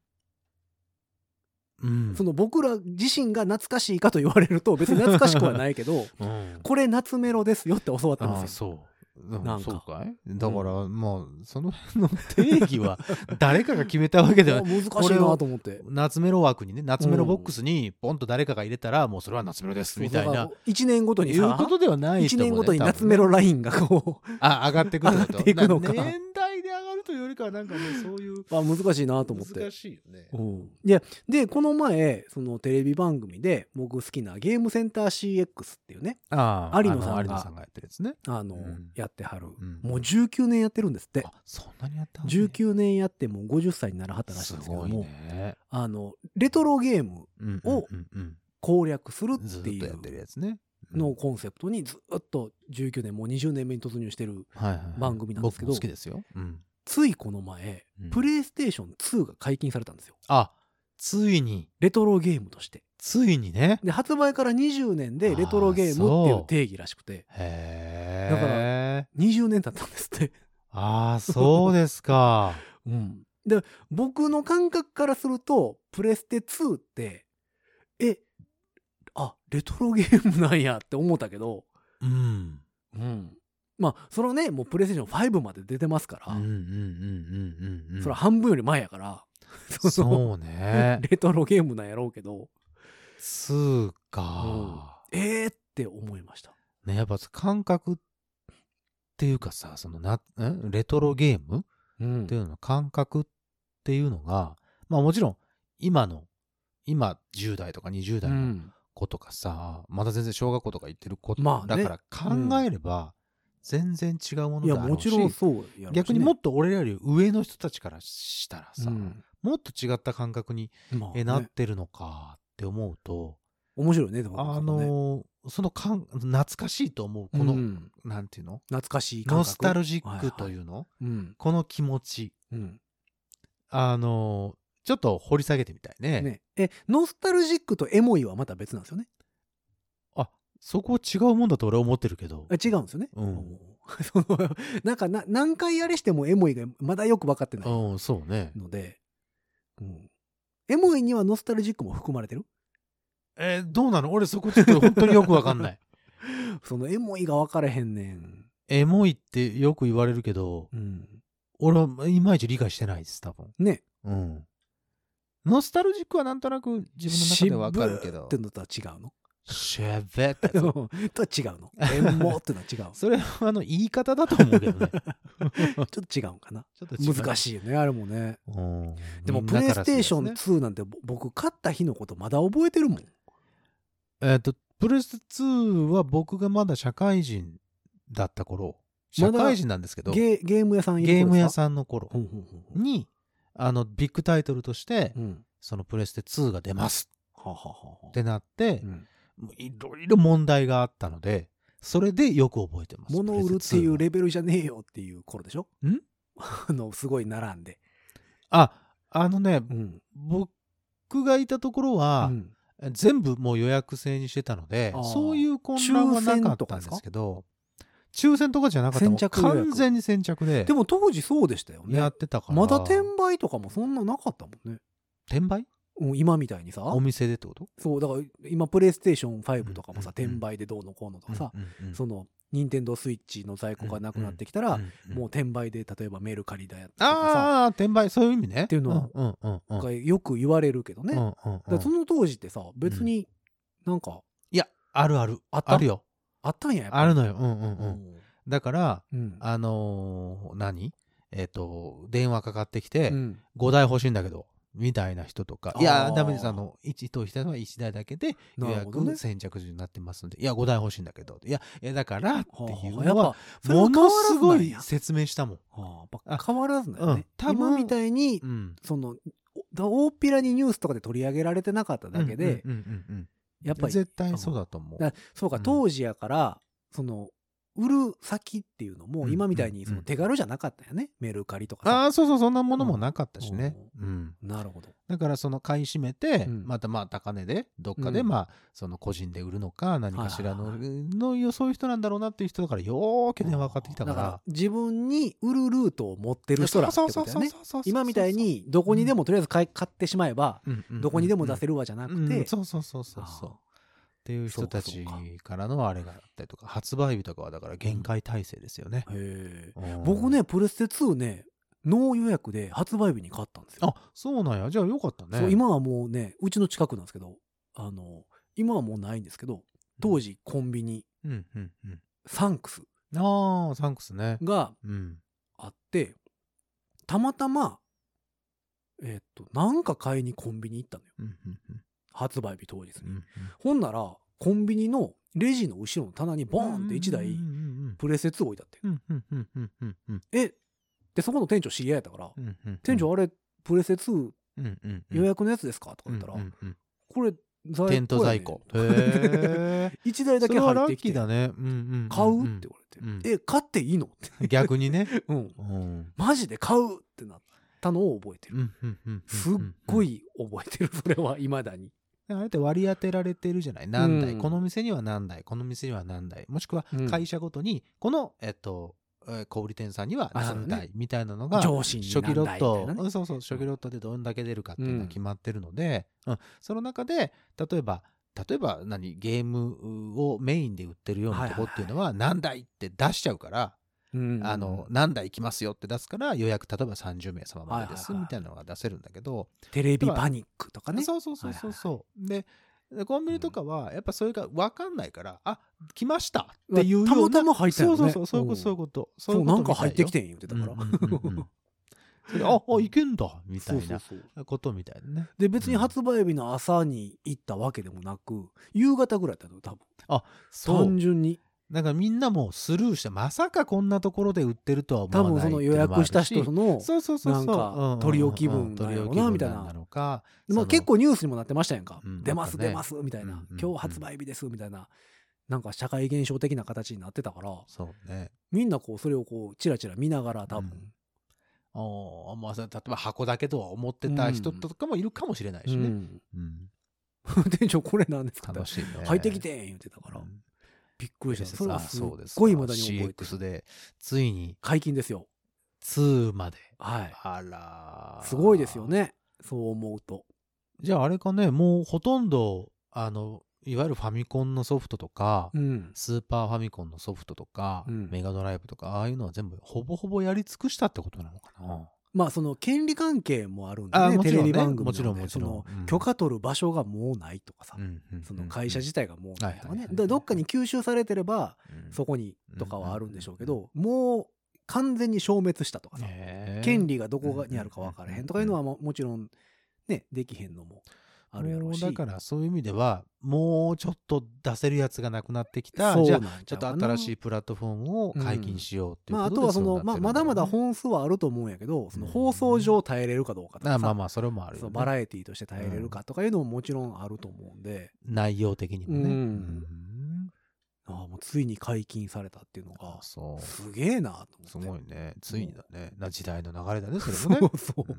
[SPEAKER 3] うん
[SPEAKER 2] その僕ら自身が懐かしいかと言われると、別に懐かしくはないけど、
[SPEAKER 3] うん、
[SPEAKER 2] これ夏メロですよって教わって
[SPEAKER 3] あ
[SPEAKER 2] ま
[SPEAKER 3] あ
[SPEAKER 2] すよ。
[SPEAKER 3] そう。うん
[SPEAKER 2] なんか
[SPEAKER 3] そうかいだから、まあ、その辺の定義は誰かが決めたわけでは
[SPEAKER 2] あ難しい
[SPEAKER 3] これ
[SPEAKER 2] な
[SPEAKER 3] を
[SPEAKER 2] と思って。
[SPEAKER 3] 夏メロ枠にね、夏メロボックスにポンと誰かが入れたら、もうそれは夏メロですみたい
[SPEAKER 2] そうだ
[SPEAKER 3] な
[SPEAKER 2] か。ら一年ごとに
[SPEAKER 3] いう
[SPEAKER 2] さ
[SPEAKER 3] こ、とではない
[SPEAKER 2] 一
[SPEAKER 3] と思う
[SPEAKER 2] 年
[SPEAKER 3] ね
[SPEAKER 2] ごとに
[SPEAKER 3] 多分ね
[SPEAKER 2] 夏メロラインがこ う、
[SPEAKER 3] あ上がってくる
[SPEAKER 2] 上がっていくのか
[SPEAKER 3] 年代で上がるというよりかはなんかねそういう
[SPEAKER 2] あ難しいなと思って
[SPEAKER 3] 難。しいよね
[SPEAKER 2] うんいやでこの前そのテレビ番組で僕好きなゲームセンター CX っていうね
[SPEAKER 3] あ
[SPEAKER 2] 有野さんが
[SPEAKER 3] あの有野さんがやってるやつね
[SPEAKER 2] あの、
[SPEAKER 3] うん
[SPEAKER 2] やってはる、
[SPEAKER 3] うん
[SPEAKER 2] もう19年やってるんですって
[SPEAKER 3] あそんなにやったのね
[SPEAKER 2] 19年やってもう50歳にならはったらしい
[SPEAKER 3] す
[SPEAKER 2] んですけど
[SPEAKER 3] ごい
[SPEAKER 2] も、
[SPEAKER 3] ね
[SPEAKER 2] あのレトロゲーム
[SPEAKER 3] うん
[SPEAKER 2] を
[SPEAKER 3] うんうん
[SPEAKER 2] 攻略する
[SPEAKER 3] うんず
[SPEAKER 2] っ
[SPEAKER 3] ってと
[SPEAKER 2] い
[SPEAKER 3] やっ
[SPEAKER 2] う
[SPEAKER 3] てるやつねうん
[SPEAKER 2] のをコンセプトにずっと19年もう20年目に突入してる
[SPEAKER 3] はいはいはい
[SPEAKER 2] 番組なんですけど
[SPEAKER 3] 僕も好きですようん
[SPEAKER 2] ついこの前、
[SPEAKER 3] うん
[SPEAKER 2] プレイステーション2が解禁されたんですよ
[SPEAKER 3] あついに
[SPEAKER 2] レトロゲームとして
[SPEAKER 3] ついにね
[SPEAKER 2] で発売から20年でレトロゲームっていう定義らしくて
[SPEAKER 3] へえ
[SPEAKER 2] だ20年経ったんです って、
[SPEAKER 3] ああそうで すか
[SPEAKER 2] うん、で僕の感覚からするとプレステ2ってえあレトロゲームなんやって思ったけど、
[SPEAKER 3] うん
[SPEAKER 2] うん、まあそのねもうプレイステーション5まで出てますから、
[SPEAKER 3] うんうんうんうんうんうん
[SPEAKER 2] それは半分より前やから、 その
[SPEAKER 3] そう ね
[SPEAKER 2] レトロゲームなんやろうけど
[SPEAKER 3] つーか、
[SPEAKER 2] えーって思いました
[SPEAKER 3] ねやっぱ感覚っていうかさそのなえレトロゲーム
[SPEAKER 2] うん
[SPEAKER 3] っていうのの感覚っていうのが、まあもちろん今の今10代とか20
[SPEAKER 2] う
[SPEAKER 3] 代の
[SPEAKER 2] ん
[SPEAKER 3] 子とかさ、まだ全然小学校とか行ってる子、
[SPEAKER 2] まあね
[SPEAKER 3] だから考えれば全然違うもの
[SPEAKER 2] いや
[SPEAKER 3] だろうし、
[SPEAKER 2] もちろんそうやろうしね
[SPEAKER 3] 逆にもっと俺らより上の人たちからしたらさ、
[SPEAKER 2] うん
[SPEAKER 3] もっと違った感覚に、
[SPEAKER 2] まあ
[SPEAKER 3] えなっ
[SPEAKER 2] ね
[SPEAKER 3] てるのかって思うと、
[SPEAKER 2] 面白いねでも
[SPEAKER 3] あのーそのかん懐かしいと思うこの、
[SPEAKER 2] うん
[SPEAKER 3] なんていうの
[SPEAKER 2] 懐かしい感覚、
[SPEAKER 3] ノスタルジックといううの、
[SPEAKER 2] はいはいうん
[SPEAKER 3] この気持ち
[SPEAKER 2] うん
[SPEAKER 3] あのーちょっと掘り下げてみたいね
[SPEAKER 2] ね、えノスタルジックとエモいはまた別なんですよね
[SPEAKER 3] そこは違うもんだと俺は思ってるけど
[SPEAKER 2] あ違うんですよね、
[SPEAKER 3] うん
[SPEAKER 2] おー そのなんかな何回あれしてもエモいがまだよく分かってない
[SPEAKER 3] うんそうね
[SPEAKER 2] ので、うんエモいにはノスタルジックも含まれてる
[SPEAKER 3] えーどうなの俺そこちょっと本当によくわかんない
[SPEAKER 2] そのエモいが分かれへんねん、
[SPEAKER 3] エモいってよく言われるけど
[SPEAKER 2] うん、
[SPEAKER 3] 俺はいまいち理解してないです多分
[SPEAKER 2] ね
[SPEAKER 3] うんノスタルジックはなんとなく自分の中でわかるけ
[SPEAKER 2] 渋
[SPEAKER 3] ど
[SPEAKER 2] ってのとは違うの
[SPEAKER 3] しゃべっ
[SPEAKER 2] とは違うのエモってのは違う
[SPEAKER 3] それはあの言い方だと思う けどね
[SPEAKER 2] ちょっと違うんかな
[SPEAKER 3] ちょっと違う
[SPEAKER 2] 難しいよねあれもね
[SPEAKER 3] うん
[SPEAKER 2] でも
[SPEAKER 3] みん
[SPEAKER 2] プ
[SPEAKER 3] な
[SPEAKER 2] レイ
[SPEAKER 3] から
[SPEAKER 2] ス
[SPEAKER 3] する
[SPEAKER 2] テ
[SPEAKER 3] や
[SPEAKER 2] ー
[SPEAKER 3] つ
[SPEAKER 2] ション
[SPEAKER 3] ね
[SPEAKER 2] 2なんてぼ僕買った日のことまだ覚えてるもん
[SPEAKER 3] えっ、と、プレステ2は僕がまだ社会人だった
[SPEAKER 2] ま
[SPEAKER 3] 頃、社
[SPEAKER 2] だ
[SPEAKER 3] 会人なんですけど、ゲ
[SPEAKER 2] ゲーゲーム屋さん
[SPEAKER 3] ーム屋
[SPEAKER 2] ん
[SPEAKER 3] さんの頃
[SPEAKER 2] ほんほんほんほん
[SPEAKER 3] に、あの、ビッグタイトルとして、
[SPEAKER 2] うん。
[SPEAKER 3] そのプレステ2が出ます
[SPEAKER 2] はははは
[SPEAKER 3] ってなって
[SPEAKER 2] う、ん
[SPEAKER 3] もういろいろ問題があったので、それでよく覚えてます。
[SPEAKER 2] 物売るっていう
[SPEAKER 3] プレステ2は
[SPEAKER 2] レベルじゃねえよっていう頃でしょ
[SPEAKER 3] ん
[SPEAKER 2] あの、すごい並んで。
[SPEAKER 3] あ、あのね、
[SPEAKER 2] うん。
[SPEAKER 3] 僕がいたところは
[SPEAKER 2] う、ん
[SPEAKER 3] 全部もう予約制にしてたので
[SPEAKER 2] あー、
[SPEAKER 3] そういう混乱はなかったんですけど、抽抽選とかじゃなかったもん
[SPEAKER 2] 先着予約
[SPEAKER 3] 完全に先着で
[SPEAKER 2] でも当時そうでしたよね
[SPEAKER 3] やってたから、
[SPEAKER 2] まだ転売とかもそんななかったもんね
[SPEAKER 3] 転売
[SPEAKER 2] うん今みたいにさ
[SPEAKER 3] お店でってこと
[SPEAKER 2] そうだから今プレイステーション5とかもさ
[SPEAKER 3] うん
[SPEAKER 2] 転売でどうのこうのとかさ
[SPEAKER 3] うんうんうん
[SPEAKER 2] その任天堂スイッチの在庫がなくなってきたら
[SPEAKER 3] うんうん
[SPEAKER 2] もう転売で例えばメルカリだやとかさ
[SPEAKER 3] ああ転売そういう意味ねって
[SPEAKER 2] いうのは
[SPEAKER 3] うんうんうんうん
[SPEAKER 2] がよく言われるけどね
[SPEAKER 3] う
[SPEAKER 2] だ
[SPEAKER 3] んうんうん
[SPEAKER 2] からその当時ってさ別になんか
[SPEAKER 3] いやあるある
[SPEAKER 2] あった
[SPEAKER 3] あるよ
[SPEAKER 2] あったんややっぱ
[SPEAKER 3] あるのようんうん
[SPEAKER 2] う
[SPEAKER 3] うん
[SPEAKER 2] ん
[SPEAKER 3] だから
[SPEAKER 2] うん
[SPEAKER 3] あのー何えっと電話かかってきて
[SPEAKER 2] うん
[SPEAKER 3] 5台欲しいんだけどみたいな人とか
[SPEAKER 2] あー
[SPEAKER 3] いやダメですあの1等したのは1台だけで予
[SPEAKER 2] なるほどね
[SPEAKER 3] 約先着順になってますんでいや5台欲しいんだけどいやいやだからっていう
[SPEAKER 2] やっ
[SPEAKER 3] のは
[SPEAKER 2] ぱそれは
[SPEAKER 3] も
[SPEAKER 2] 変わ
[SPEAKER 3] の
[SPEAKER 2] らず
[SPEAKER 3] す
[SPEAKER 2] な
[SPEAKER 3] ご
[SPEAKER 2] ん
[SPEAKER 3] い
[SPEAKER 2] や
[SPEAKER 3] 説明したもん
[SPEAKER 2] あーやっぱ変わらずだよ
[SPEAKER 3] う
[SPEAKER 2] ね
[SPEAKER 3] ん多分
[SPEAKER 2] 今みたいに
[SPEAKER 3] うん
[SPEAKER 2] そのおだ大っぴらにニュースとかで取り上げられてなかっただけで、
[SPEAKER 3] うんうんうんうん
[SPEAKER 2] やっぱり
[SPEAKER 3] 絶対そうだと思う
[SPEAKER 2] だそうか
[SPEAKER 3] うん
[SPEAKER 2] 当時やから、その売る先っていうの
[SPEAKER 3] う
[SPEAKER 2] も
[SPEAKER 3] ん
[SPEAKER 2] 今みたいに
[SPEAKER 3] うん
[SPEAKER 2] その手軽じゃなかったよね、メルカリとか
[SPEAKER 3] あ
[SPEAKER 2] さ
[SPEAKER 3] あそうそうそんなものもなかったしね、うん
[SPEAKER 2] なるほど
[SPEAKER 3] だからその買い占めて、
[SPEAKER 2] うん
[SPEAKER 3] またまあ高値でどっかで
[SPEAKER 2] うん
[SPEAKER 3] まあその個人で売るのか何かしらの,、
[SPEAKER 2] はいはい
[SPEAKER 3] のよそういう人なんだろうなっていう人だからよーけ電話かかってきたか
[SPEAKER 2] だからら自分に売るルートを持ってる人らって
[SPEAKER 3] そ
[SPEAKER 2] こと
[SPEAKER 3] うそう
[SPEAKER 2] だ
[SPEAKER 3] そ
[SPEAKER 2] よ
[SPEAKER 3] う
[SPEAKER 2] ね
[SPEAKER 3] そうそう
[SPEAKER 2] 今みたいにどこにでもとりあえず買い買ってしまえば
[SPEAKER 3] うんうんうんうん
[SPEAKER 2] どこにでも出せるわじゃな
[SPEAKER 3] う
[SPEAKER 2] く
[SPEAKER 3] ん
[SPEAKER 2] て
[SPEAKER 3] そうそうそうそうそう
[SPEAKER 2] あ
[SPEAKER 3] っていう人た
[SPEAKER 2] そう
[SPEAKER 3] ち
[SPEAKER 2] かそう
[SPEAKER 3] からのあれがあったりとか発売日とかはだから限界体制ですよね、
[SPEAKER 2] ーへえ
[SPEAKER 3] うん
[SPEAKER 2] 僕ねプレステ2ねノー予約で発売日に買ったんですよ
[SPEAKER 3] あそうなんやじゃあよかったね
[SPEAKER 2] そう今はもうねうちの近くなんですけどあの今はもうないんですけど当時コンビニ
[SPEAKER 3] うんうんうん
[SPEAKER 2] サンクス
[SPEAKER 3] ああサンクスね
[SPEAKER 2] が
[SPEAKER 3] うん
[SPEAKER 2] あってたまたまえっとなんか買いにコンビニ行ったのよ
[SPEAKER 3] うんうんうん
[SPEAKER 2] 発売日当日に、
[SPEAKER 3] うんうん
[SPEAKER 2] ほんならコンビニのレジの後ろの棚にボーンって1
[SPEAKER 3] う
[SPEAKER 2] 台
[SPEAKER 3] んうん
[SPEAKER 2] プレセツ置いてあって、
[SPEAKER 3] うんうんうんうんうんうん
[SPEAKER 2] えでそこの店長知り合いやったから「
[SPEAKER 3] うんうん
[SPEAKER 2] 店長あれプレセツ
[SPEAKER 3] うんうんうん
[SPEAKER 2] 予約のやつですか?」とか言ったら「
[SPEAKER 3] うんうん
[SPEAKER 2] これ在庫や
[SPEAKER 3] うん
[SPEAKER 2] ね
[SPEAKER 3] 店頭在庫へえ
[SPEAKER 2] 1台だけ
[SPEAKER 3] それは
[SPEAKER 2] 入っ
[SPEAKER 3] ラ
[SPEAKER 2] て
[SPEAKER 3] ッ
[SPEAKER 2] きて
[SPEAKER 3] キーだねうんうん
[SPEAKER 2] 買う?」って言
[SPEAKER 3] 言
[SPEAKER 2] われて「
[SPEAKER 3] うん
[SPEAKER 2] え買っていいの?」って、
[SPEAKER 3] 逆に ね
[SPEAKER 2] うん
[SPEAKER 3] うん
[SPEAKER 2] マジで買うってなったのを覚えてる、
[SPEAKER 3] うんうんうんうん
[SPEAKER 2] すっごい覚えてるそ れはいまだに、
[SPEAKER 3] あれって割り当てられてるじゃない何台
[SPEAKER 2] うん
[SPEAKER 3] この店には何台この店には何台もしくは
[SPEAKER 2] うん
[SPEAKER 3] 会社ごとにこのえっとえー小売店さんには
[SPEAKER 2] あそうだね
[SPEAKER 3] 何台みたいなのが
[SPEAKER 2] 上司に
[SPEAKER 3] 初期ロ
[SPEAKER 2] 何台みた
[SPEAKER 3] ッ
[SPEAKER 2] い
[SPEAKER 3] ト
[SPEAKER 2] な、ね
[SPEAKER 3] うんそうそう初期ロットでどんだけ出るかっていうの
[SPEAKER 2] うん
[SPEAKER 3] は決まってるので、うんその中で例えば例えば何ゲームをメインで売ってるようなとこっていうのは何台って出しちゃうから、
[SPEAKER 2] うん
[SPEAKER 3] あの何台来ますよって出すから予約例えば30名様までで
[SPEAKER 2] は
[SPEAKER 3] す
[SPEAKER 2] いはいはい
[SPEAKER 3] みたいなのが出せるんだけど、
[SPEAKER 2] テレビパニックとかね
[SPEAKER 3] そうそうそうそうそう、ででコンビニとかはやっぱそれが分かんないから、あ来ましたっていうような
[SPEAKER 2] たまたま入ったよ
[SPEAKER 3] そ
[SPEAKER 2] ね
[SPEAKER 3] うそうそうそういうこと
[SPEAKER 2] ん
[SPEAKER 3] そう
[SPEAKER 2] そう
[SPEAKER 3] いうことういうこと
[SPEAKER 2] なんか入ってき
[SPEAKER 3] て
[SPEAKER 2] てん言ってたから、
[SPEAKER 3] うんうんうんうん それでああいけんだみた
[SPEAKER 2] そう
[SPEAKER 3] い
[SPEAKER 2] そう
[SPEAKER 3] な
[SPEAKER 2] そう
[SPEAKER 3] ことみたいなね。
[SPEAKER 2] で別に発売日の朝に行ったわけでもなく夕方ぐらいだったの多分単。純に
[SPEAKER 3] なんかみんなもうスルーして、まさかこんなところで売ってるとは思
[SPEAKER 2] 多
[SPEAKER 3] わ
[SPEAKER 2] 分
[SPEAKER 3] ない
[SPEAKER 2] その予約した人
[SPEAKER 3] の
[SPEAKER 2] の
[SPEAKER 3] そうそうそうそう。
[SPEAKER 2] なんか取り置き分なんや
[SPEAKER 3] 取り
[SPEAKER 2] ろ
[SPEAKER 3] 置
[SPEAKER 2] う
[SPEAKER 3] き
[SPEAKER 2] な
[SPEAKER 3] 分
[SPEAKER 2] みたいな
[SPEAKER 3] なのか。
[SPEAKER 2] まあ、結構ニュースにもなってましたやんか、
[SPEAKER 3] うん
[SPEAKER 2] 出ます
[SPEAKER 3] なんかね
[SPEAKER 2] 出ますみたいな、
[SPEAKER 3] うんうんうん
[SPEAKER 2] 今日発売日ですみたいななんか社会現象的な形になってたから
[SPEAKER 3] その。そうね。
[SPEAKER 2] みんなこうそれをこうチラチラ見ながら多分、
[SPEAKER 3] うんおーまあ、それ例えば箱だけとは思ってた人とかもいるかもしれないし
[SPEAKER 2] う
[SPEAKER 3] ね。
[SPEAKER 2] ん
[SPEAKER 3] うん
[SPEAKER 2] 店長これなんですか
[SPEAKER 3] 楽しいね。
[SPEAKER 2] 入ってきてん言ってたから、
[SPEAKER 3] うん
[SPEAKER 2] びっくりしたそれは
[SPEAKER 3] あ
[SPEAKER 2] すっ
[SPEAKER 3] そうですか。
[SPEAKER 2] ごいまだに覚えてる
[SPEAKER 3] CX で、ついに
[SPEAKER 2] 解禁ですよ
[SPEAKER 3] 2まで。
[SPEAKER 2] はい
[SPEAKER 3] あらー
[SPEAKER 2] すごいですよねそう思うと
[SPEAKER 3] じゃああれかね、もうほとんど、あの、いわゆるファミコンのソフトとか、
[SPEAKER 2] うん
[SPEAKER 3] スーパーファミコンのソフトとか、
[SPEAKER 2] うん
[SPEAKER 3] メガドライブとか、ああいうのは全部、ほぼほぼやり尽くしたってことなのかな。
[SPEAKER 2] まあその権利関係もあるんで、
[SPEAKER 3] あ
[SPEAKER 2] ね
[SPEAKER 3] も
[SPEAKER 2] テ
[SPEAKER 3] ち
[SPEAKER 2] レ
[SPEAKER 3] ろんね
[SPEAKER 2] ビ番組なんで
[SPEAKER 3] もちろんもちろん
[SPEAKER 2] その
[SPEAKER 3] うん
[SPEAKER 2] 許可取る場所がもうないとかさ、
[SPEAKER 3] うんうん
[SPEAKER 2] その会社自体がもうないとか
[SPEAKER 3] はいはいはい
[SPEAKER 2] ね
[SPEAKER 3] は
[SPEAKER 2] だ
[SPEAKER 3] い
[SPEAKER 2] からどっかに吸収されてれば
[SPEAKER 3] うん
[SPEAKER 2] そこにとかはあるんでしょうけど、もう完全に消滅したとかさ、
[SPEAKER 3] ねえ
[SPEAKER 2] 権利がどこにあるか分からへんとかいうのは
[SPEAKER 3] ん
[SPEAKER 2] ももちろんねできへんのもあるやろうし
[SPEAKER 3] もだからそういう意味では、もうちょっと出せるやつがなくなってきた。
[SPEAKER 2] そう
[SPEAKER 3] じゃ
[SPEAKER 2] なん
[SPEAKER 3] あ
[SPEAKER 2] ちゃうかな
[SPEAKER 3] ちょっと新しいプラットフォームを解禁しようっていう
[SPEAKER 2] まあ、あ
[SPEAKER 3] ことと
[SPEAKER 2] は
[SPEAKER 3] で
[SPEAKER 2] そ
[SPEAKER 3] そう
[SPEAKER 2] の
[SPEAKER 3] なってるん
[SPEAKER 2] まあ
[SPEAKER 3] ろうね
[SPEAKER 2] まだまだ本数はあると思うんやけどその放送上耐えれるかどうかとか
[SPEAKER 3] あまあ
[SPEAKER 2] さ
[SPEAKER 3] まあ、それもあるよね
[SPEAKER 2] そうバラエティーとして耐えれるかとかいうのももちろんあると思うんで、
[SPEAKER 3] 内容的にもね。
[SPEAKER 2] うん
[SPEAKER 3] うん
[SPEAKER 2] ああもうついに解禁されたっていうの
[SPEAKER 3] あ
[SPEAKER 2] が
[SPEAKER 3] そう。
[SPEAKER 2] すげえなと思って
[SPEAKER 3] すごいね。ついにだね。な時代の流れだ ね、それ
[SPEAKER 2] そ
[SPEAKER 3] もね。
[SPEAKER 2] うそううん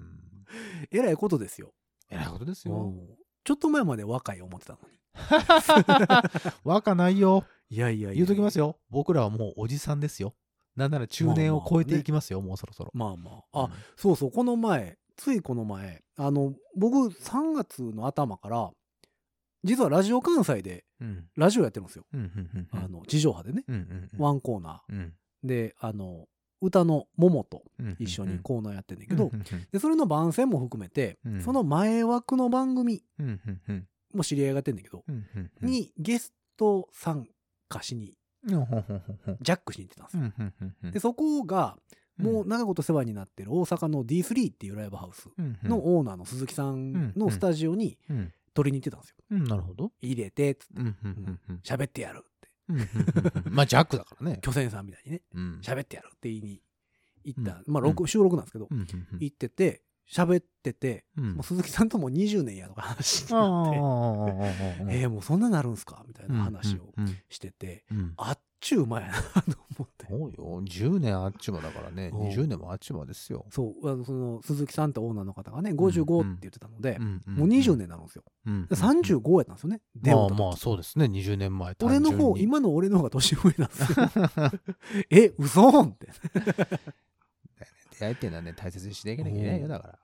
[SPEAKER 2] えらいことですよ
[SPEAKER 3] えらいことです
[SPEAKER 2] う
[SPEAKER 3] よ。
[SPEAKER 2] んちょっと前まで若い思ってたのに
[SPEAKER 3] 若ないよ。
[SPEAKER 2] いやいやいや
[SPEAKER 3] 言うときますよ。僕らはもうおじさんですよ。なんなら中年を超えていきますよ、もうそろそろ。
[SPEAKER 2] まあまああ、そうそうこの前ついこの前あの僕3月の頭から実はラジオ関西で
[SPEAKER 3] うん、うん。
[SPEAKER 2] ラジオやってるんですよ、
[SPEAKER 3] うん、うん、うん。
[SPEAKER 2] あ、の地上波でね、
[SPEAKER 3] うん、うん。
[SPEAKER 2] ワンコーナ
[SPEAKER 3] うん、
[SPEAKER 2] ーであの歌の「もも」と
[SPEAKER 3] うん。
[SPEAKER 2] 一緒にコーナーやってんだ
[SPEAKER 3] う
[SPEAKER 2] け
[SPEAKER 3] ん
[SPEAKER 2] ど、
[SPEAKER 3] うんうん
[SPEAKER 2] でそれの番宣も含めて、
[SPEAKER 3] うん
[SPEAKER 2] その前枠の番組
[SPEAKER 3] うん、うん、うん。
[SPEAKER 2] も知り合いがやってんだけど、
[SPEAKER 3] うん、うん、うん。
[SPEAKER 2] にゲスト参加しに
[SPEAKER 3] うん、ほんほんほんほん
[SPEAKER 2] ジャックしに行ってたんです
[SPEAKER 3] う
[SPEAKER 2] よ、
[SPEAKER 3] ん、うん、うんうん。
[SPEAKER 2] でそこがもう
[SPEAKER 3] う
[SPEAKER 2] 長いこと世話になってる大阪の D3 っていうライブハウス
[SPEAKER 3] ん、うん、
[SPEAKER 2] のオーナーの鈴木さん
[SPEAKER 3] う
[SPEAKER 2] の
[SPEAKER 3] ん
[SPEAKER 2] スタジオに
[SPEAKER 3] うん、
[SPEAKER 2] 取りに行ってたんですよ
[SPEAKER 3] うん、なるほど。
[SPEAKER 2] 入れてっつって
[SPEAKER 3] うん、うん、うん、うん。
[SPEAKER 2] 喋ってやるって
[SPEAKER 3] うんうんうんうんまあ、ジャックだからね。
[SPEAKER 2] 巨泉さん みたいにね
[SPEAKER 3] うん
[SPEAKER 2] 喋ってやるって言いに行った、
[SPEAKER 3] うん
[SPEAKER 2] まあ録収録なんですけど、
[SPEAKER 3] うんうんうん
[SPEAKER 2] 行ってて喋ってて、
[SPEAKER 3] うん
[SPEAKER 2] もう鈴木さんともう20年やとか話に
[SPEAKER 3] あああ
[SPEAKER 2] なっ
[SPEAKER 3] ああ
[SPEAKER 2] て
[SPEAKER 3] ああああ
[SPEAKER 2] えー、もうそんななるんすかみたいな話を
[SPEAKER 3] うん
[SPEAKER 2] してて、
[SPEAKER 3] うんうん
[SPEAKER 2] あっちゅう前やな と思って。
[SPEAKER 3] そうよ10年あっちもだからね
[SPEAKER 2] うん
[SPEAKER 3] 20年もあっちもですよ、
[SPEAKER 2] そう、あのその鈴木さんってオーナーの方がね、55って言ってたので、
[SPEAKER 3] んん
[SPEAKER 2] もう20、年になるんですよ。
[SPEAKER 3] うんうんうん
[SPEAKER 2] で35やったんですよね、出
[SPEAKER 3] ま
[SPEAKER 2] 会
[SPEAKER 3] あ
[SPEAKER 2] うた時
[SPEAKER 3] まあそうですね20年前
[SPEAKER 2] 俺の方、
[SPEAKER 3] 単純に
[SPEAKER 2] 今の俺の方が年上なんです よ。 え、嘘んって。
[SPEAKER 3] 出会いっていうのはね大切にしなきゃいけないよだから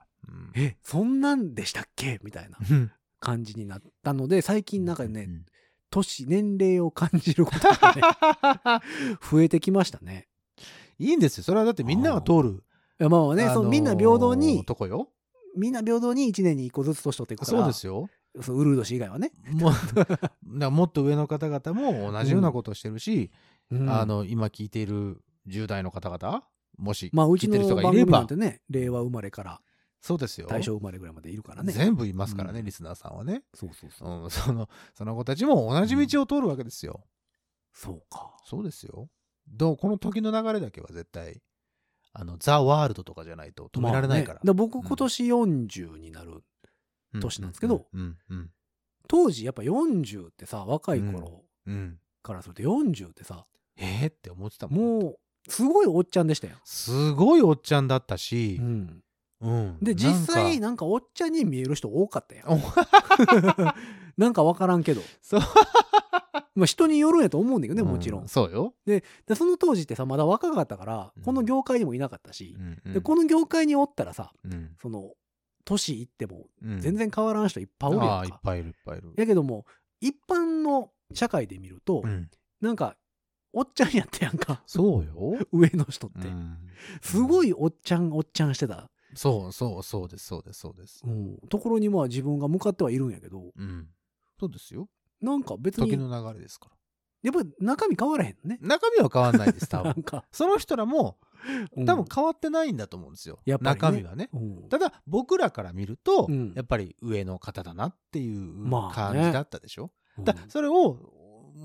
[SPEAKER 2] え、そんなんでしたっけみたいな
[SPEAKER 3] うん
[SPEAKER 2] 感じになったので、最近なんか
[SPEAKER 3] う
[SPEAKER 2] ね、
[SPEAKER 3] ん
[SPEAKER 2] 年、年齢を感じることがね、増えてきましたね。
[SPEAKER 3] いいんですよそれはだってみんなが通る
[SPEAKER 2] いやまあね、
[SPEAKER 3] あのー
[SPEAKER 2] そのみんな平等に、
[SPEAKER 3] とこよ
[SPEAKER 2] みんな平等に1年に1個ずつ年取っていくから、
[SPEAKER 3] そうですよ
[SPEAKER 2] そのウルード氏以外はね。
[SPEAKER 3] もう だからもっと上の方々も同じようなことをしてるし、
[SPEAKER 2] うん
[SPEAKER 3] あの今聞いている10代の方々もし
[SPEAKER 2] まあ、う
[SPEAKER 3] 聞
[SPEAKER 2] ち
[SPEAKER 3] いてる
[SPEAKER 2] の
[SPEAKER 3] 人が
[SPEAKER 2] 番
[SPEAKER 3] いれ
[SPEAKER 2] 組
[SPEAKER 3] ば、
[SPEAKER 2] なんてね、令和生まれから
[SPEAKER 3] そうですよ
[SPEAKER 2] 大正生まれぐらいまでいるからね。
[SPEAKER 3] 全部いますからね、
[SPEAKER 2] うん
[SPEAKER 3] リスナーさんはね、
[SPEAKER 2] そうそうそう。
[SPEAKER 3] うん、そのその子たちも同じ道を通るわけですよ、
[SPEAKER 2] そうか。
[SPEAKER 3] そうですよどうこの時の流れだけは絶対あのザ・ワールドとかじゃないと止められないから,、
[SPEAKER 2] まあね僕今年40になる。年なんですけど
[SPEAKER 3] うんうん
[SPEAKER 2] 当時やっぱ40ってさ、若い頃
[SPEAKER 3] うん、うん
[SPEAKER 2] からすると40ってさ、
[SPEAKER 3] えー、って思ってたもん
[SPEAKER 2] もうすごいおっちゃんでしたよ。
[SPEAKER 3] すごいおっちゃんだったし
[SPEAKER 2] う、ん。
[SPEAKER 3] うん
[SPEAKER 2] で、実際
[SPEAKER 3] なんか
[SPEAKER 2] なんかおっちゃんに見える人多かったやん
[SPEAKER 3] お。
[SPEAKER 2] なんかわからんけど。
[SPEAKER 3] そう
[SPEAKER 2] まあ人によるんやと思うんだけどね、もちろん
[SPEAKER 3] う。そうよ、
[SPEAKER 2] で、その当時ってさ、まだ若かったから
[SPEAKER 3] うん、
[SPEAKER 2] この業界にもいなかったし
[SPEAKER 3] う、んうん
[SPEAKER 2] で、この業界におったらさ、
[SPEAKER 3] うん
[SPEAKER 2] その、年いっても
[SPEAKER 3] うん
[SPEAKER 2] 全然変わらん人いっぱいおるや
[SPEAKER 3] ああ
[SPEAKER 2] ん
[SPEAKER 3] いっ
[SPEAKER 2] か。
[SPEAKER 3] ぱいいるいっぱいいる、
[SPEAKER 2] やけども、一般の社会で見ると、
[SPEAKER 3] うん、
[SPEAKER 2] なんか、おっちゃんやったやんか。
[SPEAKER 3] そうよ、
[SPEAKER 2] 上の人って。
[SPEAKER 3] うん、
[SPEAKER 2] すごいおっちゃん、おっちゃんしてた、
[SPEAKER 3] そうそうそうですそうですそうです
[SPEAKER 2] ところにまあ自分が向かってはいるんやけど、
[SPEAKER 3] うんそうですよ
[SPEAKER 2] なんか別に、
[SPEAKER 3] 時
[SPEAKER 2] や
[SPEAKER 3] の流れですから
[SPEAKER 2] っぱり中身変わらへんね。
[SPEAKER 3] 中身は変わんないです多
[SPEAKER 2] な
[SPEAKER 3] 分
[SPEAKER 2] んか、
[SPEAKER 3] その人らも
[SPEAKER 2] うん
[SPEAKER 3] 多分、変わってないんだと思うんですよ、
[SPEAKER 2] やっぱりね
[SPEAKER 3] 中身はね
[SPEAKER 2] うん
[SPEAKER 3] ただ僕らから見ると、
[SPEAKER 2] うん
[SPEAKER 3] やっぱり上の方だなっていう
[SPEAKER 2] まあ
[SPEAKER 3] 感
[SPEAKER 2] ね
[SPEAKER 3] じだったでしょ、だ
[SPEAKER 2] うん
[SPEAKER 3] それを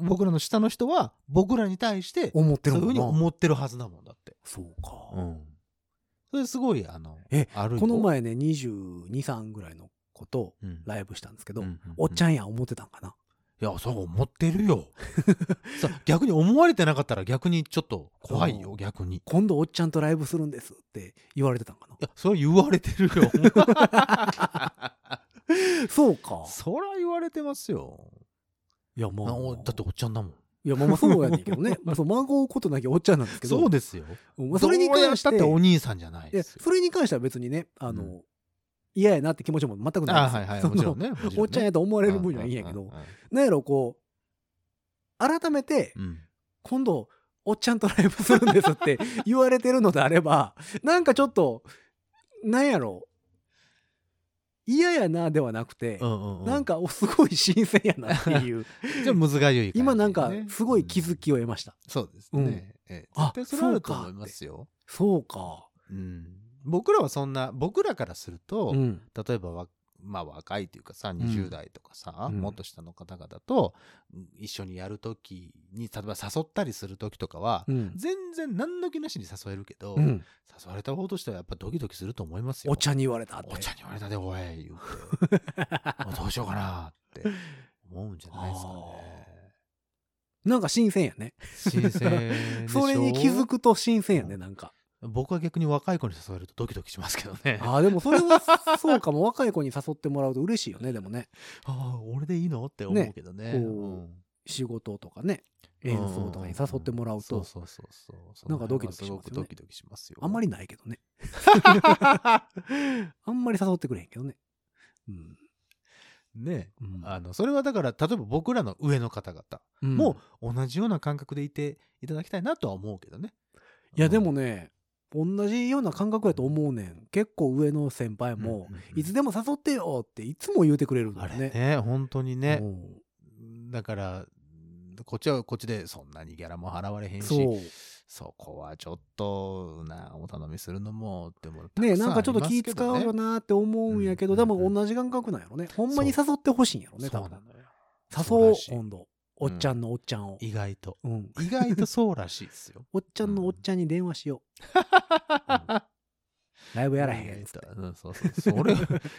[SPEAKER 3] 僕らの下の人は僕らに対して
[SPEAKER 2] 思って
[SPEAKER 3] そうい
[SPEAKER 2] る
[SPEAKER 3] うふ
[SPEAKER 2] も
[SPEAKER 3] うん
[SPEAKER 2] な
[SPEAKER 3] に思ってるはずだもんだって、
[SPEAKER 2] そうか。
[SPEAKER 3] ん、それすごいあの
[SPEAKER 2] え
[SPEAKER 3] あるよ
[SPEAKER 2] この、前ね、22、3ぐらいの子と
[SPEAKER 3] うん
[SPEAKER 2] ライブしたんですけど、
[SPEAKER 3] うんうんうん
[SPEAKER 2] おっちゃんや思ってたんかな。
[SPEAKER 3] いや、そう思ってる よ。さ逆に思われてなかったら逆にちょっと怖い
[SPEAKER 2] そ
[SPEAKER 3] よ、
[SPEAKER 2] う
[SPEAKER 3] 逆に。い
[SPEAKER 2] 今度おっちゃんとライブするんですって言われてたんかな。
[SPEAKER 3] や、それ言われてるよ。
[SPEAKER 2] そうか。
[SPEAKER 3] そら言われてますよ。
[SPEAKER 2] いや、ま
[SPEAKER 3] な
[SPEAKER 2] あ
[SPEAKER 3] おだっておっちゃんだもん。
[SPEAKER 2] いや、まあまあそうやねんけど ね。まあそう、孫うことなきゃおっちゃんなんですけど。
[SPEAKER 3] そうですよ。
[SPEAKER 2] うんまあそれに関して、
[SPEAKER 3] どうやったってお兄さんじゃない
[SPEAKER 2] いや
[SPEAKER 3] ですよ。
[SPEAKER 2] それに関しては別にね、あの、嫌やなって気持ちも全くない
[SPEAKER 3] あ
[SPEAKER 2] ですよ
[SPEAKER 3] はいは い、
[SPEAKER 2] その
[SPEAKER 3] もちろんね。もちろんね
[SPEAKER 2] おっちゃんやと思われる分にはいいんやけ
[SPEAKER 3] うん
[SPEAKER 2] ど
[SPEAKER 3] う、ん
[SPEAKER 2] なんやろ、こう、改めて、
[SPEAKER 3] うんうん
[SPEAKER 2] 今度、おっちゃんとライブするんですって言われてるのであれば、 なんかちょっと、なんやろ、嫌やなではなくて、
[SPEAKER 3] うんうんうん
[SPEAKER 2] なんか、おすごい新鮮やなって いう、
[SPEAKER 3] ちょっと難しい感じね
[SPEAKER 2] 今なんか、すごい気づ
[SPEAKER 3] うん
[SPEAKER 2] きを得ました。
[SPEAKER 3] そうです
[SPEAKER 2] うん
[SPEAKER 3] ね。ええ
[SPEAKER 2] あ
[SPEAKER 3] 絶対それあると思いますよ。
[SPEAKER 2] そうか。
[SPEAKER 3] うん僕らはそんな、僕らからすると、
[SPEAKER 2] うん。
[SPEAKER 3] 例えばわまあ若いというかさ20代とかさ、
[SPEAKER 2] うん
[SPEAKER 3] もっと下の方々と一緒にやるときに例えば誘ったりするときとかは、
[SPEAKER 2] うん。
[SPEAKER 3] 全然何の気なしに誘えるけど、
[SPEAKER 2] うん
[SPEAKER 3] 誘われた方としてはやっぱドキドキすると思いますよ。
[SPEAKER 2] おっちゃんに言われたって。
[SPEAKER 3] おっちゃんに言われたでおい言うてもうどうしようかなって思うんじゃないですか
[SPEAKER 2] なんか新鮮やね。
[SPEAKER 3] ね。新鮮でしょ
[SPEAKER 2] それに気づくと新鮮やね、なんか。
[SPEAKER 3] 僕は逆に若い子に誘われるとドキドキしますけどね。あ
[SPEAKER 2] ああ、でもそれはそうかも。若い子に誘ってもらうと嬉しいよね、でもね。
[SPEAKER 3] あ俺でいいのって思うけどね。
[SPEAKER 2] ねこう
[SPEAKER 3] うん
[SPEAKER 2] 仕事とかね演奏とかに誘ってもらうと、
[SPEAKER 3] そうそうそうそう
[SPEAKER 2] なんかドキドキしますよね
[SPEAKER 3] その辺はごくドキドキしますよ
[SPEAKER 2] あんまりないけど ねあんまり誘ってくれへんけどねうん、
[SPEAKER 3] ね
[SPEAKER 2] うん
[SPEAKER 3] あのそれはだから例えば僕らの上の方々
[SPEAKER 2] うん
[SPEAKER 3] も同じような感覚でいていただきたいなとは思うけどね
[SPEAKER 2] いやでもね同じような感覚やと思うねん結構上の先輩
[SPEAKER 3] うん
[SPEAKER 2] も
[SPEAKER 3] うん
[SPEAKER 2] 「
[SPEAKER 3] うん
[SPEAKER 2] いつでも誘ってよ」っていつも言うてくれるんだ
[SPEAKER 3] あ
[SPEAKER 2] よ
[SPEAKER 3] れね
[SPEAKER 2] ね
[SPEAKER 3] 本当にね
[SPEAKER 2] うん
[SPEAKER 3] だからこっちはこっちでそんなにギャラも払われへんし
[SPEAKER 2] そう
[SPEAKER 3] そこはちょっとなお頼みするのもって思う
[SPEAKER 2] ねなんかちょっと気使うよ
[SPEAKER 3] な
[SPEAKER 2] なって思うんやけ
[SPEAKER 3] う
[SPEAKER 2] ど
[SPEAKER 3] んうん
[SPEAKER 2] で
[SPEAKER 3] うん
[SPEAKER 2] も同じ感覚なんやろねほんまに誘ってほしいんやろね
[SPEAKER 3] そ
[SPEAKER 2] 多
[SPEAKER 3] うな
[SPEAKER 2] 分
[SPEAKER 3] のよそう
[SPEAKER 2] 誘お
[SPEAKER 3] ら
[SPEAKER 2] う
[SPEAKER 3] しい
[SPEAKER 2] 今度おっちゃんのおっちゃんを、
[SPEAKER 3] 意外と
[SPEAKER 2] うん、
[SPEAKER 3] 意外とそうらしいで すよ
[SPEAKER 2] おっちゃんのおっちゃんに電話しようライブやらへんっつって
[SPEAKER 3] うんそうそうそ れ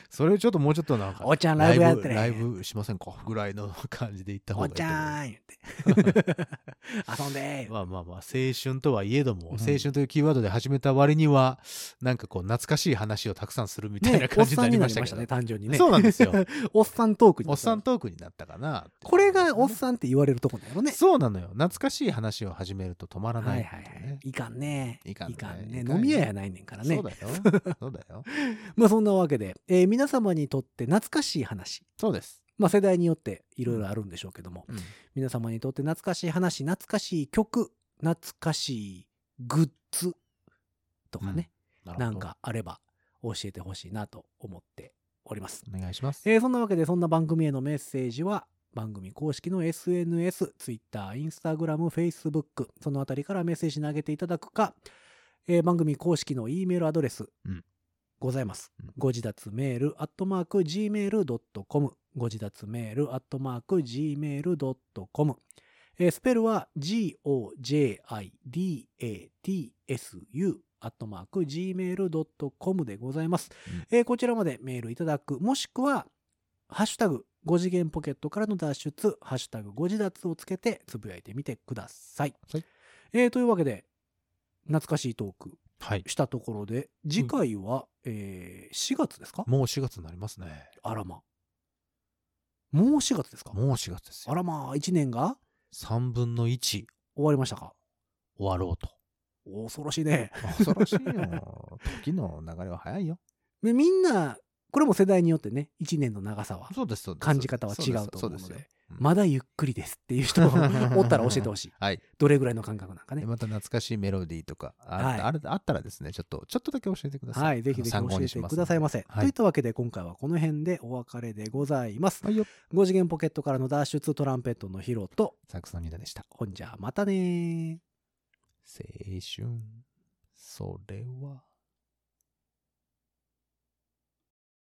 [SPEAKER 3] それをちょっともうちょっとなんか
[SPEAKER 2] おっちゃんライブやってね
[SPEAKER 3] ライブライブしませんかぐらいの感じで行った方
[SPEAKER 2] お
[SPEAKER 3] が
[SPEAKER 2] っ
[SPEAKER 3] いい
[SPEAKER 2] ち
[SPEAKER 3] と
[SPEAKER 2] ゃ
[SPEAKER 3] 思う
[SPEAKER 2] ん言って 遊ん でー
[SPEAKER 3] まあまあまあ青春とはいえども、
[SPEAKER 2] うん
[SPEAKER 3] 青春というキーワードで始めた割にはなんかこう懐かしい話をたくさんするみたいな
[SPEAKER 2] ね、お
[SPEAKER 3] 感
[SPEAKER 2] っ
[SPEAKER 3] じに
[SPEAKER 2] さ
[SPEAKER 3] なん
[SPEAKER 2] に
[SPEAKER 3] り
[SPEAKER 2] な
[SPEAKER 3] ま
[SPEAKER 2] り
[SPEAKER 3] した
[SPEAKER 2] ま
[SPEAKER 3] け
[SPEAKER 2] した
[SPEAKER 3] ど、
[SPEAKER 2] ね単純に ね
[SPEAKER 3] そうなんですよ
[SPEAKER 2] おっさんトークに
[SPEAKER 3] おっさんトークになったかな
[SPEAKER 2] これがおっ
[SPEAKER 3] さ
[SPEAKER 2] さんって言われるとこだよね
[SPEAKER 3] そうなのよ懐かしい話を始めると止まら
[SPEAKER 2] は
[SPEAKER 3] ない
[SPEAKER 2] い
[SPEAKER 3] って
[SPEAKER 2] はい
[SPEAKER 3] うね
[SPEAKER 2] はいいかんね
[SPEAKER 3] いかんねいかんね
[SPEAKER 2] 飲み屋やないねんからね
[SPEAKER 3] そうだよそうだよ
[SPEAKER 2] まあそんなわけで、えー皆様にとって懐かしい話
[SPEAKER 3] そうです、
[SPEAKER 2] まあ世代によっていろいろあるんでしょうけども、
[SPEAKER 3] うん
[SPEAKER 2] 皆様にとって懐かしい話懐かしい曲懐かしいグッズとかね、
[SPEAKER 3] な
[SPEAKER 2] なん
[SPEAKER 3] るほど
[SPEAKER 2] かあれば教えてほしいなと思っております
[SPEAKER 3] お願いします
[SPEAKER 2] えーそんなわけでそんな番組へのメッセージは番組公式の SNS、Twitter、Instagram、Facebook そのあたりからメッセージ投げていただくか、えー番組公式の E メールアドレス、
[SPEAKER 3] うん
[SPEAKER 2] ございます
[SPEAKER 3] うん。
[SPEAKER 2] ご自立メールアットマーク Gmail.com ご自立メールアットマーク Gmail.com えースペルは GOJIDATSU アットマーク Gmail.com でございます。えーこちらまでメールいただく、もしくは、ハッシュタグ、5次元ポケットからの脱出、ハッシュタグ、5次脱をつけて、つぶやいてみてください。
[SPEAKER 3] はい
[SPEAKER 2] えーというわけで、懐かしいトーク
[SPEAKER 3] はい
[SPEAKER 2] したところで、次回は、えー4月ですか
[SPEAKER 3] もう4月になりますね
[SPEAKER 2] あらま。もう4月ですか
[SPEAKER 3] もう4月です
[SPEAKER 2] あ
[SPEAKER 3] よ
[SPEAKER 2] らま、1年が
[SPEAKER 3] 3分の1終
[SPEAKER 2] 終わりましたか
[SPEAKER 3] わろうと
[SPEAKER 2] 恐ろしいね。
[SPEAKER 3] 恐ろしいよ時の流れは早いよ
[SPEAKER 2] でみんな、これも世代によってね、1年の長さは
[SPEAKER 3] そうですそうです
[SPEAKER 2] 感じ方は違うと
[SPEAKER 3] そ
[SPEAKER 2] 思う
[SPEAKER 3] で
[SPEAKER 2] の
[SPEAKER 3] す
[SPEAKER 2] で、
[SPEAKER 3] うん
[SPEAKER 2] まだゆっくりですっていう人がおったら教えてほしい。
[SPEAKER 3] はい
[SPEAKER 2] どれぐらいの感覚なんか
[SPEAKER 3] で
[SPEAKER 2] ね。
[SPEAKER 3] また懐かしいメロディーとかあ,、
[SPEAKER 2] はい
[SPEAKER 3] あれあったらですねちょっとちょっとだけ教えてください、
[SPEAKER 2] はい、ぜひぜひ
[SPEAKER 3] あの
[SPEAKER 2] 教
[SPEAKER 3] 参考
[SPEAKER 2] え
[SPEAKER 3] にしてま
[SPEAKER 2] く
[SPEAKER 3] す
[SPEAKER 2] ださいませ。
[SPEAKER 3] は
[SPEAKER 2] といっ
[SPEAKER 3] い、
[SPEAKER 2] たわけで今回はこの辺でお別れでございます。
[SPEAKER 3] はいよ
[SPEAKER 2] 5次元ポケットからの脱出トランペットのヒロと、
[SPEAKER 3] サックスのニダでした
[SPEAKER 2] ほんじゃまたねー。
[SPEAKER 3] 青春それは